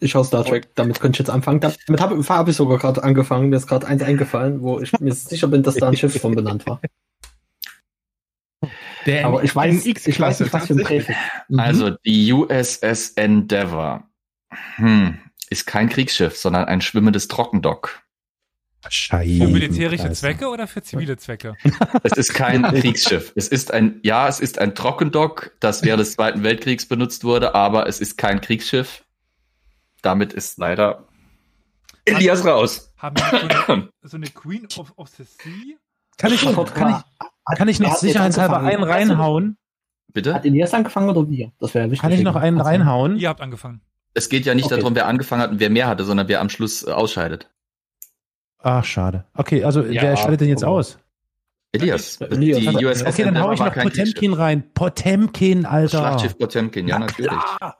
[SPEAKER 6] ich schaue Star Trek, damit könnte ich jetzt anfangen. Damit habe hab ich sogar gerade angefangen. Mir ist gerade eins eingefallen, wo ich mir sicher bin, dass da ein Schiff von benannt war.
[SPEAKER 3] Der
[SPEAKER 6] Aber ich weiß, ich weiß
[SPEAKER 3] NX-Klasse
[SPEAKER 6] nicht, was für ein
[SPEAKER 3] tatsächlich.
[SPEAKER 6] Präfix.
[SPEAKER 7] also die USS Endeavour hm, ist kein Kriegsschiff, sondern ein schwimmendes Trockendock.
[SPEAKER 5] Scheiße.
[SPEAKER 2] Für militärische Zwecke oder für zivile Zwecke?
[SPEAKER 7] Es ist kein Kriegsschiff. Es ist ein, ja, es ist ein Trockendock, das während des Zweiten Weltkriegs benutzt wurde, aber es ist kein Kriegsschiff. Damit ist leider Elias raus.
[SPEAKER 2] Haben wir so eine, so eine Queen of, of the Sea?
[SPEAKER 5] Kann ich, kann ich, kann ich noch
[SPEAKER 6] Hat jetzt
[SPEAKER 5] sicherheitshalber einen
[SPEAKER 6] angefangen.
[SPEAKER 5] reinhauen?
[SPEAKER 7] Bitte?
[SPEAKER 6] Hat Elias angefangen oder wir? Das wäre wichtig.
[SPEAKER 5] Kann ich noch einen reinhauen?
[SPEAKER 2] Ihr habt angefangen.
[SPEAKER 7] Es geht ja nicht
[SPEAKER 6] Okay.
[SPEAKER 7] darum, wer angefangen hat und wer mehr hatte, sondern wer am Schluss äh, ausscheidet.
[SPEAKER 5] Ach, schade. Okay, also
[SPEAKER 7] Ja,
[SPEAKER 5] wer scheidet denn jetzt
[SPEAKER 7] aber-
[SPEAKER 5] aus? Also,
[SPEAKER 7] Elias,
[SPEAKER 6] Ja,
[SPEAKER 7] die
[SPEAKER 6] Elias.
[SPEAKER 7] USS
[SPEAKER 5] Okay, dann hau
[SPEAKER 7] Endeavour
[SPEAKER 5] ich
[SPEAKER 7] war
[SPEAKER 5] noch
[SPEAKER 7] kein Kriegsschiff.
[SPEAKER 5] Potemkin rein. Potemkin,
[SPEAKER 7] Das
[SPEAKER 5] Alter.
[SPEAKER 7] Schlachtschiff Potemkin, ja,
[SPEAKER 5] Na
[SPEAKER 7] natürlich.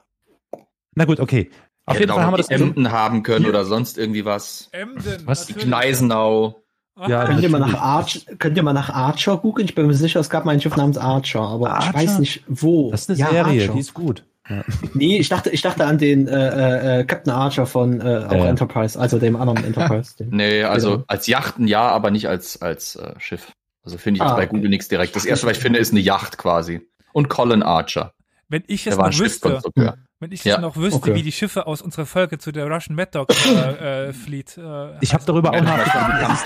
[SPEAKER 5] Na gut, okay. Auf jeden
[SPEAKER 7] Hätten
[SPEAKER 5] Fall
[SPEAKER 7] auch
[SPEAKER 5] haben wir
[SPEAKER 7] genau, die
[SPEAKER 5] das.
[SPEAKER 7] Emden haben können oder sonst irgendwie was.
[SPEAKER 2] Emden.
[SPEAKER 5] Was?
[SPEAKER 2] natürlich.
[SPEAKER 7] Gneisenau.
[SPEAKER 2] Ah,
[SPEAKER 5] Ja,
[SPEAKER 6] Könnt ihr, mal nach Arch, könnt ihr mal nach Archer googeln? Ich bin mir sicher, es gab mal ein Schiff namens Archer, aber ich
[SPEAKER 5] Archer?
[SPEAKER 6] weiß nicht wo.
[SPEAKER 5] Das ist eine Serie,
[SPEAKER 6] Archer.
[SPEAKER 5] die ist gut.
[SPEAKER 6] Nee, ich dachte, ich dachte an den äh, äh, Captain Archer von äh, auch
[SPEAKER 5] Ja.
[SPEAKER 6] Enterprise, also dem anderen Enterprise. Dem.
[SPEAKER 7] Nee, also
[SPEAKER 6] Genau.
[SPEAKER 7] als Yachten ja, aber nicht als, als äh, Schiff. Also finde ich jetzt
[SPEAKER 6] Ah,
[SPEAKER 7] bei
[SPEAKER 6] okay.
[SPEAKER 7] Google nichts direkt. Das erste, was ich finde, ist eine Yacht quasi. Und Colin Archer.
[SPEAKER 2] Wenn ich
[SPEAKER 7] Der
[SPEAKER 2] es
[SPEAKER 7] war ein
[SPEAKER 2] noch wüsste,
[SPEAKER 7] Schiffskonstrukteur.
[SPEAKER 5] Hm.
[SPEAKER 2] wenn ich es
[SPEAKER 7] Ja,
[SPEAKER 2] noch wüsste,
[SPEAKER 6] okay.
[SPEAKER 2] wie die Schiffe aus unserer Völke zu der Russian Mad Dog äh, äh, Fleet. Äh,
[SPEAKER 5] Ich habe darüber auch
[SPEAKER 7] Ja,
[SPEAKER 5] nachgedacht.
[SPEAKER 7] die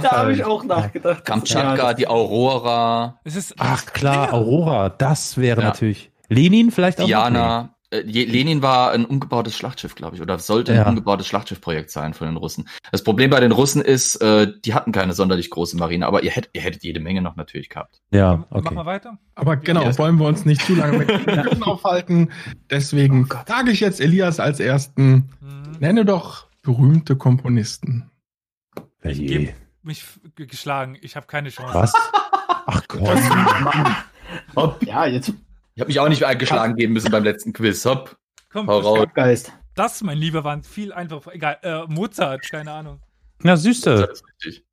[SPEAKER 6] Da habe ich auch nachgedacht.
[SPEAKER 7] Kamtschatka, die Aurora,
[SPEAKER 2] es ist
[SPEAKER 5] Ach klar, Aurora, das wäre
[SPEAKER 7] Ja.
[SPEAKER 5] natürlich. Lenin vielleicht auch. noch?
[SPEAKER 7] Diana. Äh, Je- Lenin war ein umgebautes Schlachtschiff, glaube ich, oder sollte ein
[SPEAKER 5] Ja.
[SPEAKER 7] umgebautes Schlachtschiffprojekt sein von den Russen. Das Problem bei den Russen ist, äh, die hatten keine sonderlich große Marine, aber ihr, hätt, ihr hättet jede Menge noch natürlich gehabt.
[SPEAKER 5] Nee. Ja,
[SPEAKER 2] Mach
[SPEAKER 5] okay.
[SPEAKER 2] mal weiter.
[SPEAKER 3] Aber genau, wollen wir uns nicht zu lange mit Dingen aufhalten. Deswegen sage ich jetzt Elias als ersten.
[SPEAKER 2] Hm.
[SPEAKER 3] Nenne doch berühmte Komponisten.
[SPEAKER 2] Ich
[SPEAKER 5] Je.
[SPEAKER 2] geb mich f- ge- geschlagen. Ich habe keine Chance.
[SPEAKER 5] Was? Ach Gott.
[SPEAKER 6] Ja, jetzt
[SPEAKER 7] Ich habe mich auch nicht eingeschlagen geben müssen beim letzten Quiz. Hopp.
[SPEAKER 2] Komm,
[SPEAKER 7] Hau
[SPEAKER 6] Oh.
[SPEAKER 7] raus.
[SPEAKER 6] Geist.
[SPEAKER 2] das, mein Lieber, waren viel einfacher. Egal, äh, Mozart, keine Ahnung.
[SPEAKER 5] Na süße.
[SPEAKER 7] Das ist richtig.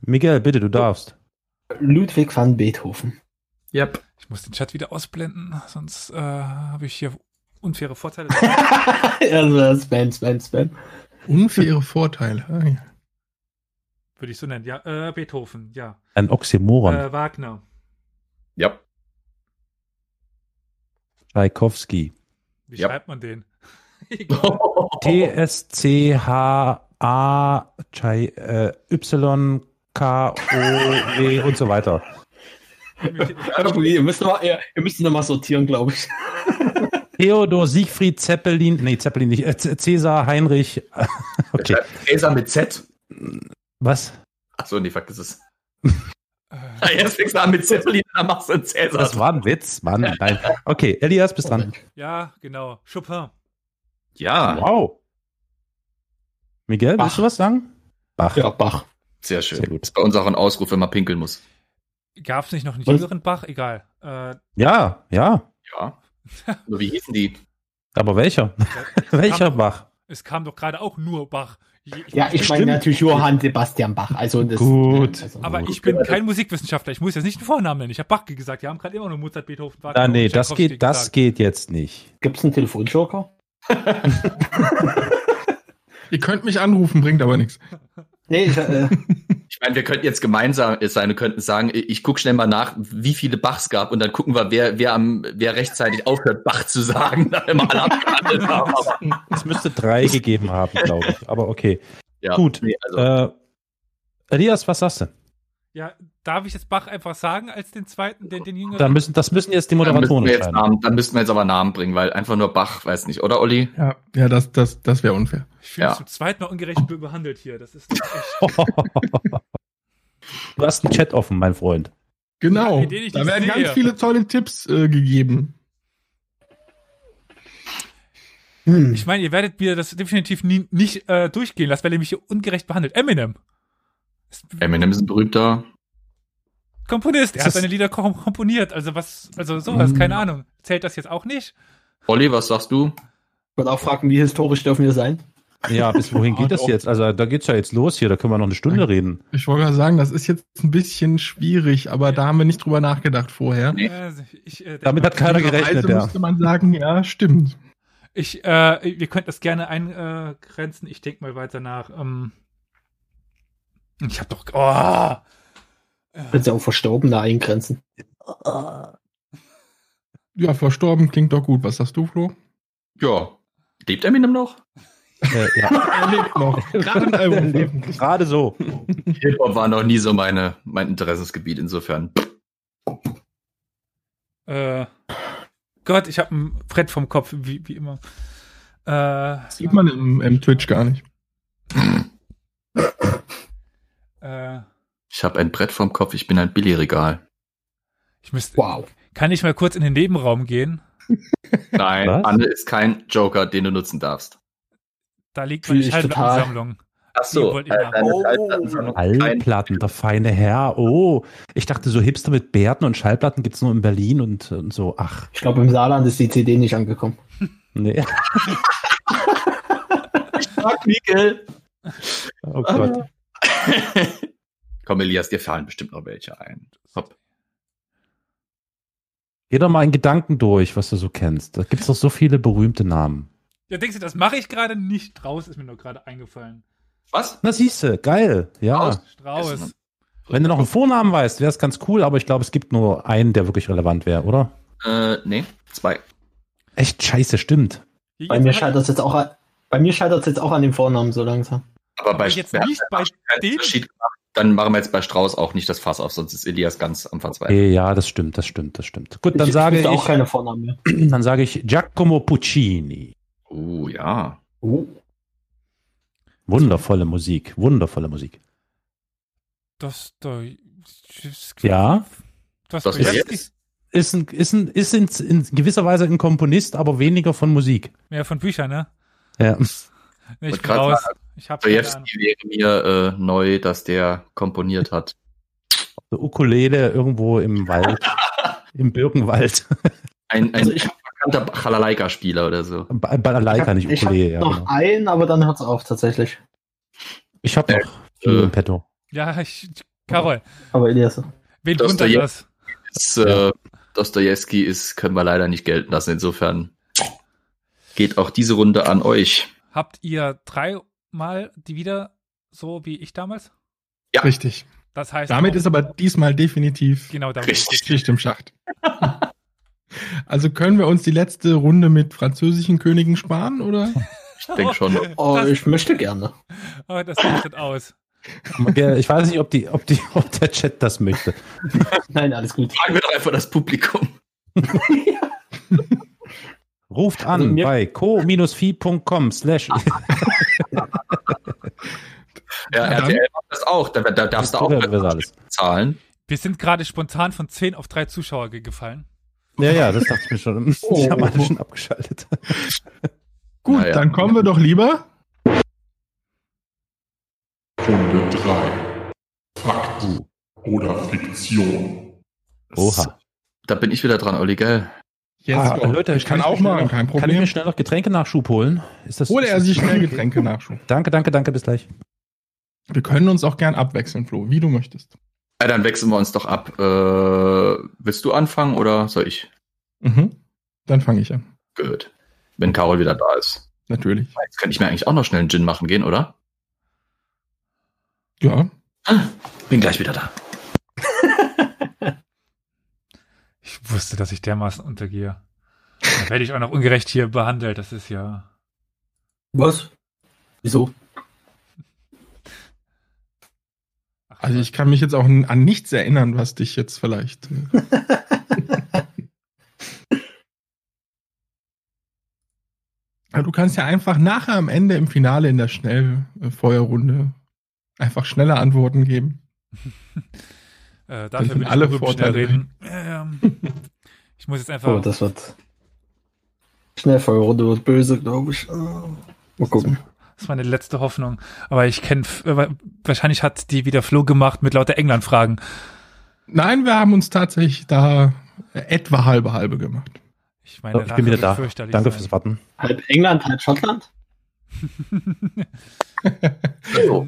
[SPEAKER 5] Miguel, bitte, du darfst.
[SPEAKER 6] Ludwig van Beethoven.
[SPEAKER 7] Yep.
[SPEAKER 2] Ich muss den Chat wieder ausblenden, sonst äh, habe ich hier unfaire Vorteile.
[SPEAKER 6] also Spam, Spam, Spam.
[SPEAKER 3] Unfaire Vorteile. Ah, ja.
[SPEAKER 2] Würde ich so nennen. Ja, äh, Beethoven, ja.
[SPEAKER 5] Ein Oxymoron.
[SPEAKER 2] Äh, Wagner.
[SPEAKER 7] Yep.
[SPEAKER 5] Tchaikovsky.
[SPEAKER 2] Wie
[SPEAKER 7] Ja.
[SPEAKER 2] schreibt man den?
[SPEAKER 5] T-S-C-H-A Chai- äh, Y K O W und so weiter.
[SPEAKER 6] Irgendwie, ihr müsst nochmal ihr, ihr müsst noch mal sortieren, glaube ich.
[SPEAKER 5] Theodor Siegfried Zeppelin, nee, Zeppelin nicht, äh, C- Cäsar Heinrich. Okay.
[SPEAKER 7] Cäsar mit Z.
[SPEAKER 5] Was?
[SPEAKER 7] Achso, nee, vergiss es.
[SPEAKER 2] Äh,
[SPEAKER 7] Erst fängst du an mit Zeppelin, dann machst du einen Cäsar.
[SPEAKER 5] Das war ein Witz, Mann. Nein. Okay, Elias, bist dran.
[SPEAKER 2] ja, genau. Chopin.
[SPEAKER 7] ja.
[SPEAKER 5] Wow. Miguel,
[SPEAKER 6] Bach.
[SPEAKER 5] willst du was sagen? Bach.
[SPEAKER 6] Ja, Bach.
[SPEAKER 7] Sehr schön.
[SPEAKER 5] Sehr gut.
[SPEAKER 7] Ist bei uns auch ein Ausruf, wenn man pinkeln muss.
[SPEAKER 2] Gab's nicht noch einen
[SPEAKER 6] Was?
[SPEAKER 2] jüngeren Bach? Egal. Äh,
[SPEAKER 5] Ja, ja.
[SPEAKER 7] Ja. Nur wie hießen die?
[SPEAKER 5] Aber welcher? welcher Bach?
[SPEAKER 2] es kam doch gerade auch nur Bach. Je-
[SPEAKER 6] Ja, ich meine natürlich Johann Sebastian Bach. Also das,
[SPEAKER 5] Gut.
[SPEAKER 6] Also,
[SPEAKER 2] aber ich bin kein Musikwissenschaftler. Ich muss jetzt nicht den Vornamen nennen. Ich habe Bach gesagt. Wir haben gerade immer nur Mozart, Beethoven, Wagner.
[SPEAKER 5] Ah,
[SPEAKER 2] und
[SPEAKER 5] nee, das
[SPEAKER 2] Tschaikowski
[SPEAKER 5] geht, das
[SPEAKER 2] gesagt.
[SPEAKER 5] geht jetzt nicht.
[SPEAKER 6] gibt's einen Telefonjoker?
[SPEAKER 3] Ihr könnt mich anrufen, bringt aber nichts.
[SPEAKER 6] Nee, ich, äh,
[SPEAKER 7] Ich meine, wir könnten jetzt gemeinsam sein und könnten sagen, ich ich guck schnell mal nach, wie viele Bachs gab und dann gucken wir, wer, wer, am, wer rechtzeitig aufhört, Bach zu sagen, dann immer alle abgehandelt haben. Aber,
[SPEAKER 5] Es müsste drei gegeben haben, glaube ich. Aber okay.
[SPEAKER 7] ja,
[SPEAKER 5] Gut.
[SPEAKER 7] Nee, also,
[SPEAKER 5] Äh, Elias, was sagst du?
[SPEAKER 2] Ja, darf ich jetzt Bach einfach sagen als den zweiten, den, den jüngeren?
[SPEAKER 5] Da müssen, das müssen jetzt die
[SPEAKER 7] dann, müssten
[SPEAKER 5] Moderatoren
[SPEAKER 7] wir jetzt
[SPEAKER 5] entscheiden.
[SPEAKER 7] Namen, dann müssten wir jetzt aber Namen bringen, weil einfach nur Bach, weiß nicht, oder Olli?
[SPEAKER 3] Ja, ja das, das, das wäre unfair.
[SPEAKER 2] ich fühle mich
[SPEAKER 7] ja.
[SPEAKER 2] zum zweiten Mal ungerecht be- behandelt hier. Das ist doch echt.
[SPEAKER 5] Du hast einen Chat offen, mein Freund.
[SPEAKER 3] Genau.
[SPEAKER 2] Ja, den ich
[SPEAKER 3] da
[SPEAKER 2] nicht
[SPEAKER 3] werden
[SPEAKER 2] sehe.
[SPEAKER 3] ganz viele tolle Tipps äh, gegeben.
[SPEAKER 6] hm,
[SPEAKER 2] Ich meine, ihr werdet mir das definitiv nie, nicht äh, durchgehen lassen, weil ihr mich hier ungerecht behandelt. Eminem. Ist
[SPEAKER 7] Eminem ist ein berühmter.
[SPEAKER 2] Komponist. Er
[SPEAKER 5] Das
[SPEAKER 2] hat
[SPEAKER 5] ist-
[SPEAKER 2] seine Lieder kom komponiert. Also was, also sowas, keine Ahnung. Zählt das jetzt auch nicht?
[SPEAKER 7] Olli, was sagst du?
[SPEAKER 6] würde auch fragen, wie historisch dürfen wir sein?
[SPEAKER 5] Ja, bis wohin
[SPEAKER 3] Ja,
[SPEAKER 5] geht das
[SPEAKER 3] doch.
[SPEAKER 5] jetzt? Also, da geht's ja jetzt los hier. Da können wir noch eine Stunde reden.
[SPEAKER 3] Ich wollte gerade sagen, das ist jetzt ein bisschen schwierig, aber da haben wir nicht drüber nachgedacht vorher.
[SPEAKER 7] Nee.
[SPEAKER 2] Äh, ich, äh,
[SPEAKER 5] Damit hat keiner um gerechnet,
[SPEAKER 3] Weise
[SPEAKER 5] ja.
[SPEAKER 3] müsste man sagen, ja, stimmt.
[SPEAKER 2] Ich, äh, ihr könnt das gerne eingrenzen. Ich denke mal weiter nach. Ähm, ich habe doch. Oh,
[SPEAKER 6] Kannst ja auch Verstorbene eingrenzen.
[SPEAKER 3] Ja, verstorben klingt doch gut. Was sagst du, Flo?
[SPEAKER 7] Ja. Lebt Eminem noch?
[SPEAKER 5] Äh, ja.
[SPEAKER 3] Er lebt noch. Gerade ein Album veröffentlicht.
[SPEAKER 5] Gerade so.
[SPEAKER 7] Hip-Hop war noch nie so meine, mein Interessensgebiet, insofern.
[SPEAKER 2] äh, Gott, ich habe ein Brett vom Kopf, wie, wie immer. Äh,
[SPEAKER 3] Das sieht man im, im Twitch gar nicht.
[SPEAKER 2] äh,
[SPEAKER 7] Ich habe ein Brett vorm Kopf, ich bin ein Billigregal.
[SPEAKER 2] ich müsste.
[SPEAKER 6] Wow.
[SPEAKER 2] Kann ich mal kurz in den Nebenraum gehen?
[SPEAKER 7] Nein,
[SPEAKER 5] Was?
[SPEAKER 7] Anne ist kein Joker, den du nutzen darfst.
[SPEAKER 2] Da liegt
[SPEAKER 6] Fühl
[SPEAKER 2] meine
[SPEAKER 6] ich total.
[SPEAKER 2] Schallplattensammlung.
[SPEAKER 7] Ach
[SPEAKER 2] so, Die wollte ich äh, haben. deine
[SPEAKER 5] Schallplatten, der feine Herr. Oh, ich dachte, so Hipster mit Bärten und Schallplatten gibt's nur in Berlin und, und so. Ach,
[SPEAKER 6] Ich glaube, im Saarland ist die CD nicht angekommen.
[SPEAKER 5] nee.
[SPEAKER 6] Fuck, Mikkel.
[SPEAKER 5] Oh Gott.
[SPEAKER 7] Komm, Elias, dir fallen bestimmt noch welche ein. Hopp.
[SPEAKER 5] Geh doch mal in Gedanken durch, was du so kennst. Da gibt's doch so viele berühmte Namen.
[SPEAKER 2] Ja, denkst du, das mache ich gerade nicht? Strauß ist mir nur gerade eingefallen.
[SPEAKER 7] Was?
[SPEAKER 5] Na, siehste, geil.
[SPEAKER 6] Ah.
[SPEAKER 5] Ja.
[SPEAKER 7] Aus-
[SPEAKER 2] Strauß.
[SPEAKER 5] Wenn du noch einen Vornamen weißt, wäre es ganz cool, aber ich glaube, es gibt nur einen, der wirklich relevant wäre, oder?
[SPEAKER 7] Äh, nee, zwei.
[SPEAKER 5] Echt scheiße, stimmt.
[SPEAKER 6] Bei mir scheitert es jetzt auch an, bei mir scheitert es jetzt auch an dem Vornamen so langsam.
[SPEAKER 7] Aber bei,
[SPEAKER 2] jetzt
[SPEAKER 7] wir haben
[SPEAKER 2] nicht bei
[SPEAKER 7] keinen
[SPEAKER 2] dem.
[SPEAKER 7] Unterschied gemacht. Dann machen wir jetzt bei Strauß auch nicht das Fass auf, sonst ist Elias ganz am Verzweifeln.
[SPEAKER 5] Eh, ja, das stimmt, das stimmt, das stimmt. Gut, dann
[SPEAKER 6] Äh. ich
[SPEAKER 5] sage
[SPEAKER 6] wüsste auch
[SPEAKER 5] ich,
[SPEAKER 6] keine Vornamen mehr.
[SPEAKER 5] dann sage ich Giacomo Puccini.
[SPEAKER 7] Oh, ja.
[SPEAKER 6] Oh,
[SPEAKER 5] Wundervolle Musik, wundervolle Musik.
[SPEAKER 2] Das, da,
[SPEAKER 5] Ja?
[SPEAKER 2] Das,
[SPEAKER 7] Das
[SPEAKER 2] das
[SPEAKER 7] jetzt?
[SPEAKER 5] Ist, ein, ist, ein, ist in, in gewisser Weise ein Komponist, aber weniger von Musik.
[SPEAKER 2] Mehr von Büchern, ne?
[SPEAKER 5] Ja.
[SPEAKER 2] Nee, ich
[SPEAKER 7] Wollte
[SPEAKER 2] bin
[SPEAKER 7] grad
[SPEAKER 2] raus. Ich habe keine Ahnung.
[SPEAKER 7] Dostoevsky wäre mir äh, neu, dass der komponiert hat.
[SPEAKER 5] So Ukulele irgendwo im Wald, im Birkenwald.
[SPEAKER 7] Ein, ein
[SPEAKER 6] Also ich-
[SPEAKER 7] bekannter Balalaika-Spieler oder so.
[SPEAKER 5] Ba- Balalaika, nicht
[SPEAKER 6] ich hab
[SPEAKER 5] Ukulele. Ja,
[SPEAKER 6] noch
[SPEAKER 5] genau.
[SPEAKER 6] einen, aber dann hört es auf tatsächlich.
[SPEAKER 5] Ich habe
[SPEAKER 7] Äh,
[SPEAKER 5] noch viel
[SPEAKER 7] äh,
[SPEAKER 5] im Petto.
[SPEAKER 2] Ja, ich, Karol,
[SPEAKER 6] Aber Elias,
[SPEAKER 2] wen
[SPEAKER 7] Das
[SPEAKER 2] wundert
[SPEAKER 7] da
[SPEAKER 2] das?
[SPEAKER 7] Das, äh, Dostoevsky ist, können wir leider nicht gelten lassen. Insofern geht auch diese Runde an euch.
[SPEAKER 2] Habt ihr dreimal die wieder so wie ich damals?
[SPEAKER 7] Ja.
[SPEAKER 3] Richtig.
[SPEAKER 2] Das heißt,
[SPEAKER 3] Damit
[SPEAKER 2] auch-
[SPEAKER 3] ist aber diesmal definitiv
[SPEAKER 2] genau damit.
[SPEAKER 7] Richtig.
[SPEAKER 3] Schicht im Schacht. Also können wir uns die letzte Runde mit französischen Königen sparen, oder?
[SPEAKER 7] Ich denke schon.
[SPEAKER 6] oh,
[SPEAKER 2] das,
[SPEAKER 6] ich möchte gerne.
[SPEAKER 2] oh, das richtet aus.
[SPEAKER 5] Ja, Ich weiß nicht, ob, die, ob, die, ob der Chat das möchte.
[SPEAKER 6] Nein, alles gut.
[SPEAKER 7] Fragen wir doch einfach das Publikum.
[SPEAKER 5] Ruft an
[SPEAKER 6] Also mir-
[SPEAKER 5] bei co-fi.com slash
[SPEAKER 7] Ja,
[SPEAKER 3] Ja, dann-
[SPEAKER 7] RTL macht das auch. Da, da darfst du auch
[SPEAKER 5] Ja, das alles.
[SPEAKER 7] zahlen.
[SPEAKER 2] Wir sind gerade spontan von 10 auf 3 Zuschauer ge- gefallen.
[SPEAKER 5] Ja, ja, das dachte ich mir schon. Ich habe alle schon abgeschaltet.
[SPEAKER 3] Gut,
[SPEAKER 7] Naja.
[SPEAKER 3] dann kommen wir doch lieber
[SPEAKER 8] Runde 3. oder Fiktion.
[SPEAKER 7] Das- Da bin ich wieder dran, Olli, gell?
[SPEAKER 3] Jetzt
[SPEAKER 5] Ah,
[SPEAKER 3] doch.
[SPEAKER 5] Leute,
[SPEAKER 3] ich kann
[SPEAKER 5] ich
[SPEAKER 3] auch
[SPEAKER 5] mir schnell
[SPEAKER 3] machen,
[SPEAKER 5] noch- Kann
[SPEAKER 3] kein
[SPEAKER 5] ich
[SPEAKER 3] Problem.
[SPEAKER 5] mir schnell noch Getränkenachschub holen? Ist das,
[SPEAKER 3] Hole er
[SPEAKER 5] ist
[SPEAKER 3] sich schnell Getränke nachschub.
[SPEAKER 5] Danke, danke, danke, bis gleich.
[SPEAKER 3] Wir können uns auch gern abwechseln, Flo, wie du möchtest.
[SPEAKER 7] Ja, dann wechseln wir uns doch ab. Äh, willst du anfangen oder soll ich?
[SPEAKER 3] Mhm. Dann fange ich an.
[SPEAKER 7] Gut. Wenn Carol wieder da ist.
[SPEAKER 3] Natürlich.
[SPEAKER 7] Jetzt könnte ich mir eigentlich auch noch schnell einen Gin machen gehen, oder?
[SPEAKER 3] Ja.
[SPEAKER 7] Bin gleich wieder da.
[SPEAKER 2] Ich wusste, dass ich dermaßen untergehe. Dann werde ich auch noch ungerecht hier behandelt. Das ist ja.
[SPEAKER 6] Was? Wieso?
[SPEAKER 2] Ach,
[SPEAKER 3] Also ich kann mich jetzt auch n- an nichts erinnern, was dich jetzt vielleicht. äh, Aber du kannst ja einfach nachher am Ende im Finale in der Schnellfeuerrunde einfach schnelle Antworten geben.
[SPEAKER 2] äh,
[SPEAKER 3] dann
[SPEAKER 2] dafür bin
[SPEAKER 3] sind
[SPEAKER 2] ich
[SPEAKER 3] alle
[SPEAKER 2] berühmt,
[SPEAKER 3] Vorteile
[SPEAKER 2] schnell reden. Ähm, ich muss jetzt einfach.
[SPEAKER 6] Oh, das wird. Schnellfeuerrunde wird böse, glaube ich. Äh, Mal gucken.
[SPEAKER 2] Das ist meine letzte Hoffnung. Aber ich kenne, äh, wahrscheinlich hat die wieder Flo gemacht mit lauter England-Fragen.
[SPEAKER 3] Nein, wir haben uns tatsächlich da äh, etwa halbe halbe gemacht.
[SPEAKER 2] Ich meine,
[SPEAKER 5] So, ich
[SPEAKER 2] Rache
[SPEAKER 5] bin wieder
[SPEAKER 2] wird
[SPEAKER 5] da.
[SPEAKER 2] fürchterlich
[SPEAKER 5] Danke
[SPEAKER 2] sein.
[SPEAKER 5] fürs Warten.
[SPEAKER 6] Halb England, halb Schottland?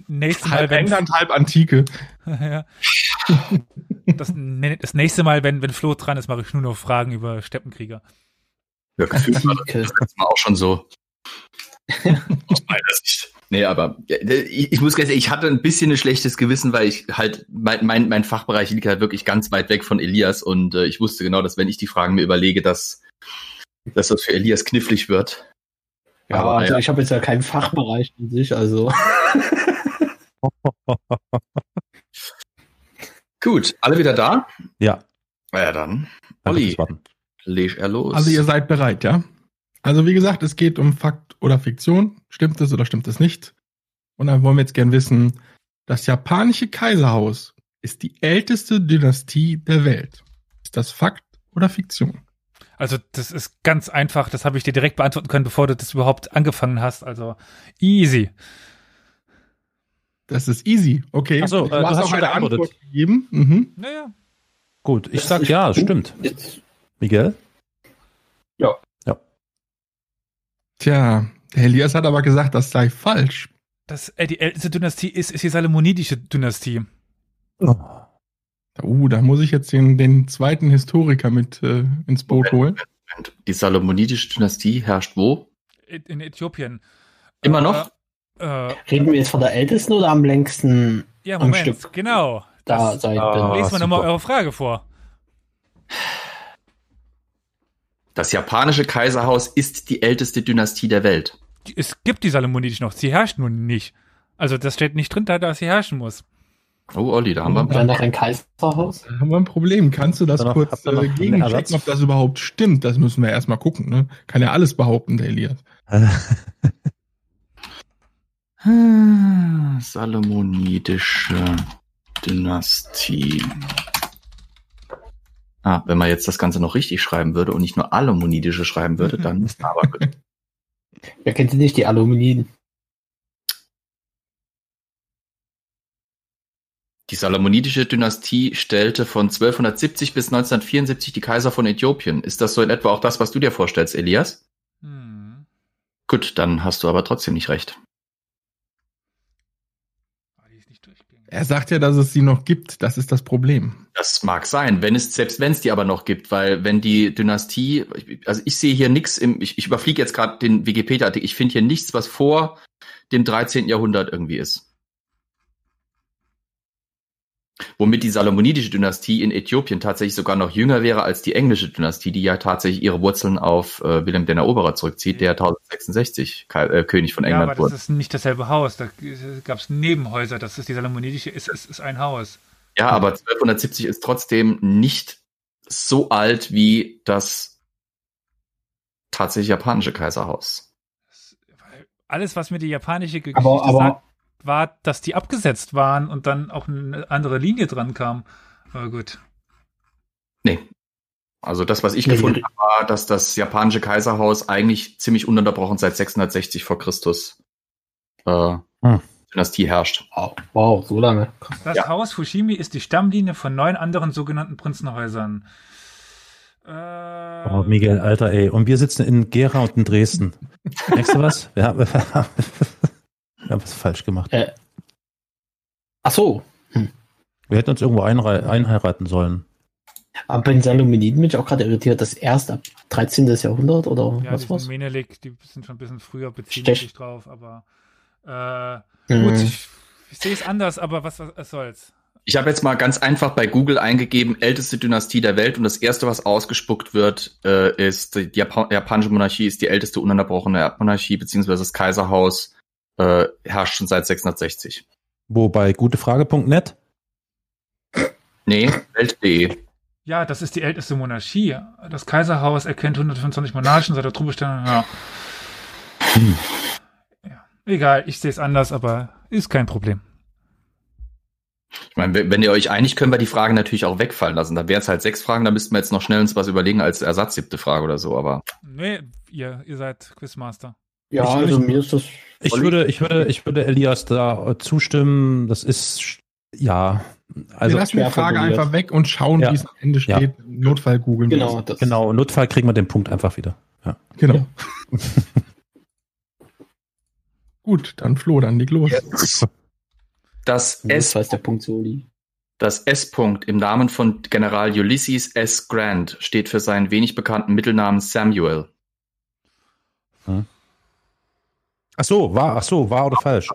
[SPEAKER 2] Nächstes
[SPEAKER 6] Halt
[SPEAKER 2] Mal,
[SPEAKER 3] halb
[SPEAKER 2] wenn,
[SPEAKER 3] England, halb Antike.
[SPEAKER 2] Ja. das, nee, das nächste Mal, wenn, wenn Flo dran ist, mache ich nur noch Fragen über Steppenkrieger.
[SPEAKER 7] Ja, gefühlt war das
[SPEAKER 6] Antike.
[SPEAKER 7] letzte Mal auch schon so. Aus meiner Sicht. Nee, aber ja, ich, ich muss ganz ehrlich, ich hatte ein bisschen ein schlechtes Gewissen, weil ich halt, mein, mein, mein Fachbereich liegt halt wirklich ganz weit weg von Elias und äh, ich wusste genau, dass wenn ich die Fragen mir überlege, dass, dass das für Elias knifflig wird.
[SPEAKER 6] Ja,
[SPEAKER 7] Aber,
[SPEAKER 6] also
[SPEAKER 7] ja.
[SPEAKER 6] ich habe jetzt ja keinen Fachbereich an sich, also.
[SPEAKER 7] Gut, alle wieder da?
[SPEAKER 5] Ja.
[SPEAKER 7] Na ja, dann
[SPEAKER 5] Danke
[SPEAKER 7] Olli.
[SPEAKER 5] fürs Warten.
[SPEAKER 7] leg er los.
[SPEAKER 3] Also ihr seid bereit, ja? Also wie gesagt, es geht um Fakt oder Fiktion. Stimmt es oder stimmt es nicht? Und dann wollen wir jetzt gern wissen, das japanische Kaiserhaus ist die älteste Dynastie der Welt. Ist das Fakt oder Fiktion?
[SPEAKER 2] Also, das ist ganz einfach. Das habe ich dir direkt beantworten können, bevor du das überhaupt angefangen hast. Also, easy.
[SPEAKER 3] Das ist easy, okay?
[SPEAKER 5] Ach so, äh, du hast schon geantwortet.
[SPEAKER 3] gegeben. Mhm.
[SPEAKER 2] Naja.
[SPEAKER 5] Gut, ich
[SPEAKER 6] Das
[SPEAKER 5] sag
[SPEAKER 6] ist-
[SPEAKER 5] ja, es stimmt.
[SPEAKER 6] Jetzt,
[SPEAKER 5] Miguel?
[SPEAKER 3] Tja, der Elias hat aber gesagt, das sei falsch.
[SPEAKER 2] Das, äh, die älteste Dynastie ist, ist die salomonidische Dynastie.
[SPEAKER 3] Uh, da muss ich jetzt den, den zweiten Historiker mit äh, ins Boot holen.
[SPEAKER 7] Und die salomonidische Dynastie herrscht wo?
[SPEAKER 2] In, in Äthiopien.
[SPEAKER 7] Immer noch?
[SPEAKER 2] Äh, äh,
[SPEAKER 6] reden wir jetzt von der ältesten oder am längsten
[SPEAKER 2] ja,
[SPEAKER 6] Am
[SPEAKER 2] Moment.
[SPEAKER 6] Stück.
[SPEAKER 2] Genau.
[SPEAKER 6] da
[SPEAKER 2] Das,
[SPEAKER 6] sein
[SPEAKER 5] Ah.
[SPEAKER 6] bin?
[SPEAKER 2] lesen wir
[SPEAKER 5] super.
[SPEAKER 2] nochmal eure Frage vor.
[SPEAKER 7] Das japanische Kaiserhaus ist die älteste Dynastie der Welt.
[SPEAKER 2] Die- Es gibt die salomonidische noch. Sie herrscht nun nicht. Also, das steht nicht drin, da, dass sie herrschen muss.
[SPEAKER 7] Oh, Olli, da haben wir.
[SPEAKER 6] Dann noch ein Kaiserhaus?
[SPEAKER 3] Da haben wir ein Problem. Kannst du das
[SPEAKER 5] Habt ihr noch-
[SPEAKER 3] kurz
[SPEAKER 5] habt ihr noch
[SPEAKER 3] äh,
[SPEAKER 5] einen Ersatz?
[SPEAKER 3] gegenchecken, ob das überhaupt stimmt? Das müssen wir erstmal gucken. Ne? Kann ja alles behaupten, der Elias.
[SPEAKER 5] Oh,
[SPEAKER 7] Salomonidische Dynastie. Ah, wenn man jetzt das Ganze noch richtig schreiben würde und nicht nur Alamonidische schreiben würde, dann ist aber gut.
[SPEAKER 6] Wer kennt sie nicht, die Aluminiden?
[SPEAKER 7] Die Salomonidische Dynastie stellte von 1270 bis 1974 die Kaiser von Äthiopien. Ist das so in etwa auch das, was du dir vorstellst, Elias?
[SPEAKER 2] Hm.
[SPEAKER 7] Gut, dann hast du aber trotzdem nicht recht.
[SPEAKER 2] Ah, Die ist nicht durchgegangen.
[SPEAKER 3] Er sagt ja, dass es sie noch gibt. Das ist das Problem.
[SPEAKER 7] Das mag sein, wenn es, selbst wenn es die aber noch gibt, weil wenn die Dynastie, also ich sehe hier nichts im, ich, ich überfliege jetzt gerade den Wikipedia-Artikel, ich finde hier nichts, was vor dem 13. Jahrhundert irgendwie ist. Womit die salomonidische Dynastie in Äthiopien tatsächlich sogar noch jünger wäre als die englische Dynastie, die ja tatsächlich ihre Wurzeln auf äh, Wilhelm den Eroberer zurückzieht, der 1066 Ka äh, König von
[SPEAKER 2] Mhm. Ja,
[SPEAKER 7] England
[SPEAKER 2] aber das
[SPEAKER 7] wurde.
[SPEAKER 2] ist nicht dasselbe Haus. Da gab es Nebenhäuser. Das ist die Salomonidische, ist, ist, ist ein Haus.
[SPEAKER 7] Ja, aber 1270 ist trotzdem nicht so alt wie das tatsächlich japanische Kaiserhaus.
[SPEAKER 2] Das- weil Alles, was mir die japanische Geschichte
[SPEAKER 6] Aber- aber-
[SPEAKER 2] sagt, war, dass die abgesetzt waren und dann auch eine andere Linie dran kam. Aber gut.
[SPEAKER 7] Also das, was ich
[SPEAKER 6] Nee,
[SPEAKER 7] gefunden
[SPEAKER 6] die-
[SPEAKER 7] habe, war, dass das japanische Kaiserhaus eigentlich ziemlich ununterbrochen seit 660 vor Christus äh, Dynastie herrscht.
[SPEAKER 6] Wow, wow so lange. Krass.
[SPEAKER 2] Das
[SPEAKER 7] Ja.
[SPEAKER 2] Haus Fushimi ist die Stammlinie von neun anderen sogenannten Prinzenhäusern. Äh,
[SPEAKER 5] Oh, Miguel, Alter, ey. Und wir sitzen in Gera und in Dresden. Merkst du was? Wir haben, wir haben was falsch gemacht.
[SPEAKER 6] Ach so,
[SPEAKER 5] Wir hätten uns irgendwo einrei- einheiraten sollen.
[SPEAKER 6] aber bei den Salomoniden bin ich auch gerade irritiert, dass erst ab 13. Jahrhundert oder
[SPEAKER 2] Ja,
[SPEAKER 6] was
[SPEAKER 2] die
[SPEAKER 6] war's?
[SPEAKER 2] Menelik, die sind schon ein bisschen früher, beziehen
[SPEAKER 6] Stech.
[SPEAKER 2] sich drauf, aber äh, gut,
[SPEAKER 6] Mhm.
[SPEAKER 2] ich, ich sehe es anders, aber was, was soll's.
[SPEAKER 7] Ich habe jetzt mal ganz einfach bei Google eingegeben, älteste Dynastie der Welt und das erste, was ausgespuckt wird, äh, ist, die Japa japanische Monarchie ist die älteste ununterbrochene Monarchie, beziehungsweise das Kaiserhaus äh, herrscht schon seit 660.
[SPEAKER 5] Wobei, gutefrage.net.
[SPEAKER 7] Nee, Welt.de.
[SPEAKER 2] Ja, das ist die älteste Monarchie. Das Kaiserhaus erkennt 125 Monarchen seit der Trubestellung. Ja. ja. Egal, ich sehe es anders, aber ist kein Problem.
[SPEAKER 7] Ich meine, wenn- wenn ihr euch einig könnt, wir die Fragen natürlich auch wegfallen lassen. Da wären es halt sechs Fragen, da müssten wir jetzt noch schnell uns was überlegen als Ersatz siebte Frage oder so, aber
[SPEAKER 2] Nee, ihr, ihr seid Quizmaster.
[SPEAKER 6] Ja,
[SPEAKER 5] Ich-
[SPEAKER 6] also mir ist das.
[SPEAKER 5] Ich
[SPEAKER 7] Olli?
[SPEAKER 5] würde, ich würde, ich würde Elias da äh, zustimmen. Das ist, sch- ja.
[SPEAKER 3] Also
[SPEAKER 5] Also,
[SPEAKER 3] wir lassen die
[SPEAKER 6] schwer
[SPEAKER 3] Frage
[SPEAKER 6] formuliert.
[SPEAKER 3] einfach weg und schauen,
[SPEAKER 5] Ja.
[SPEAKER 3] wie es am Ende
[SPEAKER 5] Ja.
[SPEAKER 3] steht. Im Notfall googeln. wir
[SPEAKER 6] Genau,
[SPEAKER 3] es.
[SPEAKER 6] das.
[SPEAKER 5] genau. Notfall kriegen wir den Punkt einfach wieder.
[SPEAKER 3] Genau.
[SPEAKER 6] Ja.
[SPEAKER 3] Gut, dann Flo, dann leg los.
[SPEAKER 7] das
[SPEAKER 6] Das
[SPEAKER 7] S,
[SPEAKER 6] heißt der Punkt Soli.
[SPEAKER 7] das S-Punkt im Namen von General Ulysses S. Grant steht für seinen wenig bekannten Mittelnamen Samuel.
[SPEAKER 5] Ach so, war, ach so, war oder falsch?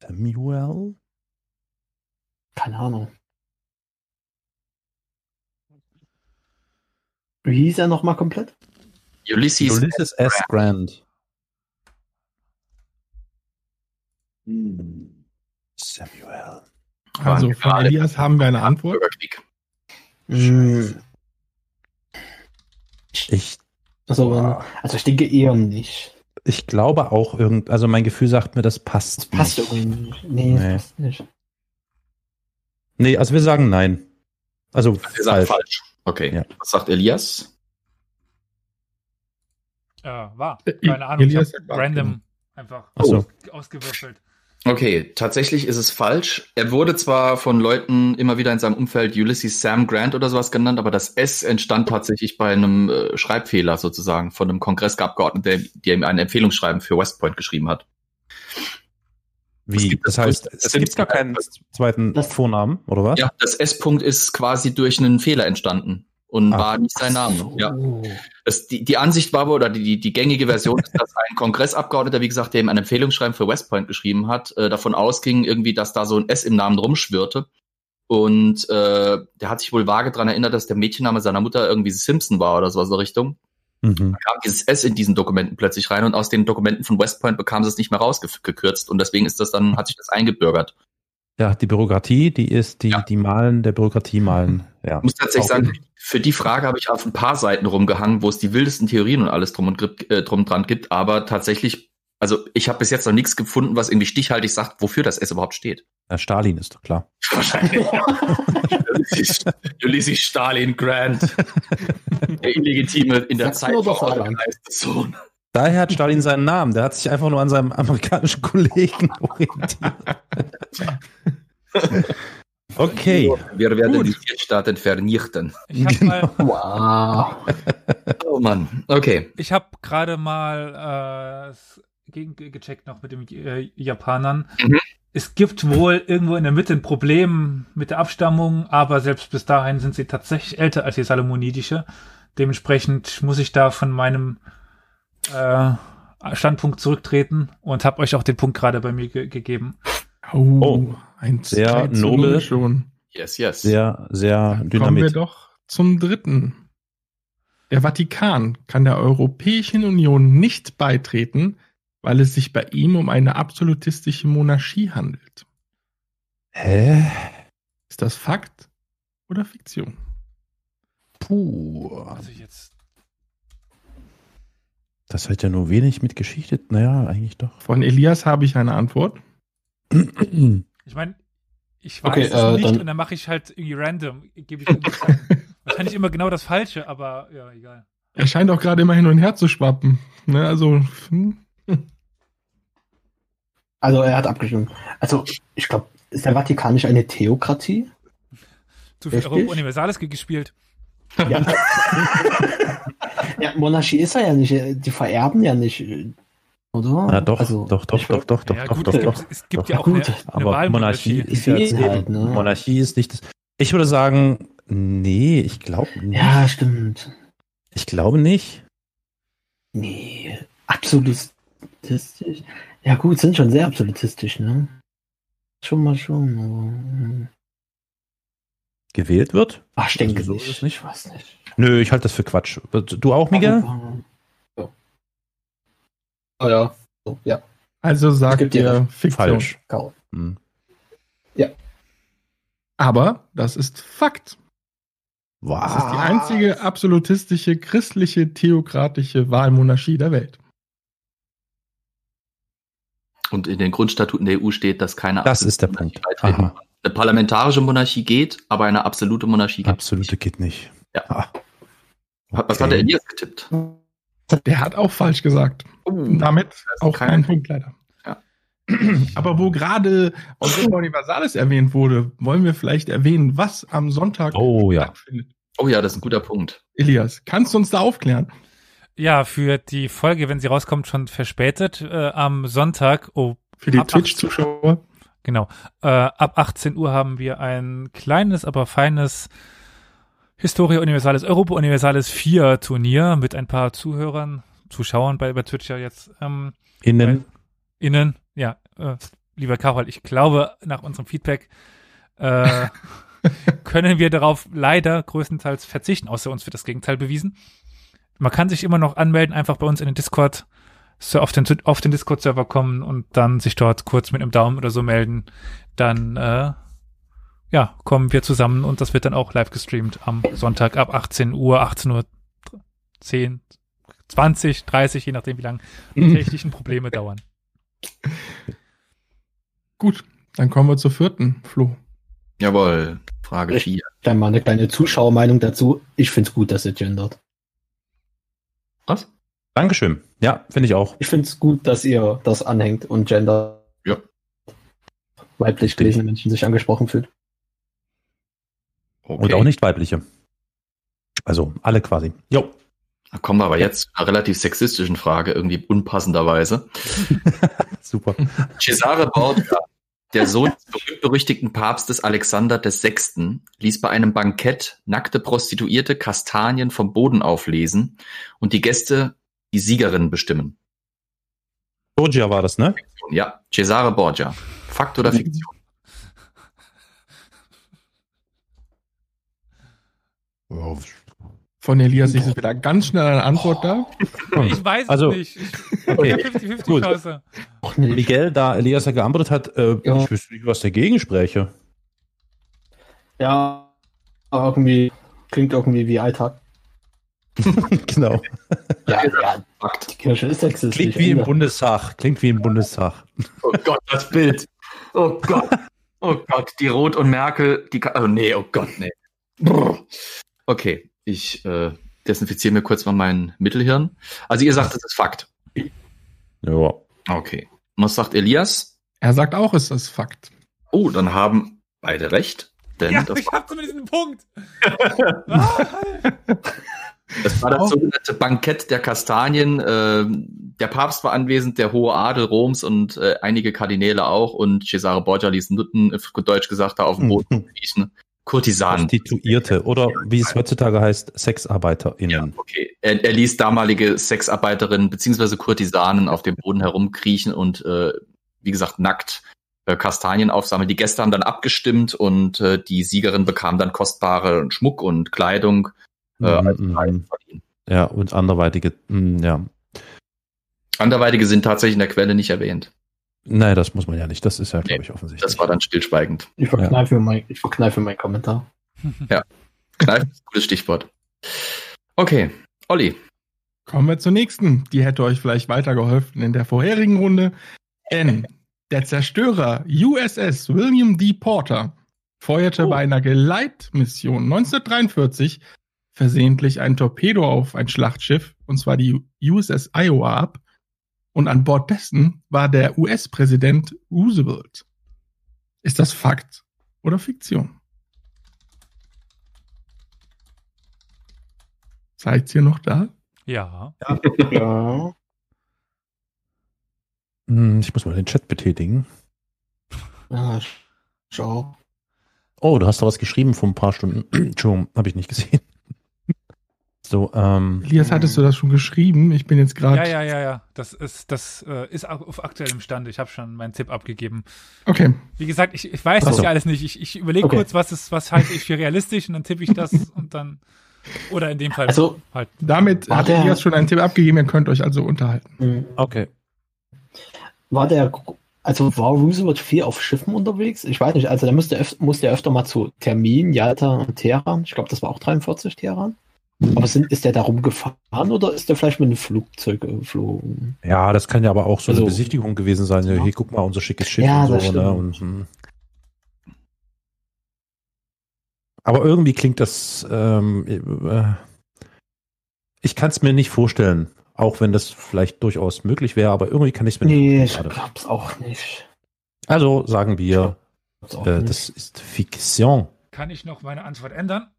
[SPEAKER 5] Samuel?
[SPEAKER 6] Keine Ahnung. Wie hieß er nochmal komplett?
[SPEAKER 7] Ulysses,
[SPEAKER 5] Ulysses S. Grant. Samuel.
[SPEAKER 3] Also von
[SPEAKER 7] Gerade.
[SPEAKER 3] Elias haben wir eine Antwort.
[SPEAKER 7] Bürgerkrieg.
[SPEAKER 6] Hm,
[SPEAKER 5] Ich,
[SPEAKER 6] Also, also ich denke eher nicht.
[SPEAKER 5] ich glaube auch irgend, also mein Gefühl sagt mir, das passt.
[SPEAKER 6] Das passt
[SPEAKER 5] nicht.
[SPEAKER 6] irgendwie nicht. Nee,
[SPEAKER 5] Nee.
[SPEAKER 6] Das passt nicht.
[SPEAKER 5] Nee, also wir sagen nein. Also
[SPEAKER 7] Ihr
[SPEAKER 5] falsch.
[SPEAKER 7] sagt falsch. Okay.
[SPEAKER 5] Ja.
[SPEAKER 7] Was sagt Elias?
[SPEAKER 2] Äh, war.
[SPEAKER 3] Äh,
[SPEAKER 2] Keine Ahnung, ich
[SPEAKER 3] Elias
[SPEAKER 2] hab
[SPEAKER 3] sagt was,
[SPEAKER 2] random einfach
[SPEAKER 5] Ach so.
[SPEAKER 2] ausgewürfelt.
[SPEAKER 7] Okay, tatsächlich ist es falsch. Er wurde zwar von Leuten immer wieder in seinem Umfeld Ulysses Sam Grant oder sowas genannt, aber das S entstand tatsächlich bei einem äh, Schreibfehler sozusagen von einem Kongressabgeordneten, der, der ihm ein Empfehlungsschreiben für West Point geschrieben hat. Es
[SPEAKER 5] Wie?
[SPEAKER 7] gibt
[SPEAKER 5] das
[SPEAKER 7] das
[SPEAKER 5] heißt,
[SPEAKER 7] größte
[SPEAKER 5] es gibt gar keinen zweiten
[SPEAKER 6] Das-
[SPEAKER 5] Vornamen, oder was?
[SPEAKER 7] Ja, das S-Punkt ist quasi durch einen Fehler entstanden und
[SPEAKER 5] Ah.
[SPEAKER 7] war nicht sein Name.
[SPEAKER 6] So.
[SPEAKER 7] Ja. Es, die, die Ansicht war wohl, oder die- die, die gängige Version ist, dass ein Kongressabgeordneter, wie gesagt, der ihm ein Empfehlungsschreiben für West Point geschrieben hat, äh, davon ausging irgendwie, dass da so ein S im Namen rumschwirrte. Und äh, der hat sich wohl vage dran erinnert, dass der Mädchenname seiner Mutter irgendwie Simpson war oder sowas in der Richtung.
[SPEAKER 5] Mhm.
[SPEAKER 7] Da kam dieses S in diesen Dokumenten plötzlich rein und aus den Dokumenten von West Point bekam sie es nicht mehr rausgekürzt und deswegen ist das dann, hat sich das eingebürgert.
[SPEAKER 5] Ja, die Bürokratie, die ist, die,
[SPEAKER 7] Ja.
[SPEAKER 5] die Malen der Bürokratie malen. Ja.
[SPEAKER 7] Ich muss tatsächlich
[SPEAKER 5] Auch-
[SPEAKER 7] sagen, für die Frage habe ich auf ein paar Seiten rumgehangen, wo es die wildesten Theorien und alles drum und grip, äh, drum dran gibt, aber tatsächlich, also ich habe bis jetzt noch nichts gefunden, was irgendwie stichhaltig sagt, wofür das S überhaupt steht.
[SPEAKER 5] Ja, Stalin ist doch klar.
[SPEAKER 7] Wahrscheinlich. Ulysses- Ulysses Stalin Grant. Der illegitime in der
[SPEAKER 6] Sag's
[SPEAKER 7] Zeit
[SPEAKER 6] nur doch, Alan.
[SPEAKER 7] verurteilte Sohn.
[SPEAKER 5] Daher hat Stalin seinen Namen. Der hat sich einfach nur an seinem amerikanischen Kollegen orientiert. Okay.
[SPEAKER 7] Wir werden die Viertstaaten vernichten.
[SPEAKER 2] Ich habe
[SPEAKER 3] Genau.
[SPEAKER 2] mal
[SPEAKER 6] Wow.
[SPEAKER 7] Oh Mann. Okay.
[SPEAKER 2] Ich habe gerade mal äh, es gegen, gecheckt noch mit den äh, Japanern.
[SPEAKER 7] Mhm.
[SPEAKER 2] Es gibt wohl irgendwo in der Mitte ein Problem mit der Abstammung, aber selbst bis dahin sind sie tatsächlich älter als die Salomonidische. Dementsprechend muss ich da von meinem äh, Standpunkt zurücktreten und habe euch auch den Punkt gerade bei mir ge gegeben.
[SPEAKER 3] Oh,
[SPEAKER 5] Oh,
[SPEAKER 3] eins,
[SPEAKER 5] sehr
[SPEAKER 3] zwei zu null
[SPEAKER 5] nobel.
[SPEAKER 3] schon.
[SPEAKER 7] Yes, yes.
[SPEAKER 5] Sehr, sehr
[SPEAKER 3] Kommen wir
[SPEAKER 5] Dynamit.
[SPEAKER 3] doch zum dritten. Der Vatikan kann der Europäischen Union nicht beitreten, weil es sich bei ihm um eine absolutistische Monarchie handelt.
[SPEAKER 5] Hä?
[SPEAKER 3] Ist das Fakt oder Fiktion?
[SPEAKER 5] Puh.
[SPEAKER 2] Also jetzt
[SPEAKER 5] Das hat ja nur wenig mit Geschichte. Naja, eigentlich doch.
[SPEAKER 3] Von Elias habe ich eine Antwort.
[SPEAKER 2] Ich meine, ich weiß
[SPEAKER 6] Okay,
[SPEAKER 2] es
[SPEAKER 6] äh,
[SPEAKER 2] nicht
[SPEAKER 6] dann-
[SPEAKER 2] und dann mache ich halt irgendwie random. Gebe ich irgendwie ein. Wahrscheinlich immer genau das Falsche, aber ja, egal.
[SPEAKER 3] Er scheint auch gerade immer hin und her zu schwappen. Ne? Also, hm.
[SPEAKER 6] Also er hat abgestimmt. Also ich glaube, ist der Vatikan nicht eine Theokratie?
[SPEAKER 2] Zu viel
[SPEAKER 6] Richtig?
[SPEAKER 2] Europa Universalis ge- gespielt.
[SPEAKER 6] Ja. ja, Monarchie ist er ja nicht. Die vererben ja nicht, oder?
[SPEAKER 5] Ja, doch,
[SPEAKER 6] also,
[SPEAKER 5] doch, doch,
[SPEAKER 6] ich-
[SPEAKER 5] doch, doch, doch,
[SPEAKER 2] ja,
[SPEAKER 5] doch,
[SPEAKER 2] gut,
[SPEAKER 5] doch,
[SPEAKER 2] es,
[SPEAKER 5] doch.
[SPEAKER 2] gibt, es gibt
[SPEAKER 5] doch,
[SPEAKER 2] ja
[SPEAKER 6] na
[SPEAKER 2] auch eine,
[SPEAKER 6] gut.
[SPEAKER 2] eine
[SPEAKER 5] Aber Monarchie
[SPEAKER 2] Wahlmonarchie.
[SPEAKER 5] ist ja
[SPEAKER 6] Ist
[SPEAKER 5] eben,
[SPEAKER 6] halt, ne?
[SPEAKER 5] Monarchie ist nicht das. Ich würde sagen, nee, ich glaube nicht.
[SPEAKER 6] Ja, stimmt.
[SPEAKER 5] Ich glaube nicht.
[SPEAKER 6] Nee, absolutistisch. Ja gut, sind schon sehr absolutistisch, ne? Schon mal schon. Aber, hm.
[SPEAKER 5] Gewählt wird?
[SPEAKER 6] Ach, ich denke
[SPEAKER 5] Also so ist
[SPEAKER 6] nicht.
[SPEAKER 5] es nicht.
[SPEAKER 6] Ich weiß nicht.
[SPEAKER 5] Nö, ich halte das für Quatsch. Du auch, Miguel?
[SPEAKER 6] Ja. Oh ja. So, ja.
[SPEAKER 3] Also
[SPEAKER 6] gibt
[SPEAKER 3] sagt
[SPEAKER 6] dir
[SPEAKER 3] ihr
[SPEAKER 6] recht.
[SPEAKER 3] Fiktion.
[SPEAKER 5] Falsch.
[SPEAKER 6] Kau.
[SPEAKER 5] Hm.
[SPEAKER 3] Aber das ist Fakt. Das
[SPEAKER 5] Ah.
[SPEAKER 3] ist die einzige absolutistische, christliche, theokratische Wahlmonarchie der Welt.
[SPEAKER 7] Und in den Grundstatuten der EU steht, dass keine
[SPEAKER 5] Das ist der
[SPEAKER 7] absolute
[SPEAKER 5] Punkt.
[SPEAKER 7] Monarchie
[SPEAKER 5] Aha.
[SPEAKER 7] beitreten. Eine parlamentarische Monarchie geht, aber eine absolute Monarchie gibt es
[SPEAKER 5] Absolute geht nicht.
[SPEAKER 7] Ja.
[SPEAKER 5] Ah.
[SPEAKER 7] nicht. Hat- Was hat der
[SPEAKER 5] Okay.
[SPEAKER 7] Elias getippt?
[SPEAKER 3] Der hat auch falsch gesagt. Und
[SPEAKER 5] Oh.
[SPEAKER 3] damit auch
[SPEAKER 7] kein-
[SPEAKER 3] kein Punkt leider.
[SPEAKER 7] Ja.
[SPEAKER 3] Aber wo gerade Europa Universalis erwähnt wurde, wollen wir vielleicht erwähnen, was am Sonntag
[SPEAKER 5] Oh ja.
[SPEAKER 3] stattfindet.
[SPEAKER 7] Oh ja, das ist ein guter Punkt.
[SPEAKER 3] Elias, kannst du uns da aufklären?
[SPEAKER 2] Ja, für die Folge, wenn sie rauskommt, schon verspätet. Äh, am Sonntag, oh,
[SPEAKER 3] Für die
[SPEAKER 2] Ab 18.
[SPEAKER 3] Twitch-Zuschauer.
[SPEAKER 2] genau, äh, ab 18 Uhr haben wir ein kleines, aber feines Historia Universalis, Europa Universalis 4 Turnier mit ein paar Zuhörern, Zuschauern bei, bei Twitch ja jetzt. Ähm,
[SPEAKER 5] Innen.
[SPEAKER 2] Innen, ja, äh, lieber Karol, ich glaube, nach unserem Feedback äh, können wir darauf leider größtenteils verzichten, außer uns wird das Gegenteil bewiesen. Man kann sich immer noch anmelden, einfach bei uns in den Discord, so auf den, auf den Discord-Server kommen und dann sich dort kurz mit einem Daumen oder so melden. Dann, äh, ja, kommen wir zusammen und das wird dann auch live gestreamt am Sonntag ab 18 Uhr, 18 Uhr 10, 20, 30, je nachdem, wie lange die technischen Probleme dauern.
[SPEAKER 3] Gut, dann kommen wir zur vierten, Flo.
[SPEAKER 7] Jawohl. Frage
[SPEAKER 6] Ich-
[SPEAKER 7] 4.
[SPEAKER 6] Dann mal eine kleine Zuschauermeinung dazu. Ich finde es gut, dass ihr gendert.
[SPEAKER 7] Was?
[SPEAKER 5] Dankeschön. Ja, finde ich auch.
[SPEAKER 6] Ich finde es gut, dass ihr das anhängt und gender.
[SPEAKER 7] Ja.
[SPEAKER 6] Weiblich gelesene Menschen sich angesprochen fühlt.
[SPEAKER 7] Okay.
[SPEAKER 5] Und auch nicht weibliche. Also alle quasi. Jo.
[SPEAKER 7] Da kommen wir aber jetzt zu einer relativ sexistischen Frage, irgendwie unpassenderweise.
[SPEAKER 5] Super.
[SPEAKER 7] Cesare Borgia, der Sohn des berühmt-berüchtigten Papstes Alexander VI., ließ bei einem Bankett nackte Prostituierte Kastanien vom Boden auflesen und die Gäste die Siegerin bestimmen.
[SPEAKER 5] Georgia war das, ne?
[SPEAKER 7] Ja, Cesare Borgia. Fakt
[SPEAKER 5] Mhm.
[SPEAKER 7] oder Fiktion?
[SPEAKER 5] Oh.
[SPEAKER 3] Von Elias ist wieder ganz schnell eine Antwort da.
[SPEAKER 2] Ich weiß
[SPEAKER 5] Also,
[SPEAKER 2] es nicht. Ich
[SPEAKER 5] Okay.
[SPEAKER 2] hab 50-50
[SPEAKER 5] Gut.
[SPEAKER 2] Chance.
[SPEAKER 6] Och, nee.
[SPEAKER 5] Miguel, da Elias ja geantwortet hat, äh,
[SPEAKER 6] Ja.
[SPEAKER 5] ich wüsste nicht, was dagegen spräche.
[SPEAKER 6] Ja, aber irgendwie klingt irgendwie wie Alltag.
[SPEAKER 5] genau.
[SPEAKER 6] Ja, ja, die
[SPEAKER 7] Fakt.
[SPEAKER 6] Kirche ist sexistisch.
[SPEAKER 5] Klingt wie im
[SPEAKER 6] Ende.
[SPEAKER 5] Bundestag. Klingt wie im Bundestag.
[SPEAKER 7] Oh Gott, das Bild. Oh Gott. Oh Gott, die Roth und Merkel, die. Ka- Oh nee, oh Gott, nee. Brr. Okay, ich äh, desinfiziere mir kurz mal mein Mittelhirn. Also, ihr sagt, das ist Fakt.
[SPEAKER 5] Ja.
[SPEAKER 7] Okay. Und was sagt Elias?
[SPEAKER 3] Er sagt auch, es ist Fakt.
[SPEAKER 7] Oh, dann haben beide recht. Denn
[SPEAKER 2] Ja,
[SPEAKER 7] das,
[SPEAKER 2] ich
[SPEAKER 7] war,
[SPEAKER 2] hab zumindest einen Punkt.
[SPEAKER 7] das war das
[SPEAKER 3] auch-
[SPEAKER 7] sogenannte Bankett der Kastanien. Ähm, der Papst war anwesend, der hohe Adel Roms und äh, einige Kardinäle auch. Und Cesare Borgia ließ Nutten, äh, auf deutsch gesagt, da auf dem Boden kriechen. Kurtisanen.
[SPEAKER 5] Hm. Prostituierte oder wie es heutzutage heißt, SexarbeiterInnen.
[SPEAKER 7] Okay. Er, er ließ damalige Sexarbeiterinnen beziehungsweise Kurtisanen auf dem Boden herumkriechen und äh, wie gesagt nackt äh, Kastanien aufsammeln. Die Gäste haben dann abgestimmt und äh, die Siegerin bekam dann kostbare Schmuck und Kleidung. Äh, als
[SPEAKER 5] Mhm.
[SPEAKER 7] Preis von ihnen.
[SPEAKER 5] Ja, und anderweitige, mh, ja.
[SPEAKER 7] Anderweitige sind tatsächlich in der Quelle nicht erwähnt.
[SPEAKER 5] Nein, das muss man ja nicht. Das ist ja, glaube ich,
[SPEAKER 7] Das
[SPEAKER 5] offensichtlich.
[SPEAKER 7] war dann stillschweigend.
[SPEAKER 6] Ich verkneife, mir mein, ich verkneife meinen Kommentar.
[SPEAKER 7] Kneifen ist ein gutes Stichwort. Okay, Olli.
[SPEAKER 3] Kommen wir zur nächsten. Die hätte euch vielleicht weitergeholfen in der vorherigen Runde. Denn der Zerstörer USS William D. Porter feuerte bei einer Geleitmission 1943 versehentlich ein Torpedo auf ein Schlachtschiff, und zwar die USS Iowa, ab. Und an Bord dessen war der US-Präsident Roosevelt. Ist das Fakt oder Fiktion? Seid ihr noch da?
[SPEAKER 2] Ja.
[SPEAKER 6] Ja.
[SPEAKER 5] Hm, Ich muss mal den Chat betätigen.
[SPEAKER 6] ja schau.
[SPEAKER 5] Oh, du hast da was geschrieben vor ein paar Stunden. Entschuldigung, habe ich nicht gesehen. So, ähm,
[SPEAKER 3] Elias, hattest du das schon geschrieben? Ich bin jetzt gerade.
[SPEAKER 2] Mhm. Ja, ja, ja, ja. Das ist, das äh, ist auch auf aktuellem Stand. Ich habe schon meinen Tipp abgegeben.
[SPEAKER 3] Okay.
[SPEAKER 2] Wie gesagt, ich, ich weiß
[SPEAKER 5] Ach
[SPEAKER 2] das
[SPEAKER 5] so.
[SPEAKER 2] ja alles nicht. Ich, ich überlege
[SPEAKER 6] Okay.
[SPEAKER 2] kurz, was ist, was halte ich für realistisch und dann tippe ich das und dann. Oder in dem Fall
[SPEAKER 6] Also-
[SPEAKER 2] halt.
[SPEAKER 3] Damit
[SPEAKER 6] War
[SPEAKER 3] hat
[SPEAKER 6] der-
[SPEAKER 3] Elias schon einen Tipp abgegeben, ihr könnt euch also unterhalten.
[SPEAKER 6] Mhm.
[SPEAKER 5] okay.
[SPEAKER 6] War der, also war Roosevelt viel auf Schiffen unterwegs? Ich weiß nicht, also der musste, öf musste er öfter mal zu Termin, Jalta und Teheran. Ich glaube, das war auch 43 Teheran. Aber sind, ist der da rumgefahren oder ist der vielleicht mit einem Flugzeug geflogen?
[SPEAKER 5] Ja, das kann ja aber auch so
[SPEAKER 6] Also-
[SPEAKER 5] eine Besichtigung gewesen sein. Ja,
[SPEAKER 6] Ja.
[SPEAKER 5] Hier, guck mal, unser schickes Schiff
[SPEAKER 6] Ja,
[SPEAKER 5] und
[SPEAKER 6] das
[SPEAKER 5] so.
[SPEAKER 6] stimmt.
[SPEAKER 5] Ne? Und, hm. Aber irgendwie klingt das. Ähm, äh, ich kann es mir nicht vorstellen, auch wenn das vielleicht durchaus möglich wäre, aber irgendwie kann ich es mir
[SPEAKER 6] Nee,
[SPEAKER 5] nicht
[SPEAKER 6] ich
[SPEAKER 5] vorstellen. gerade.
[SPEAKER 6] glaub's auch nicht.
[SPEAKER 5] Also sagen wir,
[SPEAKER 6] Glaub's auch
[SPEAKER 5] äh,
[SPEAKER 6] nicht.
[SPEAKER 5] das ist Fiktion.
[SPEAKER 2] Kann ich noch meine Antwort ändern?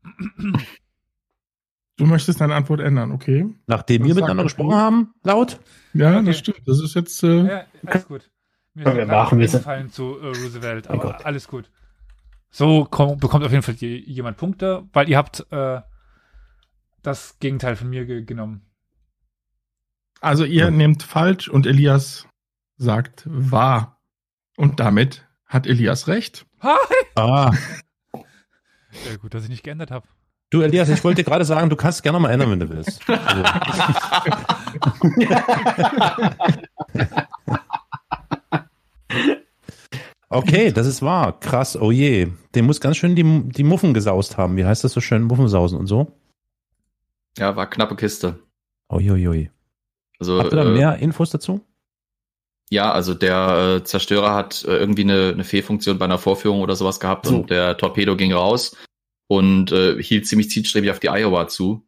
[SPEAKER 3] Du möchtest deine Antwort ändern, okay?
[SPEAKER 5] Nachdem
[SPEAKER 3] Das
[SPEAKER 5] wir
[SPEAKER 3] sagt
[SPEAKER 5] miteinander
[SPEAKER 3] man
[SPEAKER 5] gesprochen
[SPEAKER 3] schon.
[SPEAKER 5] haben, laut.
[SPEAKER 3] Ja,
[SPEAKER 2] Okay.
[SPEAKER 3] das stimmt. Das ist jetzt.
[SPEAKER 5] Hm?
[SPEAKER 3] Äh,
[SPEAKER 2] ja, alles gut. Mir
[SPEAKER 6] Können wir
[SPEAKER 2] ist gerade
[SPEAKER 6] machen, wir sind-
[SPEAKER 2] eingefallen zu äh, Roosevelt,
[SPEAKER 6] Mein
[SPEAKER 2] aber
[SPEAKER 6] Gott.
[SPEAKER 2] alles gut. So komm, bekommt auf jeden Fall je, jemand Punkte, weil ihr habt äh, das Gegenteil von mir ge genommen.
[SPEAKER 3] Also ihr
[SPEAKER 5] Ja.
[SPEAKER 3] nehmt falsch und Elias sagt wahr. Und damit hat Elias recht.
[SPEAKER 2] Ha!
[SPEAKER 5] Ah.
[SPEAKER 2] Sehr gut, dass ich nicht geändert habe.
[SPEAKER 5] Du, Elias, ich wollte gerade sagen, du kannst gerne mal ändern, wenn du willst. Also, okay, das ist wahr. Krass, oh je. Dem muss ganz schön die, die Muffen gesaust haben. Wie heißt das so schön? Muffensausen und so?
[SPEAKER 7] Ja, war knappe Kiste.
[SPEAKER 5] Uiuiui.
[SPEAKER 7] Also,
[SPEAKER 5] Habt ihr da
[SPEAKER 7] äh,
[SPEAKER 5] mehr Infos dazu?
[SPEAKER 7] Ja, also der äh, Zerstörer hat äh, irgendwie eine, eine Fehlfunktion bei einer Vorführung oder sowas gehabt
[SPEAKER 6] So.
[SPEAKER 7] und der Torpedo ging raus und äh, hielt ziemlich zielstrebig auf die Iowa zu.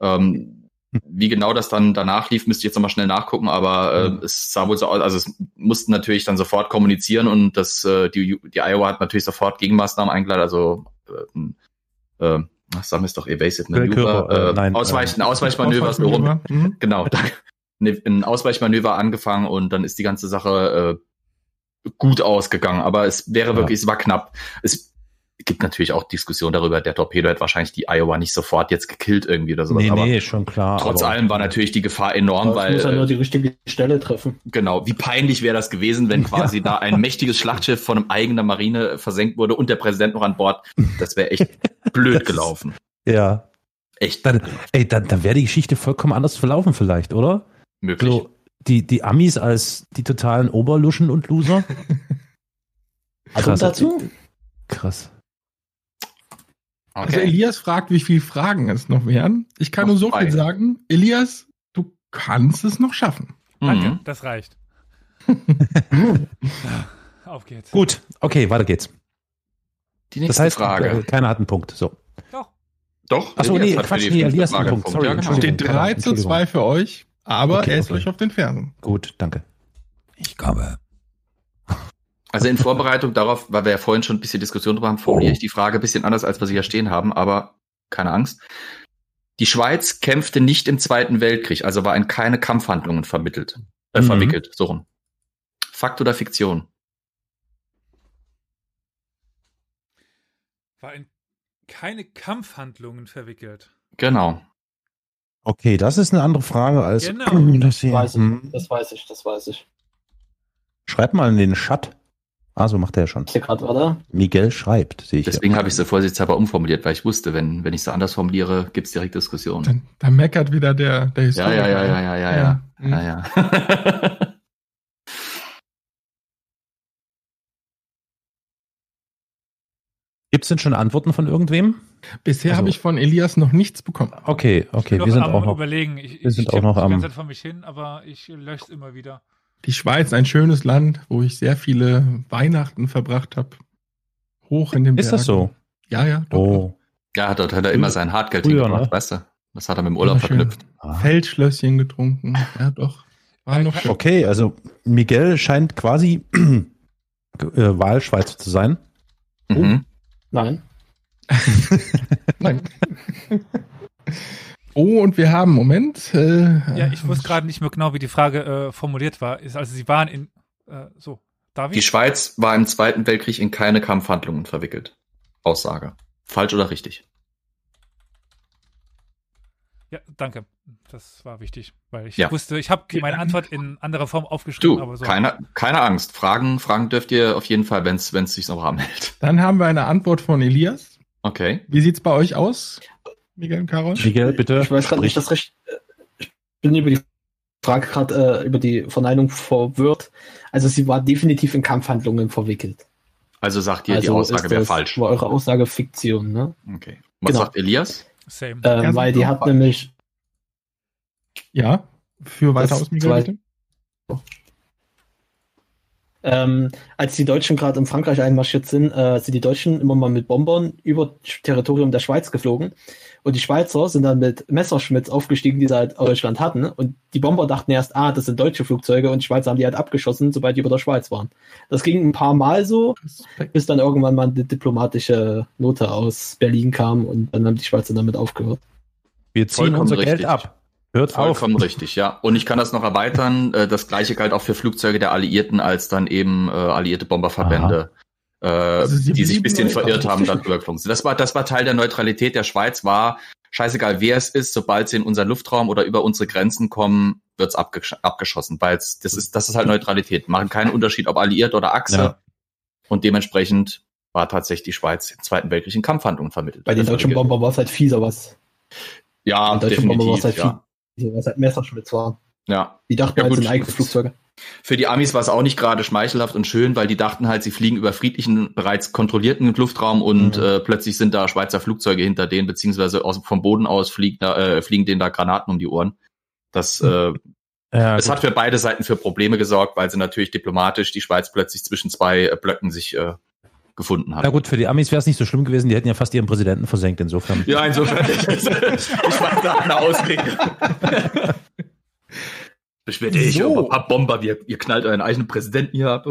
[SPEAKER 7] Ähm,
[SPEAKER 5] Hm.
[SPEAKER 7] wie genau das dann danach lief, müsste ich jetzt nochmal schnell nachgucken, aber äh,
[SPEAKER 5] Mhm.
[SPEAKER 7] es sah wohl so aus, also es mussten natürlich dann sofort kommunizieren und das, äh, die, die Iowa hat natürlich sofort Gegenmaßnahmen eingeleitet, also äh, äh, ach, sagen wir es doch, evasive
[SPEAKER 5] Quellkörper,
[SPEAKER 7] Manöver,
[SPEAKER 5] äh, nein, äh,
[SPEAKER 7] Ausweichen, Ausweichmanöver, so rum,
[SPEAKER 3] Ausweichmanöver. Mhm.
[SPEAKER 7] Genau, da, ne, ein Ausweichmanöver angefangen und dann ist die ganze Sache äh, gut ausgegangen. Aber es wäre
[SPEAKER 5] Ja.
[SPEAKER 7] wirklich, es war knapp. Es gibt natürlich auch Diskussionen darüber, der Torpedo hätte wahrscheinlich die Iowa nicht sofort jetzt gekillt irgendwie oder sowas.
[SPEAKER 5] nee,
[SPEAKER 7] aber
[SPEAKER 5] nee, schon klar.
[SPEAKER 7] trotz
[SPEAKER 5] aber-
[SPEAKER 7] allem war natürlich die Gefahr enorm,
[SPEAKER 6] Aber es
[SPEAKER 7] weil
[SPEAKER 5] halt
[SPEAKER 6] muss ja nur
[SPEAKER 7] äh,
[SPEAKER 6] die richtige Stelle treffen.
[SPEAKER 7] genau, wie peinlich wäre das gewesen, wenn quasi da ein mächtiges Schlachtschiff von einem eigenen Marine versenkt wurde und der Präsident noch an Bord. Das wäre echt
[SPEAKER 5] Das
[SPEAKER 7] blöd
[SPEAKER 5] ist-
[SPEAKER 7] gelaufen.
[SPEAKER 5] Ja.
[SPEAKER 7] Echt
[SPEAKER 5] Dann, ey, dann, dann wäre die Geschichte vollkommen anders verlaufen, vielleicht, oder?
[SPEAKER 7] möglich.
[SPEAKER 5] So, die, die Amis als die totalen Oberluschen und Loser.
[SPEAKER 6] Kommt dazu?
[SPEAKER 5] Krass.
[SPEAKER 3] Also Elias fragt, wie viele Fragen es noch wären. Ich kann
[SPEAKER 7] Noch
[SPEAKER 3] nur so
[SPEAKER 7] zwei.
[SPEAKER 3] viel sagen. Elias, du kannst es noch schaffen.
[SPEAKER 2] Danke,
[SPEAKER 7] Mhm.
[SPEAKER 2] das reicht. Auf geht's.
[SPEAKER 5] Gut, okay, weiter geht's.
[SPEAKER 7] Die
[SPEAKER 5] Das
[SPEAKER 7] nächste
[SPEAKER 5] heißt,
[SPEAKER 7] Frage.
[SPEAKER 5] äh, keiner hat einen Punkt. So.
[SPEAKER 2] Doch.
[SPEAKER 7] Doch,
[SPEAKER 5] Achso, nee,
[SPEAKER 7] hat für
[SPEAKER 5] Quatsch,
[SPEAKER 7] die
[SPEAKER 5] nee,
[SPEAKER 7] fünfte
[SPEAKER 5] Elias hat einen
[SPEAKER 7] Frage
[SPEAKER 5] Punkt. Sorry,
[SPEAKER 7] Ja, genau.
[SPEAKER 5] Entschuldigung.
[SPEAKER 3] Steht 3 zu
[SPEAKER 5] Entschuldigung.
[SPEAKER 3] 2 für euch, aber
[SPEAKER 5] Okay,
[SPEAKER 3] er ist
[SPEAKER 5] okay.
[SPEAKER 3] euch auf den Fersen.
[SPEAKER 5] Gut, danke.
[SPEAKER 4] Ich komme.
[SPEAKER 7] Also in Vorbereitung darauf, weil wir ja vorhin schon ein bisschen Diskussion drüber haben,
[SPEAKER 5] Oh.
[SPEAKER 7] formuliere ich die Frage ein bisschen anders, als wir sie hier stehen haben, aber keine Angst. Die Schweiz kämpfte nicht im Zweiten Weltkrieg, also war in keine Kampfhandlungen vermittelt, äh,
[SPEAKER 5] Mhm.
[SPEAKER 7] verwickelt, so rum. Fakt oder Fiktion?
[SPEAKER 2] War in keine Kampfhandlungen verwickelt.
[SPEAKER 7] Genau.
[SPEAKER 5] Okay, das ist eine andere Frage als
[SPEAKER 2] Genau.
[SPEAKER 5] das hier.
[SPEAKER 6] Weiß ich,
[SPEAKER 5] Hm.
[SPEAKER 6] das weiß ich, das weiß ich.
[SPEAKER 5] Schreib mal in den Chat. Ah, so macht er ja schon.
[SPEAKER 6] Ist der gerade, oder?
[SPEAKER 5] Miguel schreibt, sehe ich.
[SPEAKER 7] Deswegen habe ich sie vorsichtshalber umformuliert, weil ich wusste, wenn, wenn ich sie anders formuliere, gibt's direkt Diskussionen.
[SPEAKER 3] Dann, dann meckert wieder der, der
[SPEAKER 7] Ja, ja, ja, ja, ja, ja, ja. Ja, ja.
[SPEAKER 5] Gibt es denn schon Antworten von irgendwem?
[SPEAKER 3] Bisher
[SPEAKER 5] Also-
[SPEAKER 3] habe ich von Elias noch nichts bekommen.
[SPEAKER 5] Okay,
[SPEAKER 2] Ich
[SPEAKER 5] okay,
[SPEAKER 2] bin
[SPEAKER 5] wir sind
[SPEAKER 2] am
[SPEAKER 5] auch noch.
[SPEAKER 2] überlegen. Ich,
[SPEAKER 5] wir
[SPEAKER 2] ich
[SPEAKER 5] sind auch
[SPEAKER 2] tipp
[SPEAKER 5] noch
[SPEAKER 2] die
[SPEAKER 5] am-
[SPEAKER 2] ganze Zeit vor mich hin, aber ich lösche es immer wieder.
[SPEAKER 3] Die Schweiz, ein schönes Land, wo ich sehr viele Weihnachten verbracht habe. Hoch in den
[SPEAKER 5] Ist das so?
[SPEAKER 3] Ja, ja. doch,
[SPEAKER 5] Oh.
[SPEAKER 7] Ja, dort hat er immer sein Hartgeld
[SPEAKER 5] Früher,
[SPEAKER 7] hingemacht,
[SPEAKER 5] ne?
[SPEAKER 7] weißt du? Das hat er mit dem Urlaub
[SPEAKER 3] Immer schön.
[SPEAKER 7] verknüpft.
[SPEAKER 5] Ah.
[SPEAKER 3] Feldschlösschen getrunken. Ja, doch. War noch schön.
[SPEAKER 5] Okay, also Miguel scheint quasi äh, Wahlschweizer zu sein. Oh.
[SPEAKER 7] Mhm.
[SPEAKER 6] Nein.
[SPEAKER 3] Nein. Oh, und wir haben, Moment. Äh,
[SPEAKER 2] Ja, ich wusste gerade nicht mehr genau, wie die Frage äh, formuliert war. Ist, also sie waren in äh, so, darf
[SPEAKER 7] Die
[SPEAKER 2] ich?
[SPEAKER 7] Schweiz war im Zweiten Weltkrieg in keine Kampfhandlungen verwickelt. Aussage. Falsch oder richtig?
[SPEAKER 2] Ja, danke. Das war wichtig, weil ich
[SPEAKER 7] Ja.
[SPEAKER 2] wusste, ich habe meine Antwort in anderer Form aufgeschrieben,
[SPEAKER 7] Du,
[SPEAKER 2] aber so.
[SPEAKER 7] keine, keine Angst. Fragen, Fragen dürft ihr auf jeden Fall, wenn es sich noch warm hält.
[SPEAKER 3] Dann haben wir eine Antwort von Elias.
[SPEAKER 7] Okay.
[SPEAKER 3] Wie sieht's bei euch aus, Miguel und Carol?
[SPEAKER 5] Miguel, bitte.
[SPEAKER 6] Ich weiß gerade nicht, das recht. äh, Ich bin über die Frage gerade äh, über die Verneinung verwirrt. Also sie war definitiv in Kampfhandlungen verwickelt.
[SPEAKER 7] Also sagt ihr,
[SPEAKER 6] also
[SPEAKER 7] die Aussage
[SPEAKER 6] ist
[SPEAKER 7] wäre
[SPEAKER 6] das-
[SPEAKER 7] falsch.
[SPEAKER 6] War eure Aussage Fiktion, ne?
[SPEAKER 7] Okay. Was
[SPEAKER 6] Genau.
[SPEAKER 7] sagt Elias?
[SPEAKER 2] Same.
[SPEAKER 5] Äh,
[SPEAKER 6] Ähm,
[SPEAKER 3] Ja,
[SPEAKER 6] weil
[SPEAKER 3] sind
[SPEAKER 6] die
[SPEAKER 3] auch
[SPEAKER 6] hat
[SPEAKER 3] falsch.
[SPEAKER 6] nämlich
[SPEAKER 3] Ja, für weiter
[SPEAKER 6] Das
[SPEAKER 3] aus, Miguel,
[SPEAKER 6] zwei-
[SPEAKER 3] bitte.
[SPEAKER 6] Ähm, als die Deutschen gerade in Frankreich einmarschiert sind, äh, sind die Deutschen immer mal mit Bombern über das Territorium der Schweiz geflogen. Und die Schweizer sind dann mit Messerschmitts aufgestiegen, die sie halt aus Deutschland hatten. Und die Bomber dachten erst, ah, das sind deutsche Flugzeuge und die Schweizer haben die halt abgeschossen, sobald die über der Schweiz waren. Das ging ein paar Mal so, bis dann irgendwann mal eine diplomatische Note aus Berlin kam und dann haben die Schweizer damit aufgehört.
[SPEAKER 5] Wir ziehen
[SPEAKER 7] Vollkommen
[SPEAKER 5] unser Geld
[SPEAKER 7] richtig.
[SPEAKER 5] ab. Hört
[SPEAKER 7] Vollkommen
[SPEAKER 5] auf.
[SPEAKER 7] richtig, ja. Und ich kann das noch erweitern. Äh, Das gleiche galt auch für Flugzeuge der Alliierten, als dann eben äh, alliierte Bomberverbände, äh,
[SPEAKER 3] Also sie
[SPEAKER 7] die sich ein
[SPEAKER 3] blieben
[SPEAKER 7] bisschen
[SPEAKER 3] neutral.
[SPEAKER 7] verirrt haben, dann übergeflogen sind. Das war, das war Teil der Neutralität der Schweiz, war scheißegal, wer es ist, sobald sie in unseren Luftraum oder über unsere Grenzen kommen, wird's abgesch abgeschossen. Weil es- das ist, das ist halt Neutralität. Machen keinen Unterschied, ob alliiert oder Achse.
[SPEAKER 5] Ja.
[SPEAKER 7] Und dementsprechend war tatsächlich die Schweiz im Zweiten Weltkrieg in Kampfhandlungen vermittelt.
[SPEAKER 6] Bei den
[SPEAKER 7] Also,
[SPEAKER 6] deutschen Bombern war es halt fieser was.
[SPEAKER 7] Ja,
[SPEAKER 6] Bei den deutschen Bombern war es
[SPEAKER 7] definitiv.
[SPEAKER 6] halt
[SPEAKER 7] ja.
[SPEAKER 6] fieser, was halt Messerschmitts waren.
[SPEAKER 7] ja,
[SPEAKER 6] Die dachten
[SPEAKER 7] Ja,
[SPEAKER 6] halt,
[SPEAKER 7] gut.
[SPEAKER 6] es sind eigene Flugzeuge.
[SPEAKER 7] Für die Amis war es auch nicht gerade schmeichelhaft und schön, weil die dachten halt, sie fliegen über friedlichen, bereits kontrollierten Luftraum und
[SPEAKER 5] Mhm.
[SPEAKER 7] äh, plötzlich sind da Schweizer Flugzeuge hinter denen, beziehungsweise aus, vom Boden aus fliegen, da, äh, fliegen denen da Granaten um die Ohren. Das, äh,
[SPEAKER 5] Ja,
[SPEAKER 7] es
[SPEAKER 5] Hm. gut.
[SPEAKER 7] hat für beide Seiten für Probleme gesorgt, weil sie natürlich diplomatisch die Schweiz plötzlich zwischen zwei äh, Blöcken sich äh, gefunden hat.
[SPEAKER 5] Na gut, für die Amis wäre es nicht so schlimm gewesen, die hätten ja fast ihren Präsidenten versenkt, insofern.
[SPEAKER 7] Ja, insofern, ich weiß da eine Ausrede. Beschwert ihr euch
[SPEAKER 3] So.
[SPEAKER 7] über ein paar Bomber, ihr, ihr knallt euren eigenen Präsidenten hier ab.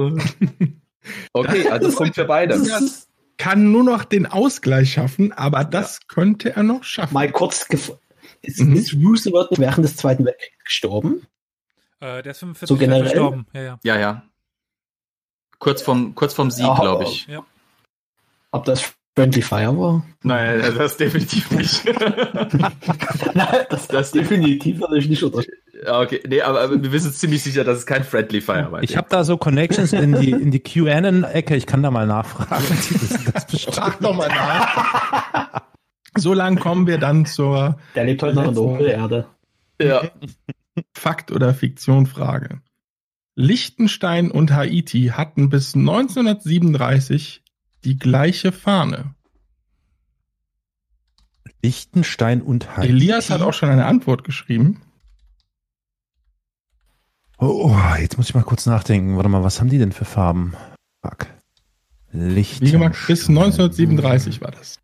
[SPEAKER 7] Okay, also Punkt für beide.
[SPEAKER 6] Das ist,
[SPEAKER 3] Kann nur noch den Ausgleich schaffen, aber das könnte er noch schaffen.
[SPEAKER 6] mal kurz gef- ist,
[SPEAKER 3] Mhm.
[SPEAKER 6] ist Roosevelt nicht während des Zweiten Weltkriegs gestorben?
[SPEAKER 2] Äh, der ist 45
[SPEAKER 6] So generell?
[SPEAKER 2] gestorben. Ja, ja.
[SPEAKER 7] Ja, ja. Kurz vom, kurz vom Sieg,
[SPEAKER 6] Ja,
[SPEAKER 7] glaube ich.
[SPEAKER 6] Ob das Friendly Fire war?
[SPEAKER 7] Nein, das definitiv nicht.
[SPEAKER 6] Nein, das,
[SPEAKER 7] Das-
[SPEAKER 6] definitiv würde ich nicht unterschreiben.
[SPEAKER 7] Ja, okay, nee, aber, aber wir wissen ziemlich sicher, dass es kein Friendly Fire war.
[SPEAKER 5] Ich habe da so Connections in die, in die QAnon-Ecke, ich kann da mal nachfragen. Das, das bestimmt-
[SPEAKER 3] Frag doch mal nach. so lang kommen wir dann zur
[SPEAKER 6] Der lebt heute noch in der Hohlerde.
[SPEAKER 7] ja.
[SPEAKER 3] Fakt- oder Fiktion-Frage. Liechtenstein und Haiti hatten bis 1937 die gleiche Fahne.
[SPEAKER 5] Liechtenstein und Haiti.
[SPEAKER 3] Elias hat auch schon eine Antwort geschrieben.
[SPEAKER 5] Oh, oh, jetzt muss ich mal kurz nachdenken. Warte mal, was haben die denn für Farben? Fuck. Liechtenstein.
[SPEAKER 3] Wie gesagt, bis 1937 war das.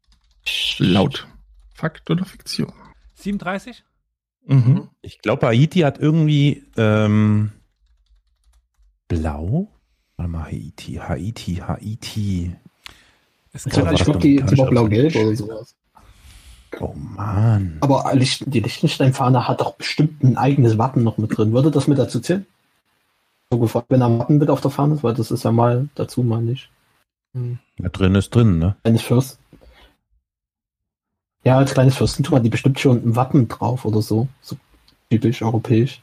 [SPEAKER 3] Laut. Fakt oder Fiktion?
[SPEAKER 2] 37?
[SPEAKER 3] Mhm.
[SPEAKER 5] Ich glaube, Haiti hat irgendwie ähm, blau. Warte mal, Haiti, Haiti, Haiti.
[SPEAKER 2] Es
[SPEAKER 5] Ja,
[SPEAKER 2] kann
[SPEAKER 5] warte.
[SPEAKER 6] ich glaube, die, die war blau-gelb oder sowas.
[SPEAKER 5] Oh Mann.
[SPEAKER 6] Aber Lichten- die Liechtenstein-Fahne hat doch bestimmt ein eigenes Wappen noch mit drin. Würde das mit dazu zählen? So gefragt, wenn da ein Wappen mit auf der Fahne ist, weil das ist ja mal dazu, mal nicht.
[SPEAKER 5] Ja, drin ist drin, ne?
[SPEAKER 6] Eines Fürst. Ja, als kleines Fürstentum hat die bestimmt schon ein Wappen drauf oder so. So typisch europäisch.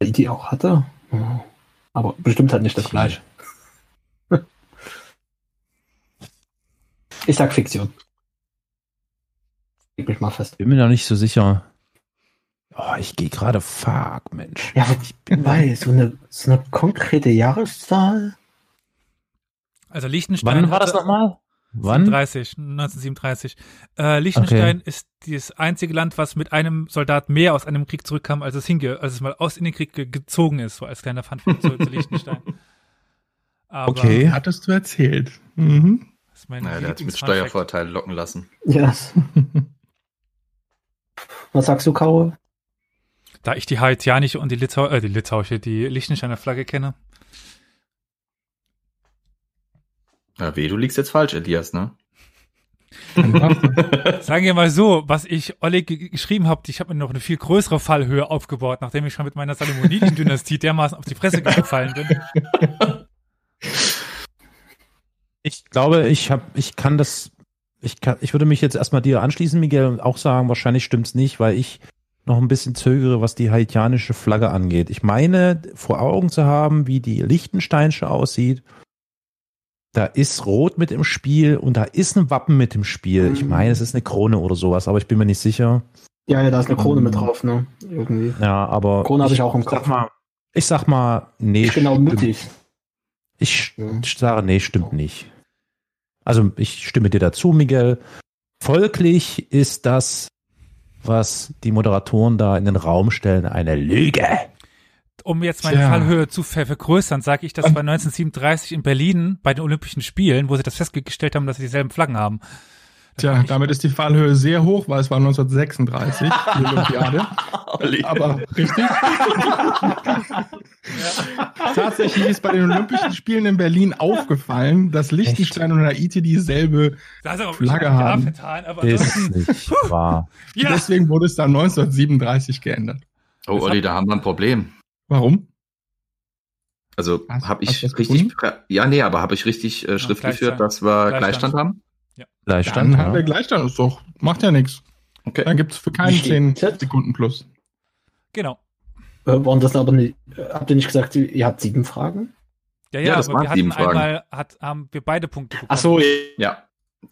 [SPEAKER 6] Die die auch hatte. Ja. Aber bestimmt halt nicht das gleiche. Ich sag Fiktion. Leg mich mal fest.
[SPEAKER 5] Bin mir noch nicht so sicher. Oh, ich gehe gerade. Fuck, Mensch.
[SPEAKER 6] Ja, weil so eine, so eine konkrete Jahreszahl.
[SPEAKER 2] Also Liechtenstein.
[SPEAKER 5] Wann war das
[SPEAKER 2] hatte-
[SPEAKER 5] nochmal? Wann?
[SPEAKER 2] 37, 1937. Äh, Liechtenstein ist das einzige Land, was mit einem Soldat mehr aus einem Krieg zurückkam, als es hinge, als es mal aus in den Krieg ge gezogen ist, so als kleiner Funfact zu, zu Liechtenstein. Aber
[SPEAKER 5] Okay.
[SPEAKER 3] Hattest du erzählt. Mhm.
[SPEAKER 2] Das ist mein
[SPEAKER 7] Naja, der hat sich mit
[SPEAKER 2] Lieblings-Funfact.
[SPEAKER 7] Steuervorteil locken lassen.
[SPEAKER 6] Ja. Was sagst du, Karo?
[SPEAKER 2] Da ich die haitianische und die, Litau äh, die litauische, die Liechtensteiner Flagge kenne.
[SPEAKER 7] Na weh, du liegst jetzt falsch, Elias, ne?
[SPEAKER 2] Sagen wir mal so, was ich Oleg ge- geschrieben habe, ich habe mir noch eine viel größere Fallhöhe aufgebaut, nachdem ich schon mit meiner Salomoniden-Dynastie dermaßen auf die Fresse gefallen bin.
[SPEAKER 5] Ich glaube, ich habe, ich kann das, ich kann, ich würde mich jetzt erstmal dir anschließen, Miguel, und auch sagen, wahrscheinlich stimmt's nicht, weil ich noch ein bisschen zögere, was die haitianische Flagge angeht. Ich meine, vor Augen zu haben, wie die Liechtensteinische aussieht. Da ist Rot mit im Spiel und da ist ein Wappen mit im Spiel. Ich meine, es ist eine Krone oder sowas, aber ich bin mir nicht sicher.
[SPEAKER 6] Ja, ja, da ist eine Krone mit drauf, ne? Irgendwie.
[SPEAKER 5] Ja, aber.
[SPEAKER 6] Krone habe ich auch im
[SPEAKER 5] sag
[SPEAKER 6] Kopf.
[SPEAKER 5] mal, ich sag mal, nee.
[SPEAKER 6] Ist genau
[SPEAKER 5] stimmt-
[SPEAKER 6] mittig.
[SPEAKER 5] Ich
[SPEAKER 6] Ja. Genau.
[SPEAKER 5] sage, nee, stimmt nicht. Also ich stimme dir dazu, Miguel. Folglich ist das, was die Moderatoren da in den Raum stellen, eine Lüge.
[SPEAKER 2] Um jetzt meine
[SPEAKER 3] Tja.
[SPEAKER 2] Fallhöhe zu ver vergrößern, sage ich, das war 1937 in Berlin bei den Olympischen Spielen, wo sie das festgestellt haben, dass sie dieselben Flaggen haben.
[SPEAKER 3] Tja, damit ist die Fallhöhe sehr hoch, weil es war 1936, die Olympiade. Aber richtig. Tatsächlich ist bei den Olympischen Spielen in Berlin aufgefallen, dass Liechtenstein und Haiti dieselbe.
[SPEAKER 2] Da ist aber
[SPEAKER 3] Flagge
[SPEAKER 2] ich hab
[SPEAKER 3] haben.
[SPEAKER 2] Vertan, aber
[SPEAKER 5] Ist
[SPEAKER 2] ansonsten,
[SPEAKER 5] nicht wahr.
[SPEAKER 2] ja.
[SPEAKER 3] Deswegen wurde es dann 1937 geändert.
[SPEAKER 7] Oh, Olli, da haben wir ein Problem.
[SPEAKER 3] Warum?
[SPEAKER 7] Also
[SPEAKER 3] Hast-
[SPEAKER 7] habe
[SPEAKER 3] hast
[SPEAKER 7] ich
[SPEAKER 3] du das
[SPEAKER 7] richtig,
[SPEAKER 3] gefunden?
[SPEAKER 7] ja, nee, aber habe ich richtig äh, Schrift
[SPEAKER 2] Gleichstand.
[SPEAKER 7] geführt, dass wir
[SPEAKER 2] Gleichstand.
[SPEAKER 7] Gleichstand haben?
[SPEAKER 5] Gleichstand.
[SPEAKER 3] Dann haben wir
[SPEAKER 5] Ja.
[SPEAKER 3] Gleichstand. Ist doch, macht ja nichts.
[SPEAKER 7] Okay.
[SPEAKER 3] Dann gibt es für keinen
[SPEAKER 6] Steht
[SPEAKER 3] 10
[SPEAKER 6] Chat?
[SPEAKER 3] Sekunden plus.
[SPEAKER 2] Genau.
[SPEAKER 6] Äh, waren das aber nicht, äh, habt ihr nicht gesagt, ihr habt sieben Fragen?
[SPEAKER 2] Ja, ja,
[SPEAKER 7] Ja, das
[SPEAKER 2] aber
[SPEAKER 7] waren
[SPEAKER 2] wir hatten
[SPEAKER 7] sieben Fragen.
[SPEAKER 2] einmal, hat, haben wir beide Punkte bekommen.
[SPEAKER 6] Ach so, ja,
[SPEAKER 7] Ja.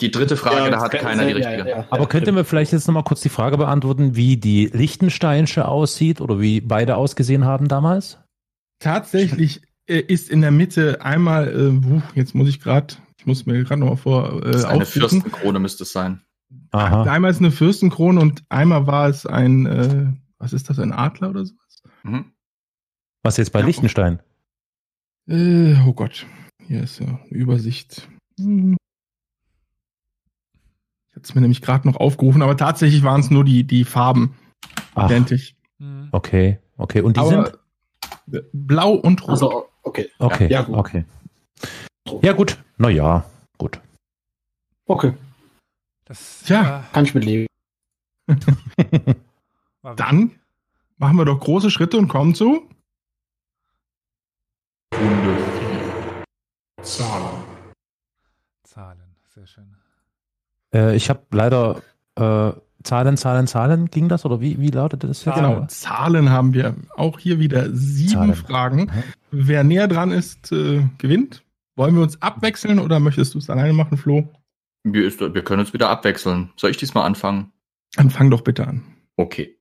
[SPEAKER 7] Die dritte Frage,
[SPEAKER 6] ja,
[SPEAKER 7] da hat
[SPEAKER 6] das kann
[SPEAKER 7] keiner
[SPEAKER 6] sein,
[SPEAKER 7] die
[SPEAKER 6] ja,
[SPEAKER 7] richtige.
[SPEAKER 3] Äh,
[SPEAKER 6] ja, ja.
[SPEAKER 5] Aber könnt ihr mir vielleicht jetzt nochmal kurz die Frage beantworten, wie die Liechtensteinische aussieht oder wie beide ausgesehen haben damals?
[SPEAKER 3] Tatsächlich äh, ist in der Mitte einmal, äh, wuh, jetzt muss ich gerade, ich muss mir gerade noch mal vor äh,
[SPEAKER 7] Das ist eine
[SPEAKER 3] aufrufen.
[SPEAKER 7] Fürstenkrone müsste es sein.
[SPEAKER 5] Aha.
[SPEAKER 3] Einmal ist eine Fürstenkrone und einmal war es ein, äh, was ist das, ein Adler oder sowas?
[SPEAKER 7] Mhm.
[SPEAKER 5] Was jetzt bei
[SPEAKER 3] Ja.
[SPEAKER 5] Liechtenstein?
[SPEAKER 3] Äh, oh Gott, hier ist ja eine Übersicht. Hm. Ich hatte es mir nämlich gerade noch aufgerufen, aber tatsächlich waren es nur die, die Farben,
[SPEAKER 5] Ach,
[SPEAKER 3] identisch.
[SPEAKER 2] Hm.
[SPEAKER 5] okay, okay. Und die sind?
[SPEAKER 3] Aber äh, blau und rot.
[SPEAKER 6] Also, okay.
[SPEAKER 5] Okay,
[SPEAKER 6] Ja, gut.
[SPEAKER 5] okay. Ja, gut. Naja, gut.
[SPEAKER 6] Okay,
[SPEAKER 2] Das
[SPEAKER 3] Tja.
[SPEAKER 2] äh,
[SPEAKER 6] kann ich mitleben.
[SPEAKER 2] war
[SPEAKER 3] Dann machen wir doch große Schritte und kommen zu.
[SPEAKER 8] Zahlen.
[SPEAKER 2] Zahlen. Sehr schön.
[SPEAKER 5] Äh, ich habe leider äh, Zahlen, Zahlen, Zahlen. Ging das oder wie, wie lautete das jetzt?
[SPEAKER 2] Zahlen.
[SPEAKER 3] Genau, Zahlen haben wir. Auch hier wieder sieben
[SPEAKER 5] Zahlen.
[SPEAKER 3] Fragen.
[SPEAKER 5] Mhm.
[SPEAKER 3] Wer näher dran ist, äh, gewinnt. Wollen wir uns abwechseln oder möchtest du es alleine machen, Flo?
[SPEAKER 7] Wir, ist, wir können uns wieder abwechseln. Soll ich diesmal anfangen?
[SPEAKER 3] Dann fang doch bitte an.
[SPEAKER 7] Okay.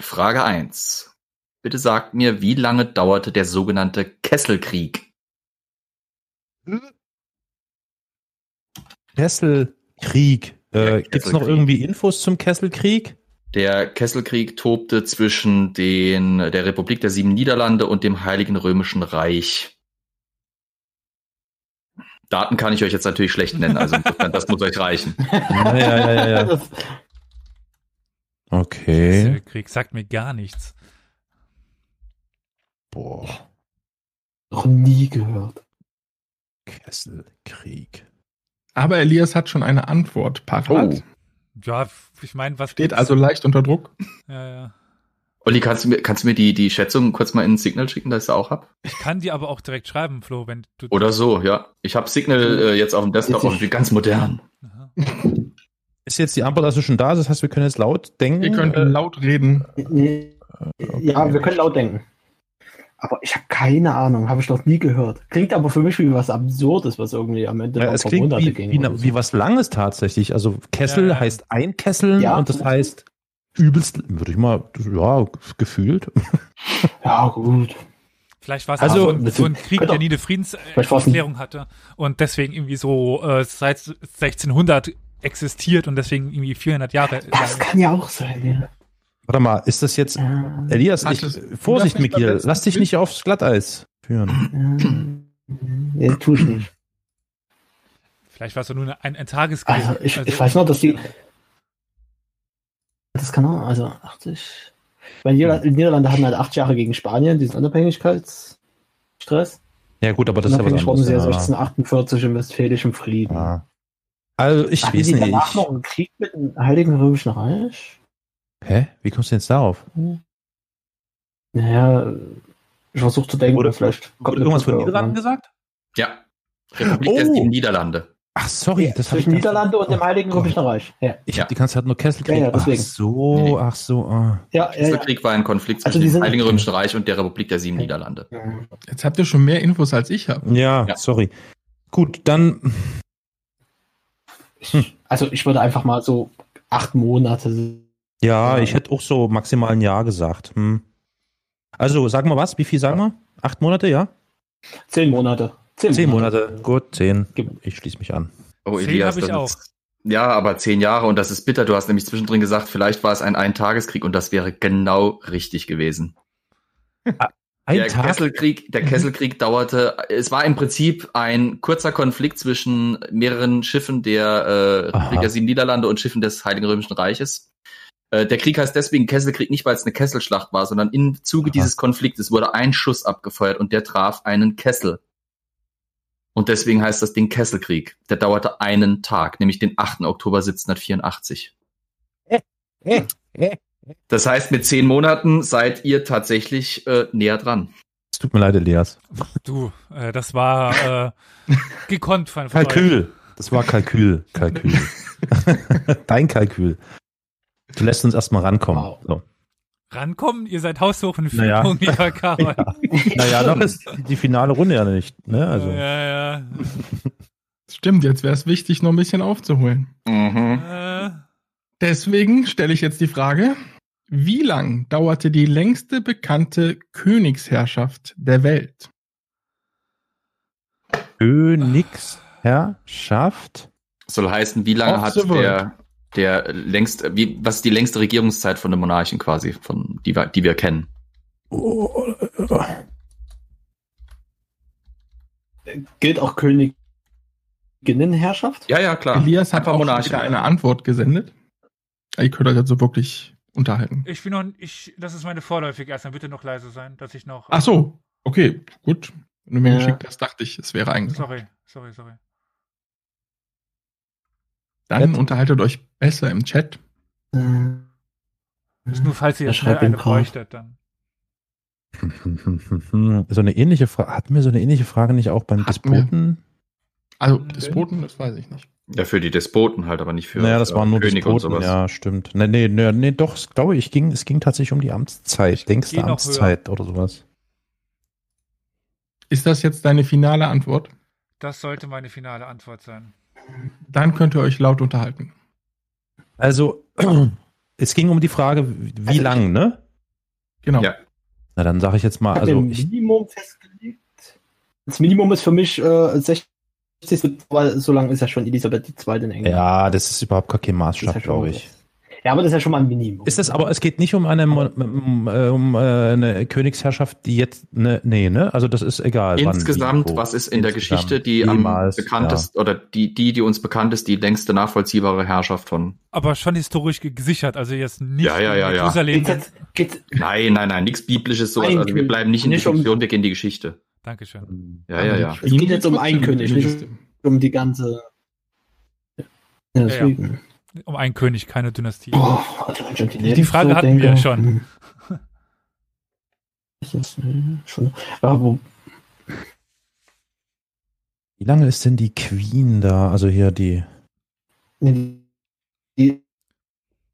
[SPEAKER 7] Frage 1. Bitte sagt mir, wie lange dauerte der sogenannte Kesselkrieg?
[SPEAKER 5] Kesselkrieg.
[SPEAKER 7] Ja,
[SPEAKER 5] Äh, Gibt es noch
[SPEAKER 7] Kesselkrieg.
[SPEAKER 5] irgendwie Infos zum Kesselkrieg?
[SPEAKER 7] Der Kesselkrieg tobte zwischen den, der Republik der Sieben Niederlande und dem Heiligen Römischen Reich. Daten kann ich euch jetzt natürlich schlecht nennen, also insofern, das muss euch reichen.
[SPEAKER 5] Ja, ja, ja, ja, ja.
[SPEAKER 6] Das-
[SPEAKER 5] Okay.
[SPEAKER 2] Der Krieg sagt mir gar nichts.
[SPEAKER 5] Boah,
[SPEAKER 6] Noch nie gehört.
[SPEAKER 5] Kesselkrieg.
[SPEAKER 3] Aber Elias hat schon eine Antwort
[SPEAKER 7] Oh.
[SPEAKER 3] parat.
[SPEAKER 2] Ja, ich meine, was
[SPEAKER 3] Steht also leicht unter Druck.
[SPEAKER 2] Ja, ja.
[SPEAKER 7] Olli, kannst du mir, kannst du mir die, die Schätzung kurz mal in Signal schicken, dass ich sie auch hab?
[SPEAKER 2] Ich kann dir aber auch direkt schreiben, Flo, wenn du.
[SPEAKER 7] Oder so, ja. Ich habe Signal äh, jetzt auf dem Desktop
[SPEAKER 6] Jetzt-
[SPEAKER 7] und bin ganz modern.
[SPEAKER 2] Aha.
[SPEAKER 5] Ist jetzt die Antwort also schon da? Das heißt, wir können jetzt laut denken.
[SPEAKER 3] Ihr könnt
[SPEAKER 5] Äh,
[SPEAKER 3] laut reden.
[SPEAKER 6] Nee. Ja, wir können laut denken. Aber ich habe keine Ahnung, habe ich noch nie gehört. Klingt aber für mich wie was Absurdes, was irgendwie am Ende
[SPEAKER 5] ja,
[SPEAKER 6] noch
[SPEAKER 5] es
[SPEAKER 6] ein paar
[SPEAKER 5] klingt
[SPEAKER 6] Monate
[SPEAKER 5] wie,
[SPEAKER 6] ging
[SPEAKER 5] wie,
[SPEAKER 6] oder
[SPEAKER 5] na-
[SPEAKER 6] so.
[SPEAKER 5] wie was Langes tatsächlich. Also Kessel
[SPEAKER 2] Ja, ja.
[SPEAKER 5] heißt einkesseln
[SPEAKER 6] Ja.
[SPEAKER 5] und das heißt übelst, würde ich mal, ja, gefühlt.
[SPEAKER 6] Ja, gut.
[SPEAKER 2] Vielleicht war es
[SPEAKER 6] Also,
[SPEAKER 2] also, so, ein, so ein Krieg,
[SPEAKER 6] könnte
[SPEAKER 2] der
[SPEAKER 6] auch-
[SPEAKER 2] nie eine Friedenserklärung
[SPEAKER 6] Vielleicht
[SPEAKER 2] hatte und deswegen irgendwie so äh, seit 1600 existiert und deswegen irgendwie 400 Jahre.
[SPEAKER 6] Das kann ja auch sein.
[SPEAKER 5] Warte mal, ist das jetzt
[SPEAKER 6] Ja.
[SPEAKER 5] Elias, ich,
[SPEAKER 3] Hattest- du
[SPEAKER 5] Vorsicht,
[SPEAKER 3] darfst nicht
[SPEAKER 5] Miguel,
[SPEAKER 3] verletzen.
[SPEAKER 5] lass dich nicht aufs Glatteis führen.
[SPEAKER 6] Ähm, Nee, tu ich nicht.
[SPEAKER 2] Vielleicht war es ja nur eine, ein, ein Tages
[SPEAKER 6] Also
[SPEAKER 2] gewesen.
[SPEAKER 6] ich,
[SPEAKER 2] Also,
[SPEAKER 6] ich weiß noch, dass die. Das kann auch, also 80. Weil die Nieder- die Niederlande hatten halt acht Jahre gegen Spanien, diesen Unabhängigkeitsstress.
[SPEAKER 5] Ja, gut, Oh, aber das ist ja was
[SPEAKER 6] Unabhängig wurden
[SPEAKER 5] anderes.
[SPEAKER 6] sie ja
[SPEAKER 5] Ja.
[SPEAKER 6] 1648 im Westfälischen Frieden.
[SPEAKER 5] Ja. Ah. Also, ich
[SPEAKER 6] Hatten
[SPEAKER 5] weiß
[SPEAKER 6] die danach
[SPEAKER 5] nicht.
[SPEAKER 6] noch einen Krieg mit dem Heiligen Römischen Reich?
[SPEAKER 5] Hä? Wie kommst du jetzt darauf?
[SPEAKER 6] Naja, ich versuche zu denken,
[SPEAKER 5] Wurde-
[SPEAKER 6] aber vielleicht
[SPEAKER 5] Wurde
[SPEAKER 6] eine
[SPEAKER 5] irgendwas von
[SPEAKER 6] gute
[SPEAKER 5] Niederlanden
[SPEAKER 6] Eröffnung.
[SPEAKER 5] gesagt?
[SPEAKER 7] Ja. Republik der
[SPEAKER 5] Oh.
[SPEAKER 7] Sieben Niederlande.
[SPEAKER 5] Ach, sorry, das habe ich. Oh
[SPEAKER 6] Zwischen Niederlande und dem Heiligen Römischen Reich. Ja,
[SPEAKER 5] Ich
[SPEAKER 7] Ja.
[SPEAKER 5] habe die ganze Zeit nur Kessel gekriegt.
[SPEAKER 6] Ja, ja,
[SPEAKER 5] ach
[SPEAKER 6] deswegen.
[SPEAKER 5] so, ach so. ah.
[SPEAKER 6] ja, ja.
[SPEAKER 7] Dieser
[SPEAKER 6] ja.
[SPEAKER 7] Krieg war ein Konflikt
[SPEAKER 6] Also
[SPEAKER 7] zwischen
[SPEAKER 6] die
[SPEAKER 7] dem
[SPEAKER 6] sind-
[SPEAKER 7] Heiligen Römischen Reich und der Republik der Sieben Niederlande.
[SPEAKER 3] Jetzt habt ihr schon mehr Infos als ich habe.
[SPEAKER 5] Ja,
[SPEAKER 7] Ja.
[SPEAKER 5] sorry. Gut, dann.
[SPEAKER 6] Also ich würde einfach mal so acht Monate.
[SPEAKER 5] Ja,
[SPEAKER 6] Ja.
[SPEAKER 5] ich hätte auch so maximal ein Jahr gesagt. Hm. Also, sag mal was? Wie viel sagen wir? Acht Monate, ja?
[SPEAKER 6] Zehn Monate.
[SPEAKER 5] Zehn Monate. Gut, zehn.
[SPEAKER 6] Gib-
[SPEAKER 5] Ich schließe mich an.
[SPEAKER 7] Oh,
[SPEAKER 2] Zehn hab ich
[SPEAKER 7] das
[SPEAKER 2] auch.
[SPEAKER 7] Ist, ja, aber zehn Jahre und das ist bitter. Du hast nämlich zwischendrin gesagt, vielleicht war es ein Eintageskrieg und das wäre genau richtig gewesen.
[SPEAKER 5] Ein
[SPEAKER 7] der
[SPEAKER 5] Tag.
[SPEAKER 7] Kesselkrieg, der Kesselkrieg dauerte, es war im Prinzip ein kurzer Konflikt zwischen mehreren Schiffen der äh, Republik
[SPEAKER 5] Aha.
[SPEAKER 7] der Sieben Niederlande und Schiffen des Heiligen Römischen Reiches. Äh, der Krieg heißt deswegen Kesselkrieg nicht, weil es eine Kesselschlacht war, sondern im Zuge
[SPEAKER 5] Aha.
[SPEAKER 7] dieses Konfliktes wurde ein Schuss abgefeuert und der traf einen Kessel. Und deswegen heißt das Ding Kesselkrieg. Der dauerte einen Tag, nämlich den 8. Oktober 1784. Das heißt, mit zehn Monaten seid ihr tatsächlich äh, näher dran.
[SPEAKER 5] Es tut mir leid, Elias.
[SPEAKER 2] du, äh, das war äh, gekonnt von von
[SPEAKER 5] Kalkül. Das war Kalkül. Kalkül. Dein Kalkül. Du lässt uns erstmal rankommen.
[SPEAKER 6] Wow.
[SPEAKER 5] So.
[SPEAKER 2] euch. Rankommen, ihr seid haushoch in
[SPEAKER 5] Naja.
[SPEAKER 2] Führung, lieber Karol.
[SPEAKER 5] Ja. Naja, noch ist die- die finale Runde ja nicht. Ne? Also,
[SPEAKER 2] Ja,
[SPEAKER 3] Stimmt, jetzt wäre es wichtig, noch ein bisschen aufzuholen.
[SPEAKER 7] Mhm.
[SPEAKER 2] ja. Äh,
[SPEAKER 3] Deswegen stelle ich jetzt die Frage, wie lang dauerte die längste bekannte Königsherrschaft der Welt?
[SPEAKER 5] Königsherrschaft.
[SPEAKER 7] Soll heißen, wie lange
[SPEAKER 3] Of
[SPEAKER 7] hat
[SPEAKER 3] the world.
[SPEAKER 7] der, der längst, wie, was ist die längste Regierungszeit von einem Monarchen quasi, von, die, wir- die wir kennen?
[SPEAKER 5] Oh, oh.
[SPEAKER 6] Gilt auch Königinnenherrschaft?
[SPEAKER 7] Ja, ja, klar.
[SPEAKER 3] Elias hat
[SPEAKER 7] Ah, Einfach
[SPEAKER 3] auch schon
[SPEAKER 7] Monarchen.
[SPEAKER 3] wieder eine Antwort gesendet. Ihr könnt euch also wirklich unterhalten.
[SPEAKER 2] ich bin noch, ich, das ist meine vorläufige erst, dann bitte noch leise sein, dass ich noch.
[SPEAKER 6] Ah.
[SPEAKER 3] Ach so, okay, gut. Wenn du mir
[SPEAKER 6] Ja.
[SPEAKER 3] geschickt hast, dachte ich, es wäre eigentlich.
[SPEAKER 2] Sorry, sorry, sorry.
[SPEAKER 3] Dann unterhaltet euch besser im Chat.
[SPEAKER 6] Äh,
[SPEAKER 2] Das ist nur, falls ihr
[SPEAKER 6] Ja,
[SPEAKER 2] jetzt schnell
[SPEAKER 6] schreib ihm
[SPEAKER 2] eine
[SPEAKER 6] drauf.
[SPEAKER 2] bräuchtet, dann.
[SPEAKER 5] So eine ähnliche Frage. Hatten wir so eine ähnliche Frage nicht auch beim
[SPEAKER 3] Hatten wir.
[SPEAKER 5] Despoten?
[SPEAKER 3] Also
[SPEAKER 2] Mhm.
[SPEAKER 3] Despoten, das weiß ich nicht.
[SPEAKER 7] Ja, für die Despoten halt, aber nicht für
[SPEAKER 5] naja, das
[SPEAKER 7] äh,
[SPEAKER 5] waren nur
[SPEAKER 7] König und
[SPEAKER 5] Despoten.
[SPEAKER 7] sowas.
[SPEAKER 5] Ja, stimmt. Ne, Nee, nee, nee, nee doch, es- glaube ich, ging, es ging tatsächlich um die Amtszeit.
[SPEAKER 2] geh
[SPEAKER 5] längste
[SPEAKER 2] noch
[SPEAKER 5] Amtszeit oder sowas.
[SPEAKER 3] Ist das jetzt deine finale Antwort?
[SPEAKER 2] Das sollte meine finale Antwort sein.
[SPEAKER 3] Dann könnt ihr euch laut unterhalten.
[SPEAKER 5] Also, es ging um die Frage, wie
[SPEAKER 6] Also-
[SPEAKER 5] lang, ne?
[SPEAKER 3] Genau.
[SPEAKER 7] Ja.
[SPEAKER 5] Na, dann sage ich jetzt mal,
[SPEAKER 6] Ich hab
[SPEAKER 5] also
[SPEAKER 6] mir ein
[SPEAKER 5] ich,
[SPEAKER 6] Minimum festgelegt. Das Minimum ist für mich äh, 60, weil so lange ist ja schon Elisabeth II. in England.
[SPEAKER 5] ja, das ist überhaupt gar kein
[SPEAKER 6] Das ist ja
[SPEAKER 5] Maßstab,
[SPEAKER 6] schon
[SPEAKER 5] glaube
[SPEAKER 6] mal
[SPEAKER 5] ich.
[SPEAKER 6] was. Ja, aber das ist ja schon mal ein Minimum.
[SPEAKER 5] Ist das aber, es geht nicht um eine, Mon- um, äh, um äh, eine Königsherrschaft, die jetzt, ne, nee, ne? Also das ist egal. wann, wie,
[SPEAKER 7] Insgesamt,
[SPEAKER 5] wo.
[SPEAKER 7] was ist in der
[SPEAKER 5] Insgesamt.
[SPEAKER 7] Geschichte die
[SPEAKER 5] Jemals,
[SPEAKER 7] am bekanntest oder die, die, die uns bekannt ist, die längste nachvollziehbare Herrschaft von?
[SPEAKER 2] Aber schon historisch ge- gesichert, also jetzt nicht
[SPEAKER 7] Ja, ja, ja,
[SPEAKER 2] in
[SPEAKER 7] ja.
[SPEAKER 2] Jerusalem.
[SPEAKER 6] Geht's jetzt, geht's,
[SPEAKER 7] Nein, nein, nein, nichts biblisches sowas.
[SPEAKER 6] Ein
[SPEAKER 7] Also wir
[SPEAKER 6] König.
[SPEAKER 7] bleiben nicht in die
[SPEAKER 6] Nicht um-
[SPEAKER 7] Fiktion, wir gehen in die Geschichte.
[SPEAKER 2] Dankeschön.
[SPEAKER 7] Ja, ja, ja.
[SPEAKER 6] Es geht jetzt um einen König, nicht? um die ganze. Ja, deswegen.
[SPEAKER 2] Um einen König, keine Dynastie.
[SPEAKER 6] Boah, also wenn ich an
[SPEAKER 2] Die Frage hatten wir ja schon.
[SPEAKER 6] hm. Ist das, hm, schon. Aber wo,
[SPEAKER 5] Wie lange ist denn die Queen da? Also hier die.
[SPEAKER 6] nee, die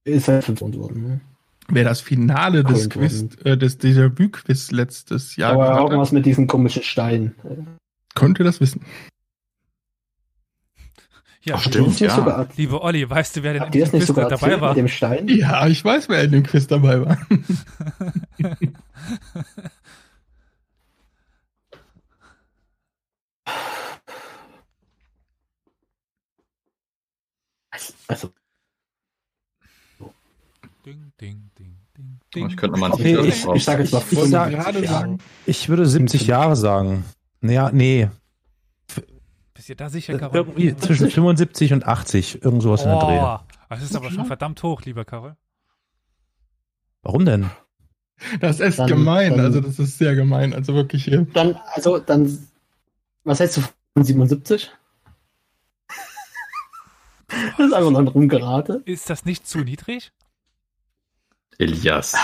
[SPEAKER 6] ist halt verwirrt worden. Ne?
[SPEAKER 3] Wer das Finale des
[SPEAKER 6] Cool, cool.
[SPEAKER 3] Quiz, äh, des déjà vu Quiz letztes Jahr
[SPEAKER 6] aber
[SPEAKER 3] gehört hat,
[SPEAKER 6] irgendwas mit diesen komischen Steinen.
[SPEAKER 3] könnt ihr das wissen.
[SPEAKER 2] Ja,
[SPEAKER 7] Ach, stimmt,
[SPEAKER 6] Die ist nicht
[SPEAKER 7] ja.
[SPEAKER 6] sogar,
[SPEAKER 2] Liebe Olli, weißt du, wer denn
[SPEAKER 6] habt ihr das nicht
[SPEAKER 2] Quiz
[SPEAKER 6] sogar erzählt
[SPEAKER 2] dabei war?
[SPEAKER 6] mit dem Stein?
[SPEAKER 3] Ja, ich weiß, wer in dem Quiz dabei war.
[SPEAKER 6] Also,
[SPEAKER 2] ding, ding, ding, ding, ding.
[SPEAKER 7] Ich könnte nochmal
[SPEAKER 5] um- Okay,
[SPEAKER 7] einen
[SPEAKER 5] ich-
[SPEAKER 7] T-Shirt
[SPEAKER 6] ich sage jetzt mal
[SPEAKER 3] Ich wollte
[SPEAKER 6] 75
[SPEAKER 5] sag-
[SPEAKER 3] gerade
[SPEAKER 6] Jahre.
[SPEAKER 3] sagen,
[SPEAKER 5] Ich würde 70 Jahre sagen. Naja, nee.
[SPEAKER 2] Bist du da sicher, Karol?
[SPEAKER 5] Äh, Irgendwie zwischen 75 und 80, irgend sowas in
[SPEAKER 2] Oh.
[SPEAKER 5] der Dreh.
[SPEAKER 2] Boah, das ist aber schon verdammt hoch, lieber Karol.
[SPEAKER 5] Warum denn?
[SPEAKER 3] Das ist
[SPEAKER 6] Dann-
[SPEAKER 3] gemein,
[SPEAKER 6] dann-
[SPEAKER 3] also das ist sehr gemein. Also wirklich hier.
[SPEAKER 6] Dann, also, dann, was hältst du von 77? Das ist einfach nur ein Rumgerate.
[SPEAKER 2] Ist das nicht zu niedrig?
[SPEAKER 7] Elias.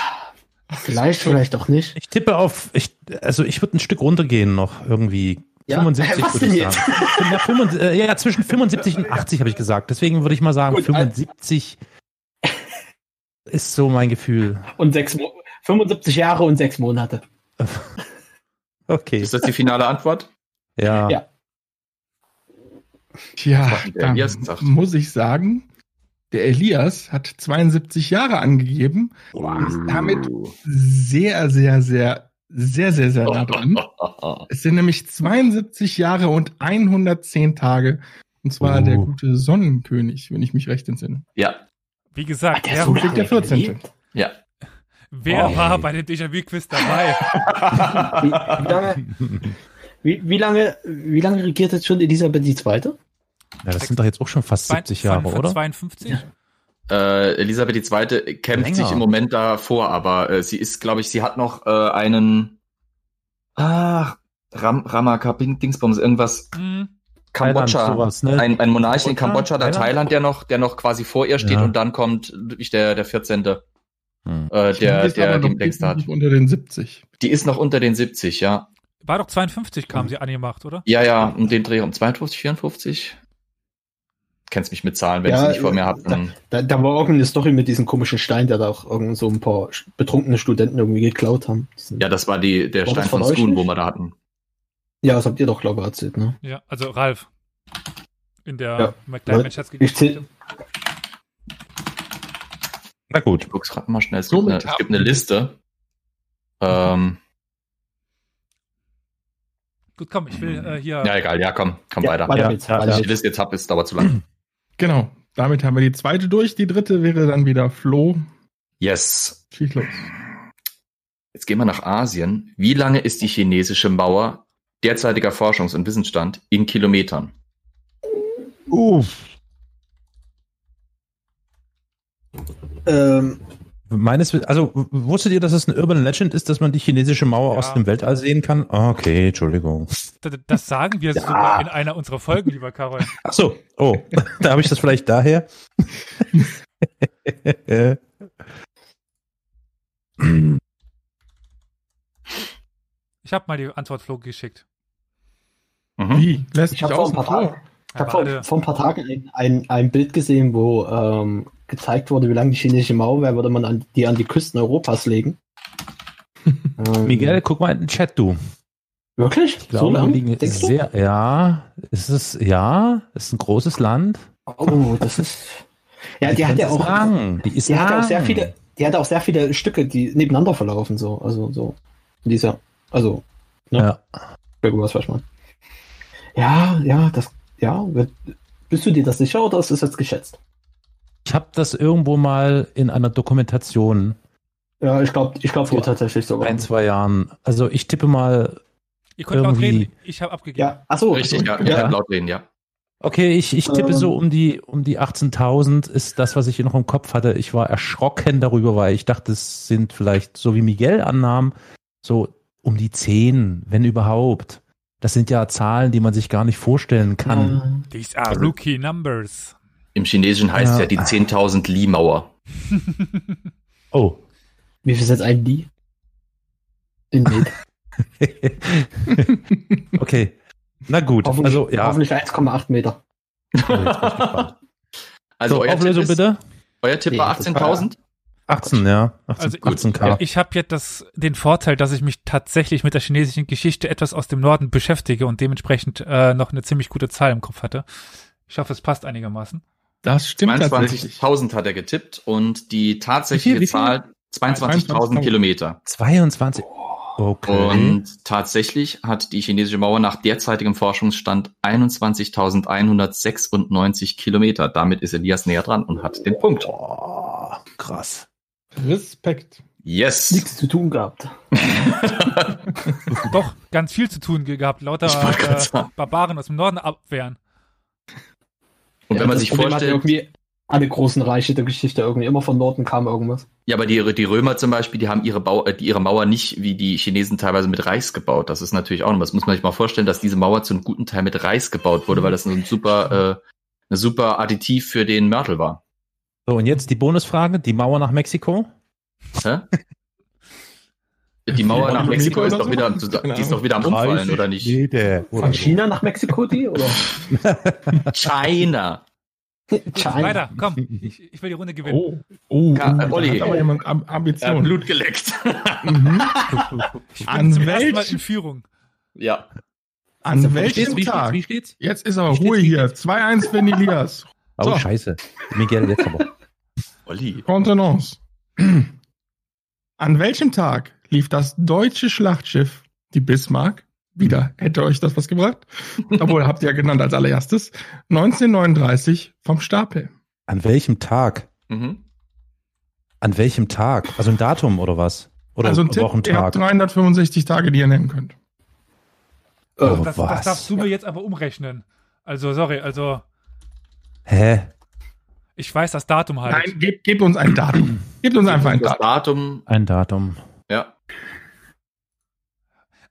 [SPEAKER 6] Vielleicht, vielleicht auch nicht.
[SPEAKER 5] Ich tippe auf, ich, also ich würde ein Stück runtergehen noch irgendwie.
[SPEAKER 6] Ja?
[SPEAKER 5] 75
[SPEAKER 6] Was
[SPEAKER 5] würde
[SPEAKER 6] denn
[SPEAKER 5] ich
[SPEAKER 6] jetzt?
[SPEAKER 5] sagen. Ja, 55, äh, ja, zwischen 75 und 80 habe ich gesagt. Deswegen würde ich mal sagen,
[SPEAKER 6] Gut, also-
[SPEAKER 5] 75 ist so mein Gefühl.
[SPEAKER 6] Und sechs Mo 75 Jahre und sechs Monate.
[SPEAKER 5] Okay.
[SPEAKER 7] Ist das die finale Antwort?
[SPEAKER 5] Ja.
[SPEAKER 6] Ja.
[SPEAKER 3] Tja,
[SPEAKER 7] Was hat der
[SPEAKER 3] dann
[SPEAKER 7] Elias gesagt?
[SPEAKER 3] muss ich sagen, der Elias hat 72 Jahre angegeben. Ist damit sehr, sehr, sehr, sehr, sehr, sehr nah dran. Es sind nämlich 72 Jahre und 110 Tage. Und zwar
[SPEAKER 5] Oh.
[SPEAKER 3] der gute Sonnenkönig, wenn ich mich recht entsinne.
[SPEAKER 7] ja,
[SPEAKER 2] Wie gesagt,
[SPEAKER 6] Der
[SPEAKER 2] wer,
[SPEAKER 6] so
[SPEAKER 3] kriegt der
[SPEAKER 6] lange
[SPEAKER 3] 14.
[SPEAKER 6] gelebt?
[SPEAKER 7] ja.
[SPEAKER 2] wer
[SPEAKER 5] Wow.
[SPEAKER 2] war bei dem Déjà-vu-Quiz dabei?
[SPEAKER 6] Wie, wie, lange, wie, wie, lange, wie lange regiert jetzt schon Elisabeth II.?
[SPEAKER 5] Ja, das sind doch jetzt auch schon fast 70 Jahre,
[SPEAKER 2] von, von
[SPEAKER 5] oder?
[SPEAKER 2] 52?
[SPEAKER 7] Äh, Elisabeth II. kämpft
[SPEAKER 5] Länger.
[SPEAKER 7] sich im Moment davor, aber äh, sie ist, glaube ich, sie hat noch äh, einen Ach, Ram, Ramaka Bing- Dingsbums, irgendwas
[SPEAKER 2] Hm,
[SPEAKER 7] Kambodscha.
[SPEAKER 5] Thailand, sowas, ne?
[SPEAKER 7] ein, ein Monarchen in
[SPEAKER 5] Kambodscha?
[SPEAKER 7] Kambodscha oder
[SPEAKER 5] Thailand?
[SPEAKER 7] Thailand, der noch, der noch quasi vor ihr steht
[SPEAKER 5] Ja.
[SPEAKER 7] und dann kommt wirklich der, der 14. Äh,
[SPEAKER 5] Hm.
[SPEAKER 7] der,
[SPEAKER 3] Ich glaube,
[SPEAKER 7] der,
[SPEAKER 3] die ist aber
[SPEAKER 7] der
[SPEAKER 3] noch
[SPEAKER 7] den längsten hat.
[SPEAKER 3] definitiv unter den 70.
[SPEAKER 7] Die ist noch unter den 70, ja.
[SPEAKER 2] War doch
[SPEAKER 6] Mhm.
[SPEAKER 2] 52 kam sie angemacht, oder?
[SPEAKER 7] Ja, ja, um den Dreh um 52, 54. Kennst mich mit Zahlen, wenn
[SPEAKER 6] Ja,
[SPEAKER 7] ich sie nicht vor mir habe.
[SPEAKER 6] da- Da, da war irgendeine Story mit diesem komischen Stein, der da auch irgend so ein paar sch- betrunkene Studenten irgendwie geklaut haben. Diesen-
[SPEAKER 7] Ja, das war die, der
[SPEAKER 6] War das
[SPEAKER 7] Stein von
[SPEAKER 6] von euch
[SPEAKER 7] Skun, wo
[SPEAKER 6] nicht?
[SPEAKER 7] wir da hatten.
[SPEAKER 6] ja, das habt ihr doch, glaube ich, erzählt, ne?
[SPEAKER 2] Ja, also Ralf. In der
[SPEAKER 6] Ja.
[SPEAKER 2] McLaren Schatz
[SPEAKER 6] Ich zähl-
[SPEAKER 5] Na gut.
[SPEAKER 7] guck's gerade mal schnell. Es gibt,
[SPEAKER 3] Somit
[SPEAKER 7] eine, es
[SPEAKER 3] haben
[SPEAKER 7] gibt eine
[SPEAKER 3] wir-
[SPEAKER 7] Liste. Ähm,
[SPEAKER 2] Gut, komm, ich will äh, hier.
[SPEAKER 7] ja, egal. Ja, komm, komm
[SPEAKER 6] Ja,
[SPEAKER 7] weiter.
[SPEAKER 6] weiter
[SPEAKER 5] Ja,
[SPEAKER 6] geht's,
[SPEAKER 5] ja,
[SPEAKER 7] Wenn
[SPEAKER 6] weiter
[SPEAKER 7] ich die
[SPEAKER 6] geht's.
[SPEAKER 7] Liste jetzt hab, ist dauert zu lang.
[SPEAKER 3] Genau, damit haben wir die zweite durch. Die dritte wäre dann wieder Flo.
[SPEAKER 7] Yes.
[SPEAKER 3] Schieß los.
[SPEAKER 7] Jetzt gehen wir nach Asien. Wie lange ist die chinesische Mauer derzeitiger Forschungs- und Wissensstand in Kilometern?
[SPEAKER 5] Uff.
[SPEAKER 6] Ähm,
[SPEAKER 5] Meines, Wiss- also w- wusstet ihr, dass es eine Urban Legend ist, dass man die chinesische Mauer
[SPEAKER 2] Ja.
[SPEAKER 5] aus dem Weltall sehen kann? Ah, Okay, Entschuldigung.
[SPEAKER 2] D- Das sagen wir sogar in einer unserer Folgen, lieber Karol.
[SPEAKER 5] Ach so, oh, da habe ich das vielleicht daher.
[SPEAKER 2] Ich habe mal die Antwort Flo geschickt.
[SPEAKER 7] Mhm.
[SPEAKER 3] Wie? Lässt
[SPEAKER 6] Ich
[SPEAKER 3] dich
[SPEAKER 6] hab vor
[SPEAKER 3] außen
[SPEAKER 6] ein paar
[SPEAKER 3] vor?
[SPEAKER 6] ich habe vor,
[SPEAKER 2] Warte.
[SPEAKER 6] vor ein paar Tagen ein, ein, ein Bild gesehen, wo ähm, gezeigt wurde, wie lange die chinesische Mauer wäre, würde man an, die an die Küsten Europas legen. Ähm,
[SPEAKER 5] Miguel, guck mal in den Chat, du.
[SPEAKER 6] Wirklich?
[SPEAKER 5] Ich glaube, wir
[SPEAKER 6] lang?
[SPEAKER 5] liegen
[SPEAKER 6] Denkst du?
[SPEAKER 5] sehr, ja, es ist, ja, es ist ein großes Land.
[SPEAKER 6] Oh, das ist. Ja, die hat
[SPEAKER 5] Grenze
[SPEAKER 6] ja
[SPEAKER 5] ist
[SPEAKER 6] auch.
[SPEAKER 5] lang. Die ist
[SPEAKER 6] Die hat
[SPEAKER 5] lang.
[SPEAKER 6] auch sehr viele, die hat auch sehr viele Stücke, die nebeneinander verlaufen, so, also so. Die ist ja, also, ne?
[SPEAKER 5] Ja.
[SPEAKER 6] Ja, gut, was weiß man. Ja, ja, das, ja, wird, bist du dir das sicher oder ist das jetzt geschätzt?
[SPEAKER 5] Ich habe das irgendwo mal in einer Dokumentation
[SPEAKER 6] Ja, ich glaube, ich glaube dir tatsächlich
[SPEAKER 5] vor
[SPEAKER 6] sogar.
[SPEAKER 5] ein, zwei Jahren. Also ich tippe mal,
[SPEAKER 2] Ihr könnt laut
[SPEAKER 5] Irgendwie.
[SPEAKER 2] reden, ich habe abgegeben.
[SPEAKER 6] Ja, achso,
[SPEAKER 7] Richtig, ja, ja.
[SPEAKER 5] Ja.
[SPEAKER 7] laut reden, ja.
[SPEAKER 5] okay, ich, ich tippe
[SPEAKER 6] Ähm.
[SPEAKER 5] so um die, um die 18.000 ist das, was ich noch im Kopf hatte. Ich war erschrocken darüber, weil ich dachte, es sind vielleicht, so wie Miguel annahm, so um die 10, wenn überhaupt. Das sind ja Zahlen, die man sich gar nicht vorstellen kann.
[SPEAKER 6] Äh,
[SPEAKER 2] These are rookie numbers.
[SPEAKER 7] Im Chinesischen heißt
[SPEAKER 5] Ja.
[SPEAKER 7] ja, die 10.000 Li-Mauer.
[SPEAKER 5] Oh.
[SPEAKER 6] Wie viel ist jetzt ein Die? In Met.
[SPEAKER 5] okay. Na gut,
[SPEAKER 6] Hoffentlich,
[SPEAKER 5] also ja.
[SPEAKER 6] hoffentlich 1,8 Meter.
[SPEAKER 5] Oh, jetzt bin ich gespannt.
[SPEAKER 7] Also
[SPEAKER 5] so,
[SPEAKER 7] euer
[SPEAKER 5] Auflösung
[SPEAKER 7] Tipp, ist,
[SPEAKER 5] bitte?
[SPEAKER 7] Euer Tipp war
[SPEAKER 6] Nee, das
[SPEAKER 7] 18.000?
[SPEAKER 5] 18, ja. 18,
[SPEAKER 2] Also, gut.
[SPEAKER 5] 18k.
[SPEAKER 2] Ich habe ja das, den Vorteil, dass ich mich tatsächlich mit der chinesischen Geschichte etwas aus dem Norden beschäftige und dementsprechend äh, noch eine ziemlich gute Zahl im Kopf hatte. Ich hoffe, es passt einigermaßen.
[SPEAKER 3] Das stimmt tatsächlich.
[SPEAKER 7] 22.000 hat er getippt und die tatsächliche
[SPEAKER 3] Wie viel, wie
[SPEAKER 7] Zahl
[SPEAKER 3] viel?
[SPEAKER 7] 22.000
[SPEAKER 3] 22.000.
[SPEAKER 7] Kilometer.
[SPEAKER 5] 22. Okay.
[SPEAKER 7] Und tatsächlich hat die chinesische Mauer nach derzeitigem Forschungsstand 21.196 Kilometer. Damit ist Elias näher dran und hat den Punkt.
[SPEAKER 5] Boah, krass.
[SPEAKER 3] Respekt.
[SPEAKER 7] Yes.
[SPEAKER 6] nichts zu tun gehabt.
[SPEAKER 2] Doch, ganz viel zu tun gehabt. Lauter
[SPEAKER 7] Ich wollte gerade
[SPEAKER 2] äh,
[SPEAKER 7] sagen.
[SPEAKER 2] Barbaren aus dem Norden abwehren.
[SPEAKER 7] Und
[SPEAKER 6] Ja,
[SPEAKER 7] wenn man
[SPEAKER 6] das
[SPEAKER 7] sich
[SPEAKER 6] Problem hatten
[SPEAKER 7] vorstellt,
[SPEAKER 6] irgendwie alle großen Reiche der Geschichte irgendwie immer von Norden kam irgendwas.
[SPEAKER 7] ja, aber die, die Römer zum Beispiel, die haben ihre, Bau, äh, die, ihre Mauer nicht wie die Chinesen teilweise mit Reis gebaut. Das ist natürlich auch noch was. Muss man sich mal vorstellen, dass diese Mauer zu einem guten Teil mit Reis gebaut wurde, weil das ein super, äh, ein super Additiv für den Mörtel war.
[SPEAKER 5] So, und jetzt die Bonusfrage, die Mauer nach Mexiko.
[SPEAKER 7] Hä? Die Mauer nach
[SPEAKER 3] Kilometer
[SPEAKER 7] Mexiko ist
[SPEAKER 3] oder
[SPEAKER 7] doch
[SPEAKER 3] so?
[SPEAKER 7] wieder, am-
[SPEAKER 3] Keine
[SPEAKER 7] die ist doch wieder am Umfallen, oder nicht?
[SPEAKER 5] Jede.
[SPEAKER 6] Von China nach Mexiko die? Oder
[SPEAKER 7] China.
[SPEAKER 6] China?
[SPEAKER 2] Weiter, komm. Ich, ich will die Runde gewinnen.
[SPEAKER 3] Oh, oh,
[SPEAKER 7] Ja,
[SPEAKER 3] oh,
[SPEAKER 7] äh, Olli.
[SPEAKER 3] da hat aber jemand Am-
[SPEAKER 7] Er hat
[SPEAKER 3] Ambition.
[SPEAKER 7] Blut geleckt.
[SPEAKER 3] Mhm.
[SPEAKER 7] Oh,
[SPEAKER 3] an
[SPEAKER 2] Zum ersten Mal in
[SPEAKER 3] welchem,
[SPEAKER 2] Führung.
[SPEAKER 7] ja.
[SPEAKER 3] an
[SPEAKER 5] Wie steht's?
[SPEAKER 3] welchem
[SPEAKER 5] Wie steht's?
[SPEAKER 3] Tag?
[SPEAKER 5] Wie steht's?
[SPEAKER 3] Jetzt ist aber
[SPEAKER 5] Wie steht's?
[SPEAKER 3] Ruhe hier. 2-1 für Elias.
[SPEAKER 5] Oh,
[SPEAKER 3] So.
[SPEAKER 5] scheiße. Miguel, jetzt aber.
[SPEAKER 7] Olli.
[SPEAKER 3] Kontenance. An welchem Tag lief das deutsche Schlachtschiff, die Bismarck, wieder, hätte euch das was gebracht, obwohl habt ihr ja genannt als allererstes, 1939 vom Stapel.
[SPEAKER 5] An welchem Tag?
[SPEAKER 7] Mhm.
[SPEAKER 5] An welchem Tag? Also ein Datum oder was? Oder
[SPEAKER 3] also
[SPEAKER 5] ein
[SPEAKER 3] ein Tipp, ihr
[SPEAKER 5] Wochentag?
[SPEAKER 3] habt 365 Tage, die ihr nennen könnt.
[SPEAKER 5] Oh,
[SPEAKER 2] Das, das
[SPEAKER 5] was?
[SPEAKER 2] darfst du mir jetzt aber umrechnen. Also, sorry, also
[SPEAKER 5] Hä?
[SPEAKER 2] ich weiß das Datum halt.
[SPEAKER 3] Nein, gebt, gebt uns ein Datum. Gebt uns einfach ein
[SPEAKER 7] Das
[SPEAKER 3] Datum.
[SPEAKER 7] Datum,
[SPEAKER 5] Ein Datum.
[SPEAKER 7] ja.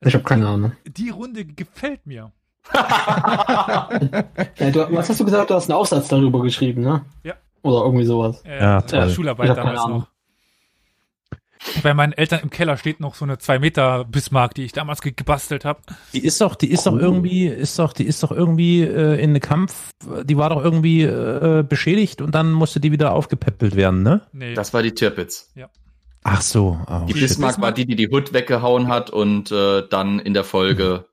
[SPEAKER 6] Ich habe keine Ahnung.
[SPEAKER 2] Die Runde gefällt mir.
[SPEAKER 6] Ja, du, was hast du gesagt? Du hast einen Aufsatz darüber geschrieben, ne?
[SPEAKER 2] Ja.
[SPEAKER 6] Oder irgendwie sowas.
[SPEAKER 2] Äh,
[SPEAKER 5] Ja,
[SPEAKER 2] in der
[SPEAKER 5] toll.
[SPEAKER 6] Ich
[SPEAKER 2] Schularbeit
[SPEAKER 6] hab keine
[SPEAKER 2] damals
[SPEAKER 6] Ahnung.
[SPEAKER 2] noch. Bei meinen Eltern im Keller steht noch so eine 2 Meter Bismarck, die ich damals ge- gebastelt habe.
[SPEAKER 5] Die ist doch, die ist doch irgendwie, ist doch, die ist doch irgendwie äh, in einem Kampf, die war doch irgendwie äh, beschädigt und dann musste die wieder aufgepäppelt werden, ne?
[SPEAKER 2] Nee.
[SPEAKER 7] Das war die Tirpitz.
[SPEAKER 5] Ach so. Oh,
[SPEAKER 7] Die
[SPEAKER 2] Die
[SPEAKER 5] shit.
[SPEAKER 7] Bismarck war die, die die Hood weggehauen hat und äh, dann in der Folge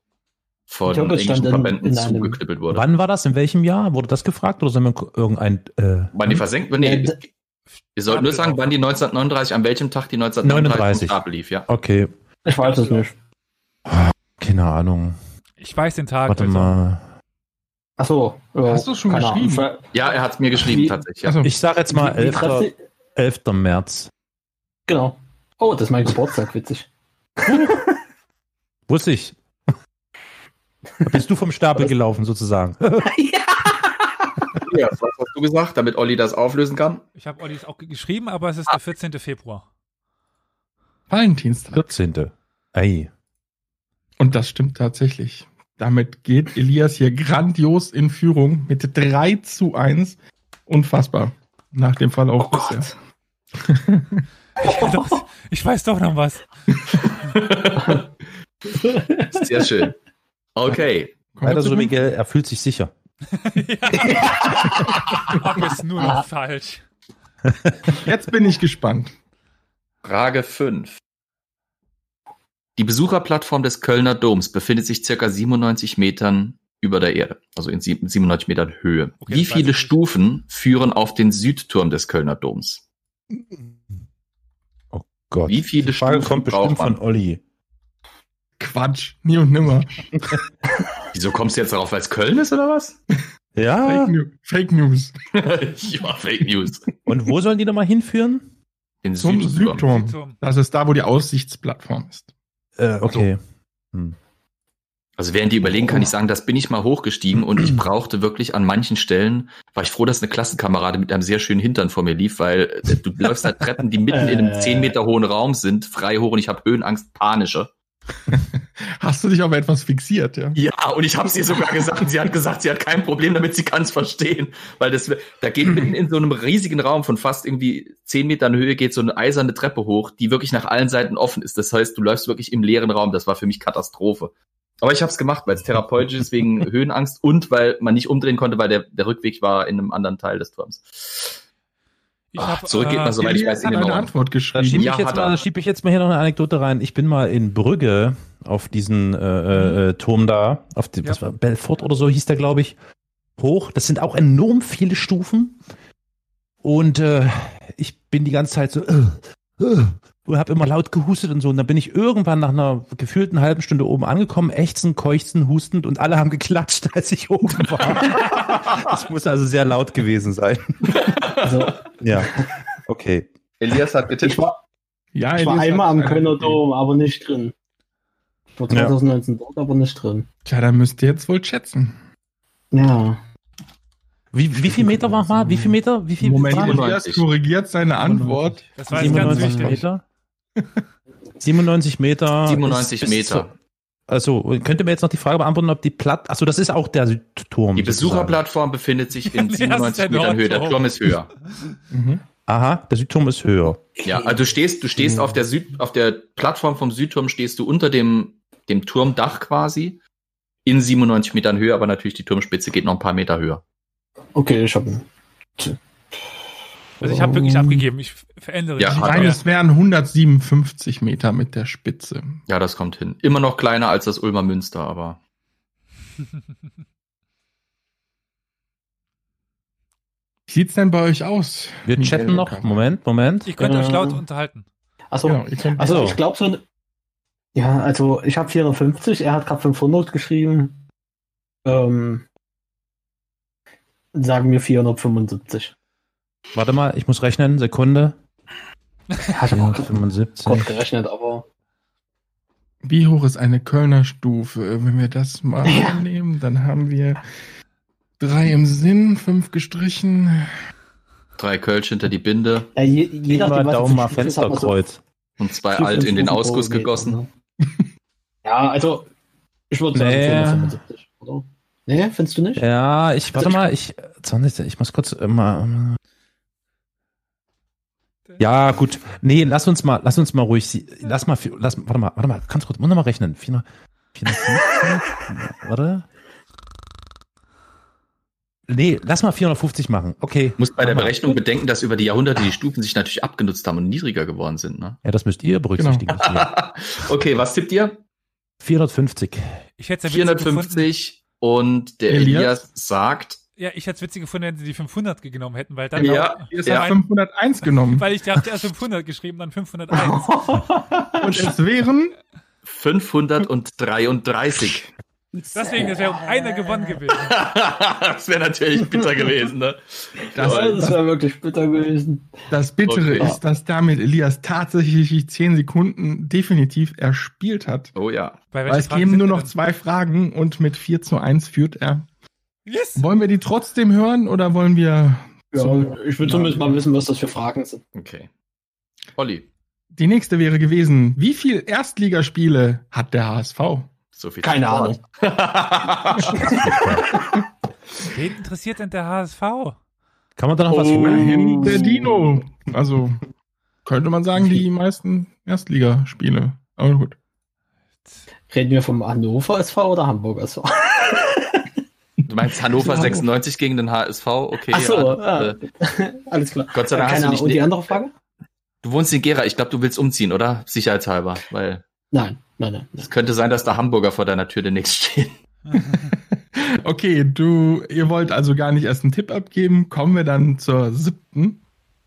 [SPEAKER 7] von
[SPEAKER 6] Die Tirpitz
[SPEAKER 7] englischen
[SPEAKER 6] stand in-
[SPEAKER 7] Verbänden
[SPEAKER 6] in einem-
[SPEAKER 7] zugeknüppelt wurde.
[SPEAKER 5] Wann war das? In welchem Jahr? Wurde das gefragt oder soll man k- irgendein äh,
[SPEAKER 7] Wann die versenkt wurde? Nee,
[SPEAKER 6] Ja,
[SPEAKER 7] wir sollten nur sagen, wann die 1939, an welchem Tag die
[SPEAKER 5] 39.
[SPEAKER 7] 1939 vom Stapel lief, ja.
[SPEAKER 5] Okay,
[SPEAKER 6] Ich weiß es nicht.
[SPEAKER 5] keine Ahnung.
[SPEAKER 2] Ich weiß den Tag.
[SPEAKER 5] Warte
[SPEAKER 2] also.
[SPEAKER 5] mal.
[SPEAKER 6] Ach so. ja,
[SPEAKER 3] Hast du schon
[SPEAKER 6] keine Ahnung.
[SPEAKER 3] geschrieben?
[SPEAKER 6] Ver-
[SPEAKER 7] Ja, er hat es mir geschrieben,
[SPEAKER 6] Wie-
[SPEAKER 7] tatsächlich. Ja.
[SPEAKER 3] Also,
[SPEAKER 5] Ich sag jetzt mal
[SPEAKER 6] Wie- wie
[SPEAKER 5] 11.
[SPEAKER 6] trefft sie-
[SPEAKER 5] 11. März.
[SPEAKER 6] Genau. Oh, das ist mein Geburtstag, witzig.
[SPEAKER 5] Wusste ich. Bist du vom Stapel gelaufen sozusagen?
[SPEAKER 7] Ja, was hast du gesagt, damit Olli das auflösen kann?
[SPEAKER 2] Ich habe Olli es auch ge- geschrieben, aber
[SPEAKER 7] Ah.
[SPEAKER 2] es ist der 14. Februar.
[SPEAKER 3] Valentinstag.
[SPEAKER 5] 14. Ey.
[SPEAKER 3] Und das stimmt tatsächlich. Damit geht Elias hier grandios in Führung mit 3 zu 1. Unfassbar. Nach dem Fall auch bisher.
[SPEAKER 2] Ich, kann doch, ich weiß doch noch was.
[SPEAKER 7] Sehr schön. Okay.
[SPEAKER 3] Kommen wir
[SPEAKER 5] Leider
[SPEAKER 3] zu
[SPEAKER 5] so,
[SPEAKER 3] dem-
[SPEAKER 5] Miguel, er fühlt sich sicher.
[SPEAKER 2] Ab ist nur
[SPEAKER 7] Ah.
[SPEAKER 2] noch falsch.
[SPEAKER 3] Jetzt bin ich gespannt.
[SPEAKER 7] Frage 5. Die Besucherplattform des Kölner Doms befindet sich circa 97 Metern über der Erde, also in sieb- 97 Metern Höhe.
[SPEAKER 2] Okay,
[SPEAKER 7] Wie
[SPEAKER 2] das weiß ich
[SPEAKER 7] viele
[SPEAKER 2] nicht.
[SPEAKER 7] Stufen führen auf den Südturm des Kölner Doms?
[SPEAKER 5] Gott.
[SPEAKER 7] Wie viele
[SPEAKER 5] Die Frage
[SPEAKER 7] Stufen
[SPEAKER 5] kommt bestimmt
[SPEAKER 7] braucht man?
[SPEAKER 5] von Olli.
[SPEAKER 3] Quatsch. Nie und nimmer.
[SPEAKER 7] Wieso kommst du jetzt darauf, weil es Köln ist oder was?
[SPEAKER 5] Ja.
[SPEAKER 3] Fake, New Fake News.
[SPEAKER 7] ja, Fake News.
[SPEAKER 5] Und wo sollen die nochmal hinführen?
[SPEAKER 7] Den
[SPEAKER 3] Zum
[SPEAKER 7] Südturm.
[SPEAKER 3] Südturm.
[SPEAKER 2] Turm.
[SPEAKER 3] Das ist da, wo die Aussichtsplattform ist.
[SPEAKER 5] Äh, okay.
[SPEAKER 7] Also während die überlegen, kann ich sagen, das bin ich mal hochgestiegen und ich brauchte wirklich an manchen Stellen, war ich froh, dass eine Klassenkamerade mit einem sehr schönen Hintern vor mir lief, weil äh, du läufst halt Treppen, die mitten in einem
[SPEAKER 6] Äh.
[SPEAKER 7] 10 Meter hohen Raum sind, frei hoch und ich habe Höhenangst, panische.
[SPEAKER 3] Hast du dich aber etwas fixiert, ja?
[SPEAKER 7] Ja, und ich habe es ihr sogar gesagt. und Sie hat gesagt, sie hat kein Problem damit, sie kann es verstehen. Weil das, da geht mitten in so einem riesigen Raum von fast irgendwie 10 Metern Höhe geht so eine eiserne Treppe hoch, die wirklich nach allen Seiten offen ist. Das heißt, du läufst wirklich im leeren Raum. Das war für mich Katastrophe. Aber ich habe es gemacht, weil es therapeutisch ist, wegen Höhenangst und weil man nicht umdrehen konnte, weil der, der Rückweg war in einem anderen Teil des Turms.
[SPEAKER 2] Ich
[SPEAKER 7] Ach,
[SPEAKER 2] hab,
[SPEAKER 7] Ah,
[SPEAKER 2] äh,
[SPEAKER 7] zurück geht man so weit. Soweit ich weiß,
[SPEAKER 3] Elias
[SPEAKER 7] genau. in
[SPEAKER 3] hat
[SPEAKER 7] den
[SPEAKER 3] eine
[SPEAKER 7] Mauern.
[SPEAKER 3] Antwort
[SPEAKER 5] Da
[SPEAKER 3] geschrieben.
[SPEAKER 5] schiebe ich,
[SPEAKER 7] Ja,
[SPEAKER 5] jetzt
[SPEAKER 7] hat
[SPEAKER 5] mal-
[SPEAKER 7] er.
[SPEAKER 5] schieb ich jetzt mal hier noch eine Anekdote rein. Ich bin mal in Brügge auf diesen äh, äh, Turm da, auf die,
[SPEAKER 2] Ja.
[SPEAKER 5] was war, Belfort oder so hieß der, glaube ich, hoch. Das sind auch enorm viele Stufen. Und äh, ich bin die ganze Zeit so äh, äh, und habe immer laut gehustet und so. Und dann bin ich irgendwann nach einer gefühlten halben Stunde oben angekommen, ächzend, keuchzend, hustend und alle haben geklatscht, als ich oben war. das muss also sehr laut gewesen sein.
[SPEAKER 6] Also,
[SPEAKER 5] Ja, okay.
[SPEAKER 7] Elias hat
[SPEAKER 6] ich war,
[SPEAKER 3] Ja,
[SPEAKER 6] Ich war
[SPEAKER 3] Elias
[SPEAKER 6] einmal am
[SPEAKER 3] hat-
[SPEAKER 6] Kölner Dom, aber nicht drin. Ich war
[SPEAKER 5] Ja.
[SPEAKER 6] 2019 dort, aber nicht drin.
[SPEAKER 3] Tja, da müsst ihr jetzt wohl schätzen.
[SPEAKER 6] Ja.
[SPEAKER 5] Wie, wie viel Meter war mal? Wie viel Meter? Wie viel
[SPEAKER 3] Moment,
[SPEAKER 5] war mal?
[SPEAKER 3] Elias
[SPEAKER 7] 97.
[SPEAKER 3] korrigiert seine Antwort.
[SPEAKER 2] Das war jetzt ganz
[SPEAKER 5] 97
[SPEAKER 2] wichtig.
[SPEAKER 5] Meter. 97 Meter.
[SPEAKER 7] 97
[SPEAKER 5] Ah, ist- ist
[SPEAKER 7] Meter.
[SPEAKER 5] so- Also könnte mir jetzt noch die Frage beantworten, ob die Platt. Achso, das ist auch der Südturm.
[SPEAKER 7] Die
[SPEAKER 5] sozusagen.
[SPEAKER 7] Besucherplattform befindet sich in
[SPEAKER 2] Ja, der ist der
[SPEAKER 7] 97 Metern Höhe. Der
[SPEAKER 2] Nordturm.
[SPEAKER 7] Turm ist höher.
[SPEAKER 3] Mhm.
[SPEAKER 5] Aha, der Südturm ist höher.
[SPEAKER 7] Ja, also du stehst, du stehst auf der Süd, auf der Plattform vom Südturm stehst du unter dem, dem Turmdach quasi. In 97 Metern Höhe, aber natürlich die Turmspitze geht noch ein paar Meter höher.
[SPEAKER 6] Okay, ich habe
[SPEAKER 2] Also ich habe
[SPEAKER 5] Oh.
[SPEAKER 2] wirklich abgegeben. Ich verändere
[SPEAKER 7] Ja,
[SPEAKER 2] nicht
[SPEAKER 3] Ich
[SPEAKER 7] hat
[SPEAKER 3] meine,
[SPEAKER 2] mehr.
[SPEAKER 7] er.
[SPEAKER 3] es wären 157 Meter mit der Spitze.
[SPEAKER 7] Ja, das kommt hin. Immer noch kleiner als das Ulmer Münster, aber
[SPEAKER 3] Wie sieht's denn bei euch aus?
[SPEAKER 5] Wir
[SPEAKER 3] Miguel
[SPEAKER 5] chatten
[SPEAKER 3] und
[SPEAKER 5] noch.
[SPEAKER 3] Carmen?
[SPEAKER 5] Moment, Moment.
[SPEAKER 2] Ich könnte euch
[SPEAKER 6] Äh.
[SPEAKER 2] laut unterhalten.
[SPEAKER 6] Achso,
[SPEAKER 3] Genau, ihr könnt-
[SPEAKER 6] also
[SPEAKER 5] so.
[SPEAKER 6] ich glaube so. Ja, also ich habe 54, er hat gerade 500 geschrieben. Ähm, sagen wir 475.
[SPEAKER 5] Warte mal, ich muss rechnen. Sekunde.
[SPEAKER 6] Ja, ich hab auch kurz
[SPEAKER 5] 75.
[SPEAKER 6] gerechnet, aber
[SPEAKER 3] Wie hoch ist eine Kölner Stufe? Wenn wir das mal
[SPEAKER 6] Ja.
[SPEAKER 3] nehmen, dann haben wir drei im Sinn, fünf gestrichen.
[SPEAKER 7] drei Kölsch hinter die Binde
[SPEAKER 6] äh, je, je
[SPEAKER 5] Mal
[SPEAKER 6] nachdem, was
[SPEAKER 5] Daumen
[SPEAKER 6] das
[SPEAKER 5] mal
[SPEAKER 6] für Stufe ist, hat also man so
[SPEAKER 5] Fensterkreuz.
[SPEAKER 7] und zwei
[SPEAKER 6] vier,
[SPEAKER 7] alt
[SPEAKER 6] fünf
[SPEAKER 7] in den
[SPEAKER 6] Stufen
[SPEAKER 7] Ausguss
[SPEAKER 6] Pro-Meter,
[SPEAKER 7] gegossen.
[SPEAKER 6] ne? Ja, also ich würde sagen
[SPEAKER 5] Nee.
[SPEAKER 6] 475, oder? Nee, findest du nicht?
[SPEAKER 5] Ja, ich warte mal, ich 20, ich muss kurz äh, mal Ja, gut. Nee, lass uns mal, lass uns mal ruhig, sie- lass mal, viel- lass, warte mal, warte mal, ganz kurz, muss noch mal rechnen. 400, 450, warte. Nee, lass mal 450 machen. Okay.
[SPEAKER 7] Muss bei der
[SPEAKER 5] Mach mal.
[SPEAKER 7] Berechnung bedenken, dass über die Jahrhunderte die Stufen sich natürlich abgenutzt haben und niedriger geworden sind. Ne?
[SPEAKER 5] Ja, das müsst ihr berücksichtigen.
[SPEAKER 7] Genau. Okay, was tippt ihr?
[SPEAKER 5] 450.
[SPEAKER 2] Ich hätte es ja witzig gefunden.
[SPEAKER 7] 450 und der
[SPEAKER 3] Elias?
[SPEAKER 7] Elias, sagt,
[SPEAKER 2] Ja, ich hätte es witzig gefunden, wenn sie die 500 genommen hätten, weil dann
[SPEAKER 7] ja,
[SPEAKER 3] Ihr
[SPEAKER 7] ja,
[SPEAKER 3] habt 501 genommen.
[SPEAKER 2] weil ich dachte erst 500 geschrieben, dann 501.
[SPEAKER 3] Und es wären
[SPEAKER 7] 533.
[SPEAKER 2] Deswegen, das wäre um einer gewonnen gewesen.
[SPEAKER 7] das wäre natürlich bitter gewesen, ne?
[SPEAKER 3] Das-
[SPEAKER 7] Aber
[SPEAKER 6] Das wäre wirklich bitter gewesen.
[SPEAKER 3] Das Bittere
[SPEAKER 7] Okay.
[SPEAKER 3] ist, dass damit Elias tatsächlich 10 Sekunden definitiv erspielt hat.
[SPEAKER 7] oh ja.
[SPEAKER 2] Bei welchen
[SPEAKER 3] Weil es
[SPEAKER 2] Fragen
[SPEAKER 3] geben
[SPEAKER 2] sind
[SPEAKER 3] nur
[SPEAKER 2] wir
[SPEAKER 3] noch
[SPEAKER 2] denn?
[SPEAKER 3] zwei Fragen und mit 4 zu 1 führt er.
[SPEAKER 2] Yes!
[SPEAKER 3] Wollen wir die trotzdem hören oder wollen wir
[SPEAKER 6] Ja,
[SPEAKER 3] So.
[SPEAKER 6] ich will zumindest mal wissen, was das für Fragen sind.
[SPEAKER 7] Okay. Olli,
[SPEAKER 3] Die nächste wäre gewesen, wie viel Erstligaspiele hat der HSV?
[SPEAKER 7] so viel.
[SPEAKER 6] Keine Ahnung.
[SPEAKER 2] Wen interessiert denn der HSV?
[SPEAKER 5] Kann man da noch was
[SPEAKER 3] Immerhin der Dino. Also könnte man sagen, die meisten Erstligaspiele. Aber gut.
[SPEAKER 6] Reden wir vom Hannover SV oder Hamburg SV?
[SPEAKER 7] Du meinst Hannover 96 gegen den HSV? Okay.
[SPEAKER 6] Ach so,
[SPEAKER 7] ja,
[SPEAKER 6] ja.
[SPEAKER 7] äh,
[SPEAKER 6] Alles klar.
[SPEAKER 7] Gott sei Dank hast
[SPEAKER 6] Keine Ahnung.
[SPEAKER 7] du nicht.
[SPEAKER 6] Und die andere Frage?
[SPEAKER 7] du wohnst in Gera. Ich glaube, du willst umziehen, oder? Sicherheitshalber. Weil
[SPEAKER 6] Nein, nein, nein. nein.
[SPEAKER 7] es könnte sein, dass da Hamburger vor deiner Tür demnächst stehen.
[SPEAKER 3] Okay, du, ihr wollt also gar nicht erst einen Tipp abgeben. Kommen wir dann zur siebten.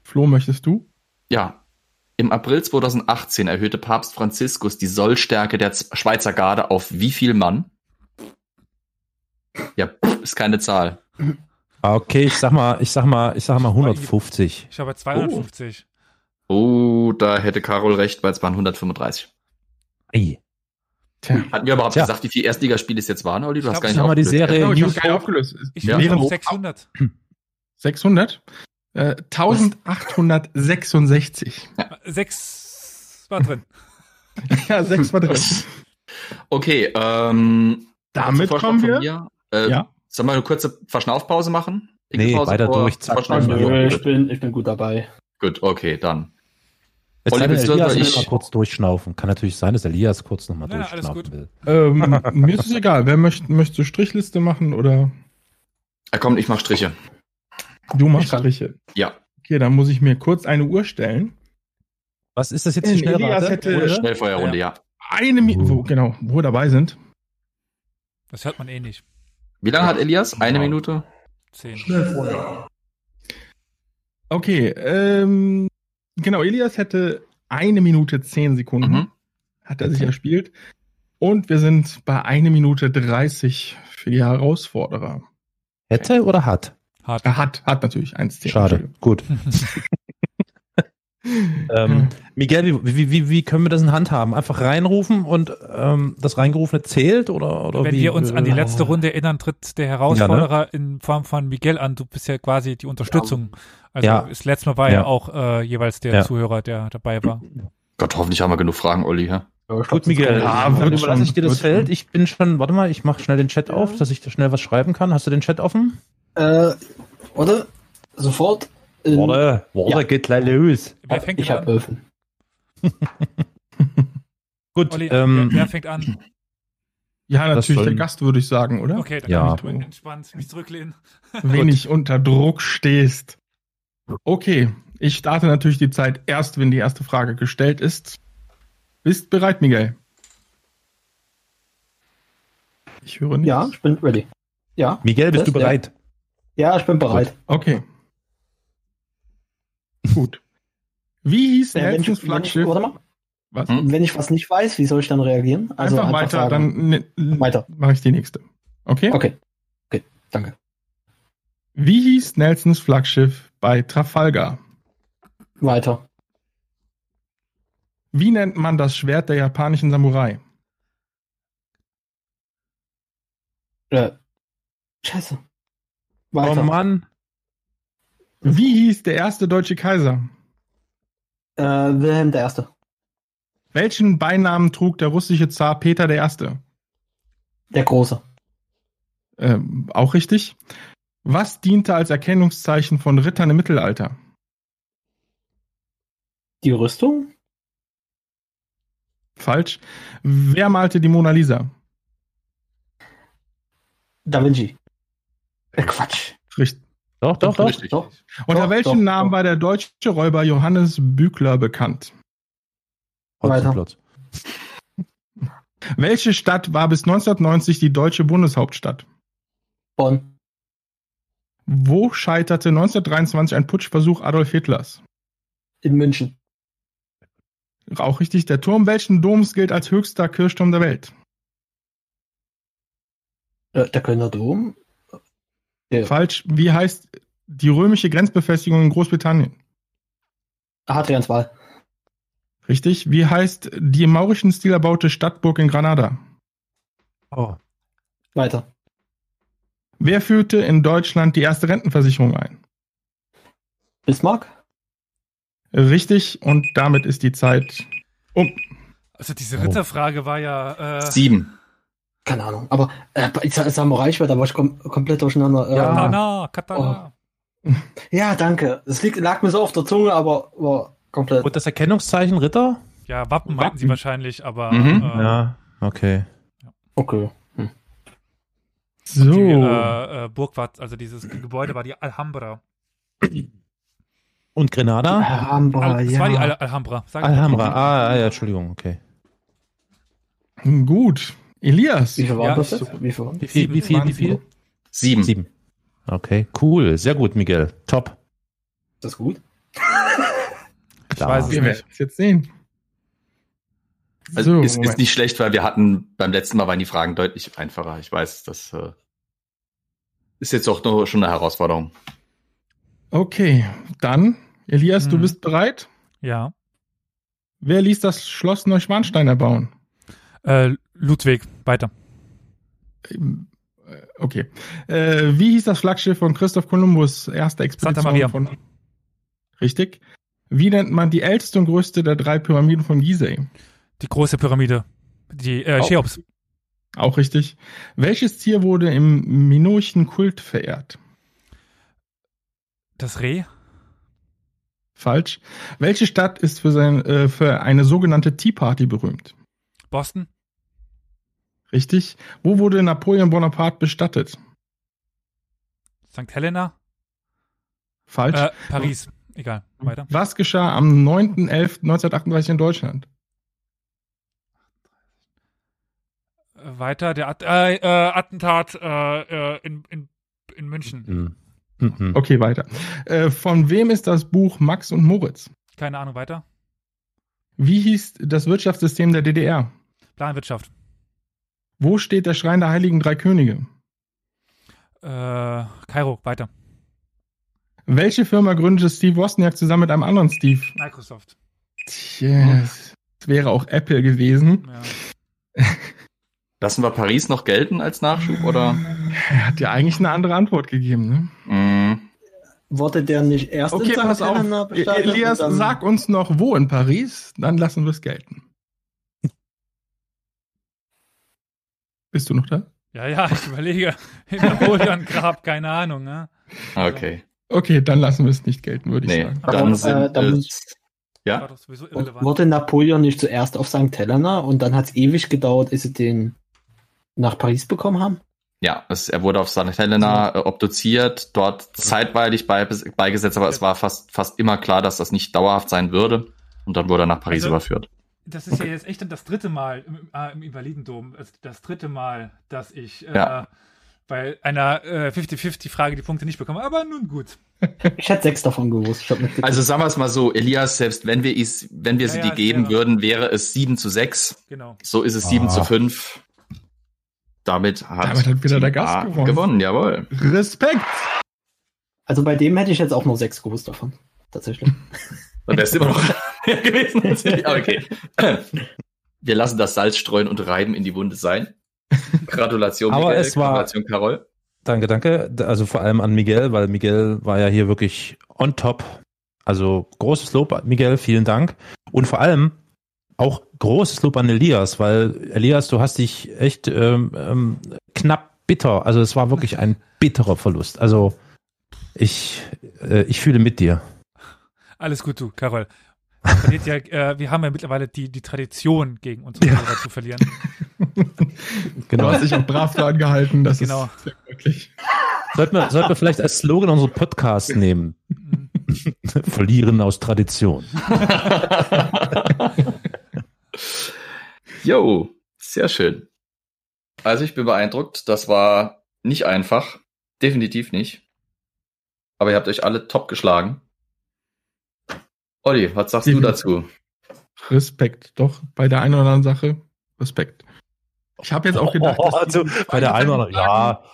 [SPEAKER 3] Flo, möchtest du?
[SPEAKER 7] Ja. Im April 2018 erhöhte Papst Franziskus die Sollstärke der Z- Schweizer Garde auf wie viel Mann? Ja, ist keine Zahl.
[SPEAKER 5] Ah, Okay, ich sag mal, ich sag mal, ich sag mal 150.
[SPEAKER 2] Ich habe 250.
[SPEAKER 7] Oh, da hätte Carol recht, weil es waren 135.
[SPEAKER 5] Ey,
[SPEAKER 3] Tja,
[SPEAKER 7] Hatten wir überhaupt
[SPEAKER 5] Tja.
[SPEAKER 7] gesagt, wie viele Erstligaspiele es jetzt waren, Olli? Du
[SPEAKER 2] Ich
[SPEAKER 7] hast
[SPEAKER 2] glaub,
[SPEAKER 7] gar
[SPEAKER 5] ich
[SPEAKER 7] nicht
[SPEAKER 5] sag mal, die
[SPEAKER 7] aufgelöst,
[SPEAKER 5] Serie
[SPEAKER 7] gell?
[SPEAKER 3] genau, ich
[SPEAKER 5] New
[SPEAKER 3] habe geil aufgelöst.
[SPEAKER 2] Ich
[SPEAKER 7] Ja.
[SPEAKER 2] wäre
[SPEAKER 3] Wären
[SPEAKER 2] auf
[SPEAKER 3] hoch-
[SPEAKER 2] 600.
[SPEAKER 3] 600? Äh, 1866.
[SPEAKER 2] Sechs war drin.
[SPEAKER 3] ja, sechs war drin.
[SPEAKER 7] Okay, ähm,
[SPEAKER 3] Damit
[SPEAKER 7] zu Vorschlag
[SPEAKER 3] kommen
[SPEAKER 7] von
[SPEAKER 3] wir.
[SPEAKER 7] Mir, äh,
[SPEAKER 3] Ja.
[SPEAKER 7] Sollen wir eine kurze Verschnaufpause machen?
[SPEAKER 5] Nee,
[SPEAKER 7] Pinkelpause
[SPEAKER 5] weiter
[SPEAKER 7] vor-
[SPEAKER 5] durch, zack,
[SPEAKER 7] Vorschlag von
[SPEAKER 5] dann,
[SPEAKER 7] mir?
[SPEAKER 6] Nö,
[SPEAKER 7] Gut,
[SPEAKER 6] ich, bin, ich bin gut dabei.
[SPEAKER 7] Gut, okay, dann.
[SPEAKER 5] Jetzt
[SPEAKER 7] Olli,
[SPEAKER 5] kann
[SPEAKER 7] willst du
[SPEAKER 5] Elias
[SPEAKER 7] oder
[SPEAKER 5] will
[SPEAKER 7] ich?
[SPEAKER 5] mal kurz durchschnaufen. Kann natürlich sein, dass Elias kurz nochmal
[SPEAKER 2] Ja, alles
[SPEAKER 5] durchschnaufen
[SPEAKER 2] gut.
[SPEAKER 5] will.
[SPEAKER 3] Ähm, mir ist es egal. Wer möchte, möchtest du Strichliste machen oder
[SPEAKER 7] Ah, komm, ich mach Striche.
[SPEAKER 3] du machst
[SPEAKER 6] kann.
[SPEAKER 3] Striche?
[SPEAKER 7] Ja.
[SPEAKER 3] Okay, dann muss ich mir kurz eine Uhr stellen.
[SPEAKER 5] Was ist das jetzt
[SPEAKER 3] Äh, Elias
[SPEAKER 5] die Schnellrate?
[SPEAKER 3] hätte-
[SPEAKER 5] Oder?
[SPEAKER 7] Schnellfeuerrunde, ja.
[SPEAKER 3] Eine Minute, wo, genau, wo wir dabei sind.
[SPEAKER 2] Das hört man eh nicht.
[SPEAKER 7] Wie lange hat Elias?
[SPEAKER 5] Genau.
[SPEAKER 7] Eine Minute?
[SPEAKER 2] Zehn.
[SPEAKER 3] Okay, ähm, genau, Elias hätte eine Minute zehn Sekunden,
[SPEAKER 7] Mhm.
[SPEAKER 3] hat er sich erspielt. Und wir sind bei eine Minute 30 für die Herausforderer. Äh,
[SPEAKER 5] Hätte oder hat?
[SPEAKER 2] Hart.
[SPEAKER 3] Er hat, hat natürlich eins zehn.
[SPEAKER 5] Schade. Gut. Ähm, Miguel, wie, wie, wie, wie können wir das in Hand haben? Einfach reinrufen und ähm, das Reingerufene zählt oder, oder
[SPEAKER 2] Wenn
[SPEAKER 5] wie?
[SPEAKER 2] wir uns an die letzte Runde erinnern, tritt der Herausforderer in Form von Miguel an. Du bist ja quasi die Unterstützung. Also
[SPEAKER 5] Ja.
[SPEAKER 2] das letzte Mal war ja,
[SPEAKER 5] Ja.
[SPEAKER 2] auch äh, jeweils der
[SPEAKER 5] Ja.
[SPEAKER 2] Zuhörer, der dabei war.
[SPEAKER 7] Gott, hoffentlich haben wir genug Fragen, Olli. Ja?
[SPEAKER 6] Ja, ich glaub,
[SPEAKER 5] Gut, Miguel,
[SPEAKER 3] Ja,
[SPEAKER 5] dann
[SPEAKER 3] wird
[SPEAKER 5] überlasse
[SPEAKER 3] schon,
[SPEAKER 5] ich dir das
[SPEAKER 3] wird
[SPEAKER 5] Feld. Ich bin schon, warte mal, ich mache schnell den Chat auf, dass ich da schnell was schreiben kann. Hast du den Chat offen?
[SPEAKER 6] Äh, oder? Sofort. in-
[SPEAKER 5] Warte, warte,
[SPEAKER 6] Ja.
[SPEAKER 5] geht gleich los.
[SPEAKER 2] Wer fängt
[SPEAKER 6] ich
[SPEAKER 2] denn
[SPEAKER 6] habe
[SPEAKER 2] an?
[SPEAKER 6] Öfen.
[SPEAKER 5] Gut,
[SPEAKER 2] Olli,
[SPEAKER 5] ähm,
[SPEAKER 2] wer, wer fängt an?
[SPEAKER 3] Ja, natürlich der
[SPEAKER 5] sollen-
[SPEAKER 3] Gast, würde ich sagen, oder?
[SPEAKER 2] Okay, dann
[SPEAKER 5] Ja.
[SPEAKER 2] kann ich entspannt mich zurücklehnen.
[SPEAKER 3] Wenig unter Druck stehst. Okay, ich starte natürlich die Zeit erst, wenn die erste Frage gestellt ist. Bist bereit, Miguel? Ich höre nichts.
[SPEAKER 6] Ja, ich bin ready. Ja,
[SPEAKER 5] Miguel, bist
[SPEAKER 6] Was?
[SPEAKER 5] du bereit?
[SPEAKER 6] ja, ich bin bereit.
[SPEAKER 3] Okay. Gut. Wie hieß
[SPEAKER 6] Äh, wenn,
[SPEAKER 3] Nelsons
[SPEAKER 6] ich, wenn, ich,
[SPEAKER 3] Flaggschiff?
[SPEAKER 6] warte mal.
[SPEAKER 3] Was?
[SPEAKER 7] Hm?
[SPEAKER 6] wenn ich was nicht weiß, wie soll ich dann reagieren?
[SPEAKER 3] einfach, weiter,
[SPEAKER 6] also sagen.
[SPEAKER 3] dann ne,
[SPEAKER 6] Weiter.
[SPEAKER 3] mache ich die nächste. Okay?
[SPEAKER 6] Okay. Okay, danke.
[SPEAKER 3] Wie hieß Nelsons Flaggschiff bei Trafalgar?
[SPEAKER 6] Weiter.
[SPEAKER 3] Wie nennt man das Schwert der japanischen Samurai?
[SPEAKER 6] Äh, scheiße.
[SPEAKER 5] Oh
[SPEAKER 1] Also,
[SPEAKER 6] Weiter.
[SPEAKER 5] Mann,
[SPEAKER 3] Wie hieß der erste deutsche Kaiser?
[SPEAKER 6] äh, Wilhelm der Erste.
[SPEAKER 3] Welchen Beinamen trug der russische Zar Peter I.?
[SPEAKER 6] Der Große.
[SPEAKER 3] Ähm, auch richtig. Was diente als Erkennungszeichen von Rittern im Mittelalter?
[SPEAKER 6] Die Rüstung?
[SPEAKER 3] Falsch. Wer malte die Mona Lisa?
[SPEAKER 6] Da Vinci. Äh, Quatsch.
[SPEAKER 3] Richtig.
[SPEAKER 5] doch, doch, doch.
[SPEAKER 7] Richtig.
[SPEAKER 6] Doch.
[SPEAKER 3] Unter
[SPEAKER 6] Doch,
[SPEAKER 3] welchem
[SPEAKER 6] doch,
[SPEAKER 3] Namen
[SPEAKER 6] doch.
[SPEAKER 3] war der deutsche Räuber Johannes Büchler bekannt?
[SPEAKER 6] Weiter.
[SPEAKER 5] Hotzenplotz.
[SPEAKER 3] Welche Stadt war bis 1990 die deutsche Bundeshauptstadt?
[SPEAKER 6] Bonn.
[SPEAKER 3] Wo scheiterte 1923 ein Putschversuch Adolf Hitlers?
[SPEAKER 6] In München.
[SPEAKER 3] Auch richtig. Der Turm welchen Doms gilt als höchster Kirchturm der Welt?
[SPEAKER 6] Äh, der Kölner Dom. Ja.
[SPEAKER 3] Falsch. Wie heißt die römische Grenzbefestigung in Großbritannien?
[SPEAKER 6] Hadrians Wahl.
[SPEAKER 3] Richtig. Wie heißt die im maurischen Stil erbaute Stadtburg in Granada?
[SPEAKER 5] Oh.
[SPEAKER 6] Weiter.
[SPEAKER 3] Wer führte in Deutschland die erste Rentenversicherung ein?
[SPEAKER 6] Bismarck?
[SPEAKER 3] Richtig. Und damit ist die Zeit um.
[SPEAKER 2] Also diese Ritterfrage war ja äh,
[SPEAKER 7] Sieben.
[SPEAKER 6] Keine Ahnung. Aber äh, bei Samurai-Schwert, da war ich kom komplett durcheinander.
[SPEAKER 5] Ja.
[SPEAKER 6] Ähm,
[SPEAKER 2] Katana, Katana.
[SPEAKER 6] ja danke. Es liegt, lag mir so auf der Zunge, aber war komplett.
[SPEAKER 5] Und das Erkennungszeichen Ritter?
[SPEAKER 2] Ja, Wappen meinten sie
[SPEAKER 3] Wappen.
[SPEAKER 2] wahrscheinlich, aber
[SPEAKER 7] Mhm.
[SPEAKER 2] äh,
[SPEAKER 5] okay.
[SPEAKER 6] Okay.
[SPEAKER 3] So.
[SPEAKER 2] die äh, äh, Burg war, also dieses Gebäude war die Alhambra.
[SPEAKER 5] Und Grenada?
[SPEAKER 6] Alhambra,
[SPEAKER 2] Al es
[SPEAKER 6] Oh, ja.
[SPEAKER 2] war die Al Alhambra. Sag ich
[SPEAKER 5] Alhambra. Ah, ah, ja, Entschuldigung, okay.
[SPEAKER 3] Gut. Elias.
[SPEAKER 6] wie viel war
[SPEAKER 2] Ja,
[SPEAKER 6] das
[SPEAKER 2] ich-
[SPEAKER 6] jetzt? Wie viel war
[SPEAKER 5] Wie viel, wie viel, wie viel?
[SPEAKER 7] Sieben.
[SPEAKER 5] Sieben. Okay, cool. Sehr gut, Miguel. Top.
[SPEAKER 6] das gut?
[SPEAKER 5] Klar.
[SPEAKER 2] weiß es
[SPEAKER 3] Wir werden es jetzt sehen.
[SPEAKER 7] Also ist, ist
[SPEAKER 3] Moment.
[SPEAKER 7] nicht schlecht, weil wir hatten beim letzten Mal waren die Fragen deutlich einfacher. Ich weiß, das äh, ist jetzt auch nur schon eine Herausforderung.
[SPEAKER 3] okay. Dann, Elias, du
[SPEAKER 2] Hm.
[SPEAKER 3] bist bereit?
[SPEAKER 2] Ja.
[SPEAKER 3] Wer ließ das Schloss Neuschwanstein erbauen?
[SPEAKER 2] Äh, Ludwig, weiter.
[SPEAKER 3] Ähm, äh, Okay. Äh, wie hieß das Flaggschiff von Christoph Kolumbus, erste Expedition
[SPEAKER 2] Santa Maria.
[SPEAKER 3] von... Richtig. Wie nennt man die älteste und größte der drei Pyramiden von Gizeh?
[SPEAKER 2] Die große Pyramide. Die äh,
[SPEAKER 7] Oh.
[SPEAKER 2] Cheops.
[SPEAKER 3] Auch richtig. Welches Tier wurde im minoischen Kult verehrt?
[SPEAKER 2] Das Reh.
[SPEAKER 3] Falsch. Welche Stadt ist für, sein, äh, für eine sogenannte Tea Party berühmt?
[SPEAKER 2] Boston.
[SPEAKER 3] Richtig. Wo wurde Napoleon Bonaparte bestattet?
[SPEAKER 2] St. Helena.
[SPEAKER 3] Falsch.
[SPEAKER 2] Äh, Paris. Egal. Weiter.
[SPEAKER 3] Was geschah am 9.11.1938 in Deutschland?
[SPEAKER 2] Äh, Weiter. Der At äh, äh, Attentat äh, äh, in, in, in München.
[SPEAKER 5] Mhm. Mhm.
[SPEAKER 3] Okay, weiter. Äh, von wem ist das Buch Max und Moritz?
[SPEAKER 2] Keine Ahnung. Weiter.
[SPEAKER 3] Wie hieß das Wirtschaftssystem der DDR?
[SPEAKER 2] Planwirtschaft.
[SPEAKER 3] Wo steht der Schrein der Heiligen Drei Könige?
[SPEAKER 2] Äh, Kairo. Weiter.
[SPEAKER 3] Welche Firma gründete Steve Wozniak zusammen mit einem anderen Steve?
[SPEAKER 2] Microsoft. Hm.
[SPEAKER 3] Tja, es wäre auch Apple gewesen.
[SPEAKER 2] Ja.
[SPEAKER 7] Lassen wir Paris noch gelten als Nachschub oder?
[SPEAKER 3] Er hat ja eigentlich eine andere Antwort gegeben, ne?
[SPEAKER 7] Mm,
[SPEAKER 6] Wurde der nicht erst
[SPEAKER 3] Okay,
[SPEAKER 6] St.
[SPEAKER 3] pass auf.
[SPEAKER 6] Helena
[SPEAKER 3] E-
[SPEAKER 6] bestattet
[SPEAKER 3] Elias,
[SPEAKER 6] und dann-
[SPEAKER 3] sag uns noch, wo in Paris, dann lassen wir es gelten. Bist du noch da?
[SPEAKER 2] ja, ja, ich überlege. Napoleon Grab, keine Ahnung. Ne?
[SPEAKER 7] okay.
[SPEAKER 3] Okay, dann lassen wir es nicht gelten, würde ich
[SPEAKER 7] Nee.
[SPEAKER 3] sagen.
[SPEAKER 7] äh, Dann sind
[SPEAKER 6] da
[SPEAKER 7] es-
[SPEAKER 6] muss-
[SPEAKER 7] Ja?
[SPEAKER 2] War doch sowieso irrelevant.
[SPEAKER 6] äh, wurde Napoleon nicht zuerst auf St. Helena und dann hat es ewig gedauert, bis sie den nach Paris bekommen haben?
[SPEAKER 7] Ja, es, er wurde auf St. Helena äh, obduziert, dort zeitweilig bei, beigesetzt, aber es war fast, fast immer klar, dass das nicht dauerhaft sein würde. Und dann wurde er nach Paris
[SPEAKER 2] Also-
[SPEAKER 7] überführt.
[SPEAKER 2] Das ist ja jetzt echt dann das dritte Mal im, äh, im Invalidendom, also das dritte Mal, dass ich äh,
[SPEAKER 7] Ja.
[SPEAKER 2] bei einer äh, 50-50-Frage die Punkte nicht bekomme. Aber nun gut.
[SPEAKER 6] Ich hätte sechs davon gewusst. Ich hab mitgekriegt.
[SPEAKER 7] Also sagen wir es mal so, Elias, selbst wenn wir, is, wenn wir
[SPEAKER 2] Ja,
[SPEAKER 7] sie
[SPEAKER 2] ja,
[SPEAKER 7] dir
[SPEAKER 2] ist
[SPEAKER 7] geben
[SPEAKER 2] fair.
[SPEAKER 7] würden, wäre es 7 zu 6.
[SPEAKER 2] Genau.
[SPEAKER 7] So ist es 7
[SPEAKER 5] Ah.
[SPEAKER 7] zu 5. Damit hat,
[SPEAKER 3] Damit hat wieder der Gast
[SPEAKER 7] Ah,
[SPEAKER 3] gewonnen.
[SPEAKER 7] gewonnen. Jawohl.
[SPEAKER 3] Respekt!
[SPEAKER 6] Also bei dem hätte ich jetzt auch nur sechs gewusst davon. Tatsächlich.
[SPEAKER 7] Dann wärst du immer noch mehr gewesen. als ich. Aber Okay. Wir lassen das Salz streuen und reiben in die Wunde sein. Gratulation,
[SPEAKER 5] Aber es war-
[SPEAKER 7] Gratulation, Carol.
[SPEAKER 5] Danke, danke. D- Also vor allem an Miguel, weil Miguel war ja hier wirklich on top. Also großes Lob an Miguel, vielen Dank. Und vor allem auch großes Lob an Elias, weil Elias, du hast dich echt ähm, ähm, knapp bitter. Also es war wirklich ein bitterer Verlust. Also ich, äh, ich fühle mit dir.
[SPEAKER 2] Alles gut, du, Carol. Man verliert Ja, äh, wir haben ja mittlerweile die, die Tradition, gegen unsere Hörer zu verlieren.
[SPEAKER 3] Du
[SPEAKER 5] Genau.
[SPEAKER 3] hast dich auch brav daran gehalten, das
[SPEAKER 2] Genau.
[SPEAKER 3] ist sehr glücklich.
[SPEAKER 5] Sollten wir, sollten wir vielleicht als Slogan unseren Podcast nehmen.
[SPEAKER 2] Mhm.
[SPEAKER 5] Verlieren aus Tradition.
[SPEAKER 7] Jo, sehr schön. Also ich bin beeindruckt. Das war nicht einfach. Definitiv nicht. Aber ihr habt euch alle top geschlagen. Olli, was sagst du
[SPEAKER 3] Definitiv.
[SPEAKER 7] dazu?
[SPEAKER 3] Respekt, doch, bei der einen oder anderen Sache, Respekt. Ich habe jetzt auch gedacht,
[SPEAKER 5] oh,
[SPEAKER 3] dass die-
[SPEAKER 5] also, bei der einen oder anderen, ja,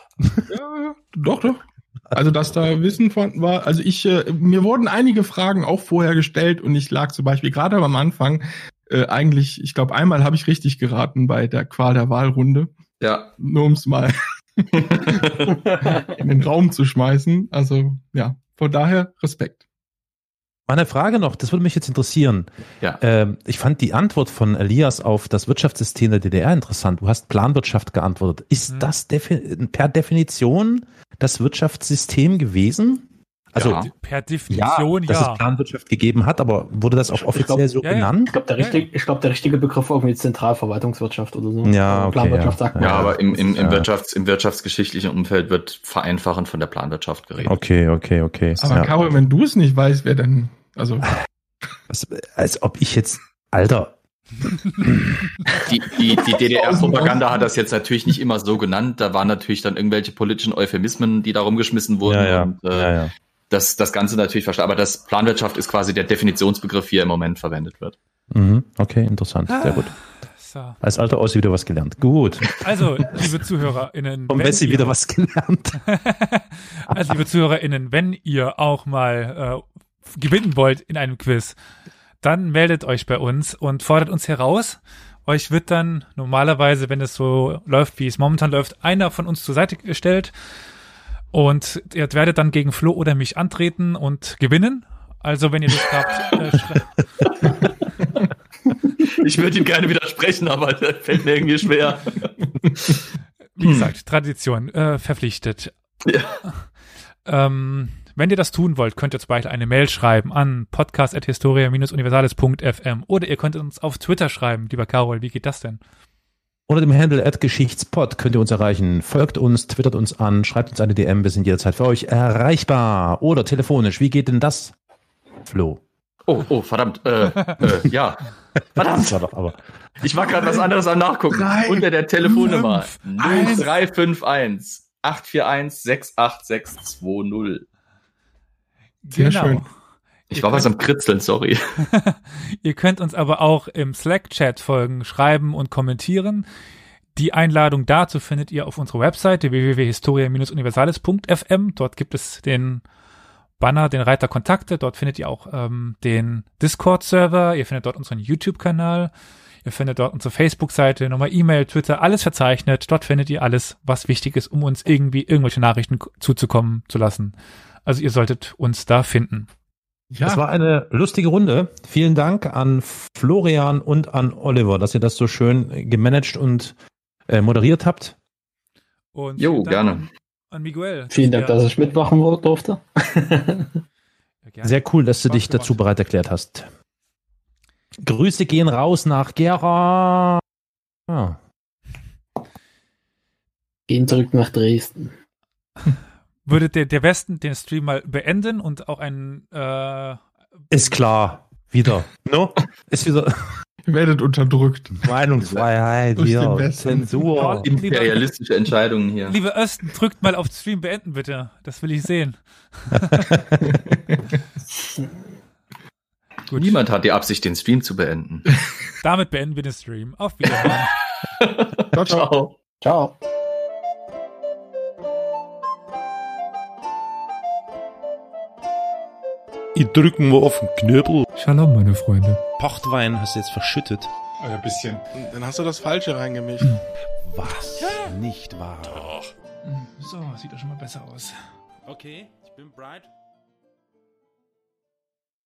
[SPEAKER 3] Ja, doch, doch. Also, dass da Wissen vorhanden war. Also, ich, äh, mir wurden einige Fragen auch vorher gestellt und ich lag zum Beispiel gerade am Anfang äh, eigentlich, ich glaube, einmal habe ich richtig geraten bei der Qual der Wahlrunde,
[SPEAKER 7] Ja.
[SPEAKER 3] nur um es mal in den Raum zu schmeißen. Also, ja, von daher Respekt.
[SPEAKER 5] Meine Frage noch, das würde mich jetzt interessieren.
[SPEAKER 7] Ja.
[SPEAKER 5] Ähm, ich fand die Antwort von Elias auf das Wirtschaftssystem der DDR interessant. Du hast Planwirtschaft geantwortet. Ist
[SPEAKER 7] Mhm.
[SPEAKER 2] Hm.
[SPEAKER 5] das defi per Definition das Wirtschaftssystem gewesen? Also
[SPEAKER 7] Ja.
[SPEAKER 5] ja,
[SPEAKER 2] Per Definition
[SPEAKER 5] dass
[SPEAKER 2] ja.
[SPEAKER 5] es Planwirtschaft gegeben hat, aber wurde das auch
[SPEAKER 6] Ich
[SPEAKER 5] offiziell
[SPEAKER 6] glaub,
[SPEAKER 5] so
[SPEAKER 2] ja, ja.
[SPEAKER 5] genannt?
[SPEAKER 6] Ich glaube, der, richtige- ich glaub, der richtige Begriff war irgendwie Zentralverwaltungswirtschaft oder so.
[SPEAKER 5] Ja, okay,
[SPEAKER 6] Planwirtschaft
[SPEAKER 5] ja.
[SPEAKER 6] sagt man.
[SPEAKER 7] Ja, aber im, im, im,
[SPEAKER 5] Ja.
[SPEAKER 7] Wirtschafts-, im wirtschaftsgeschichtlichen Umfeld wird vereinfachend von der Planwirtschaft geredet.
[SPEAKER 5] Okay, okay, okay.
[SPEAKER 3] Aber,
[SPEAKER 5] Ja.
[SPEAKER 3] Carol, wenn du es nicht weißt, wer denn, also,
[SPEAKER 5] Was, Also, als ob ich jetzt, Alter,
[SPEAKER 7] Die, die, die DDR-Propaganda hat das jetzt natürlich nicht immer so genannt. Da waren natürlich dann irgendwelche politischen Euphemismen, die da rumgeschmissen wurden. Und, äh,
[SPEAKER 5] ja, ja.
[SPEAKER 7] Das, das Ganze natürlich verstanden. Aber das Planwirtschaft ist quasi der Definitionsbegriff, wie er im Moment verwendet wird.
[SPEAKER 5] Mhm. Okay, interessant,
[SPEAKER 7] Ah.
[SPEAKER 5] sehr gut.
[SPEAKER 2] So.
[SPEAKER 5] Als alter Ossi wieder was gelernt. Gut.
[SPEAKER 2] Also, liebe ZuhörerInnen.
[SPEAKER 5] Vom
[SPEAKER 2] wenn
[SPEAKER 5] Messi
[SPEAKER 2] ihr-
[SPEAKER 5] wieder was gelernt.
[SPEAKER 2] Also, liebe ZuhörerInnen, wenn ihr auch mal äh, gewinnen wollt in einem Quiz, dann meldet euch bei uns und fordert uns heraus. Euch wird dann normalerweise, wenn es so läuft, wie es momentan läuft, einer von uns zur Seite gestellt. Und ihr werdet dann gegen Flo oder mich antreten und gewinnen. Also, wenn ihr Lust habt, äh, schre-
[SPEAKER 7] Ich würde ihm gerne widersprechen, aber das fällt mir irgendwie schwer.
[SPEAKER 3] Hm.
[SPEAKER 2] wie gesagt, Tradition, äh, verpflichtet.
[SPEAKER 7] Ja.
[SPEAKER 2] Ähm, wenn ihr das tun wollt, könnt ihr zum Beispiel eine Mail schreiben an podcast.historia-universalis.fm oder ihr könnt uns auf Twitter schreiben. Lieber Carol, wie geht das denn?
[SPEAKER 5] Unter dem Handle at Geschichtspod könnt ihr uns erreichen. Folgt uns, twittert uns an, schreibt uns eine DM, wir sind jederzeit für euch erreichbar. Oder telefonisch. Wie geht denn das? Flo.
[SPEAKER 7] Oh, oh, verdammt. Äh, äh, ja.
[SPEAKER 5] Das
[SPEAKER 7] Verdammt.
[SPEAKER 5] war doch aber.
[SPEAKER 7] Ich war gerade was anderes am Nachgucken. Unter der Telefonnummer 0351 841 68620.
[SPEAKER 3] Sehr schön.
[SPEAKER 7] Ich war was am Kritzeln, sorry.
[SPEAKER 2] Ihr könnt uns aber auch im Slack-Chat folgen, schreiben und kommentieren. Die Einladung dazu findet ihr auf unserer Webseite www.historia-universalis.fm. Dort gibt es den Banner den Reiter Kontakte. Dort findet ihr auch ähm, den Discord-Server. Ihr findet dort unseren YouTube-Kanal. Ihr findet dort unsere Facebook-Seite, nochmal E-Mail, Twitter, alles verzeichnet. Dort findet ihr alles, was wichtig ist, um uns irgendwie irgendwelche Nachrichten zuzukommen zu lassen. Also ihr solltet uns da finden.
[SPEAKER 5] Ja. Das war eine lustige Runde. Vielen Dank an Florian und an Oliver, dass ihr das so schön gemanagt und äh, moderiert habt.
[SPEAKER 2] Und
[SPEAKER 7] Jo,
[SPEAKER 2] vielen Dank
[SPEAKER 7] gerne.
[SPEAKER 2] An Miguel.
[SPEAKER 6] Vielen Dank,
[SPEAKER 2] Ja,
[SPEAKER 6] dass ich mitmachen durfte.
[SPEAKER 2] gerne.
[SPEAKER 5] Sehr cool, dass du
[SPEAKER 2] Spaß
[SPEAKER 5] dich dazu
[SPEAKER 2] gemacht.
[SPEAKER 5] bereit erklärt hast. Grüße gehen raus nach Gera. Ah,
[SPEAKER 6] Gehen zurück nach Dresden.
[SPEAKER 2] Würde der, der Westen den Stream mal beenden und auch einen äh,
[SPEAKER 5] ist klar. Wieder. No? Ist wieder
[SPEAKER 3] Ihr werdet unterdrückt.
[SPEAKER 5] Meinungsfreiheit,
[SPEAKER 3] Durch den
[SPEAKER 5] wieder
[SPEAKER 3] Westen.
[SPEAKER 5] Zensur.
[SPEAKER 2] lieber,
[SPEAKER 7] Imperialistische Entscheidungen hier.
[SPEAKER 2] lieber Östen, drückt mal auf Stream beenden, bitte. Das will ich sehen. Gut.
[SPEAKER 7] Niemand hat die Absicht, den Stream zu beenden.
[SPEAKER 2] Damit beenden wir den Stream. Auf Wiedersehen.
[SPEAKER 3] Ciao, ciao.
[SPEAKER 6] Ciao.
[SPEAKER 1] Ich drücken wir auf den Knöbel.
[SPEAKER 2] Shalom, meine Freunde.
[SPEAKER 1] Pochtwein hast du jetzt verschüttet.
[SPEAKER 4] Ein bisschen.
[SPEAKER 9] Dann hast du das Falsche reingemischt.
[SPEAKER 1] Was? Nicht wahr?
[SPEAKER 2] So, sieht doch schon mal besser aus.
[SPEAKER 1] Okay, ich bin bereit.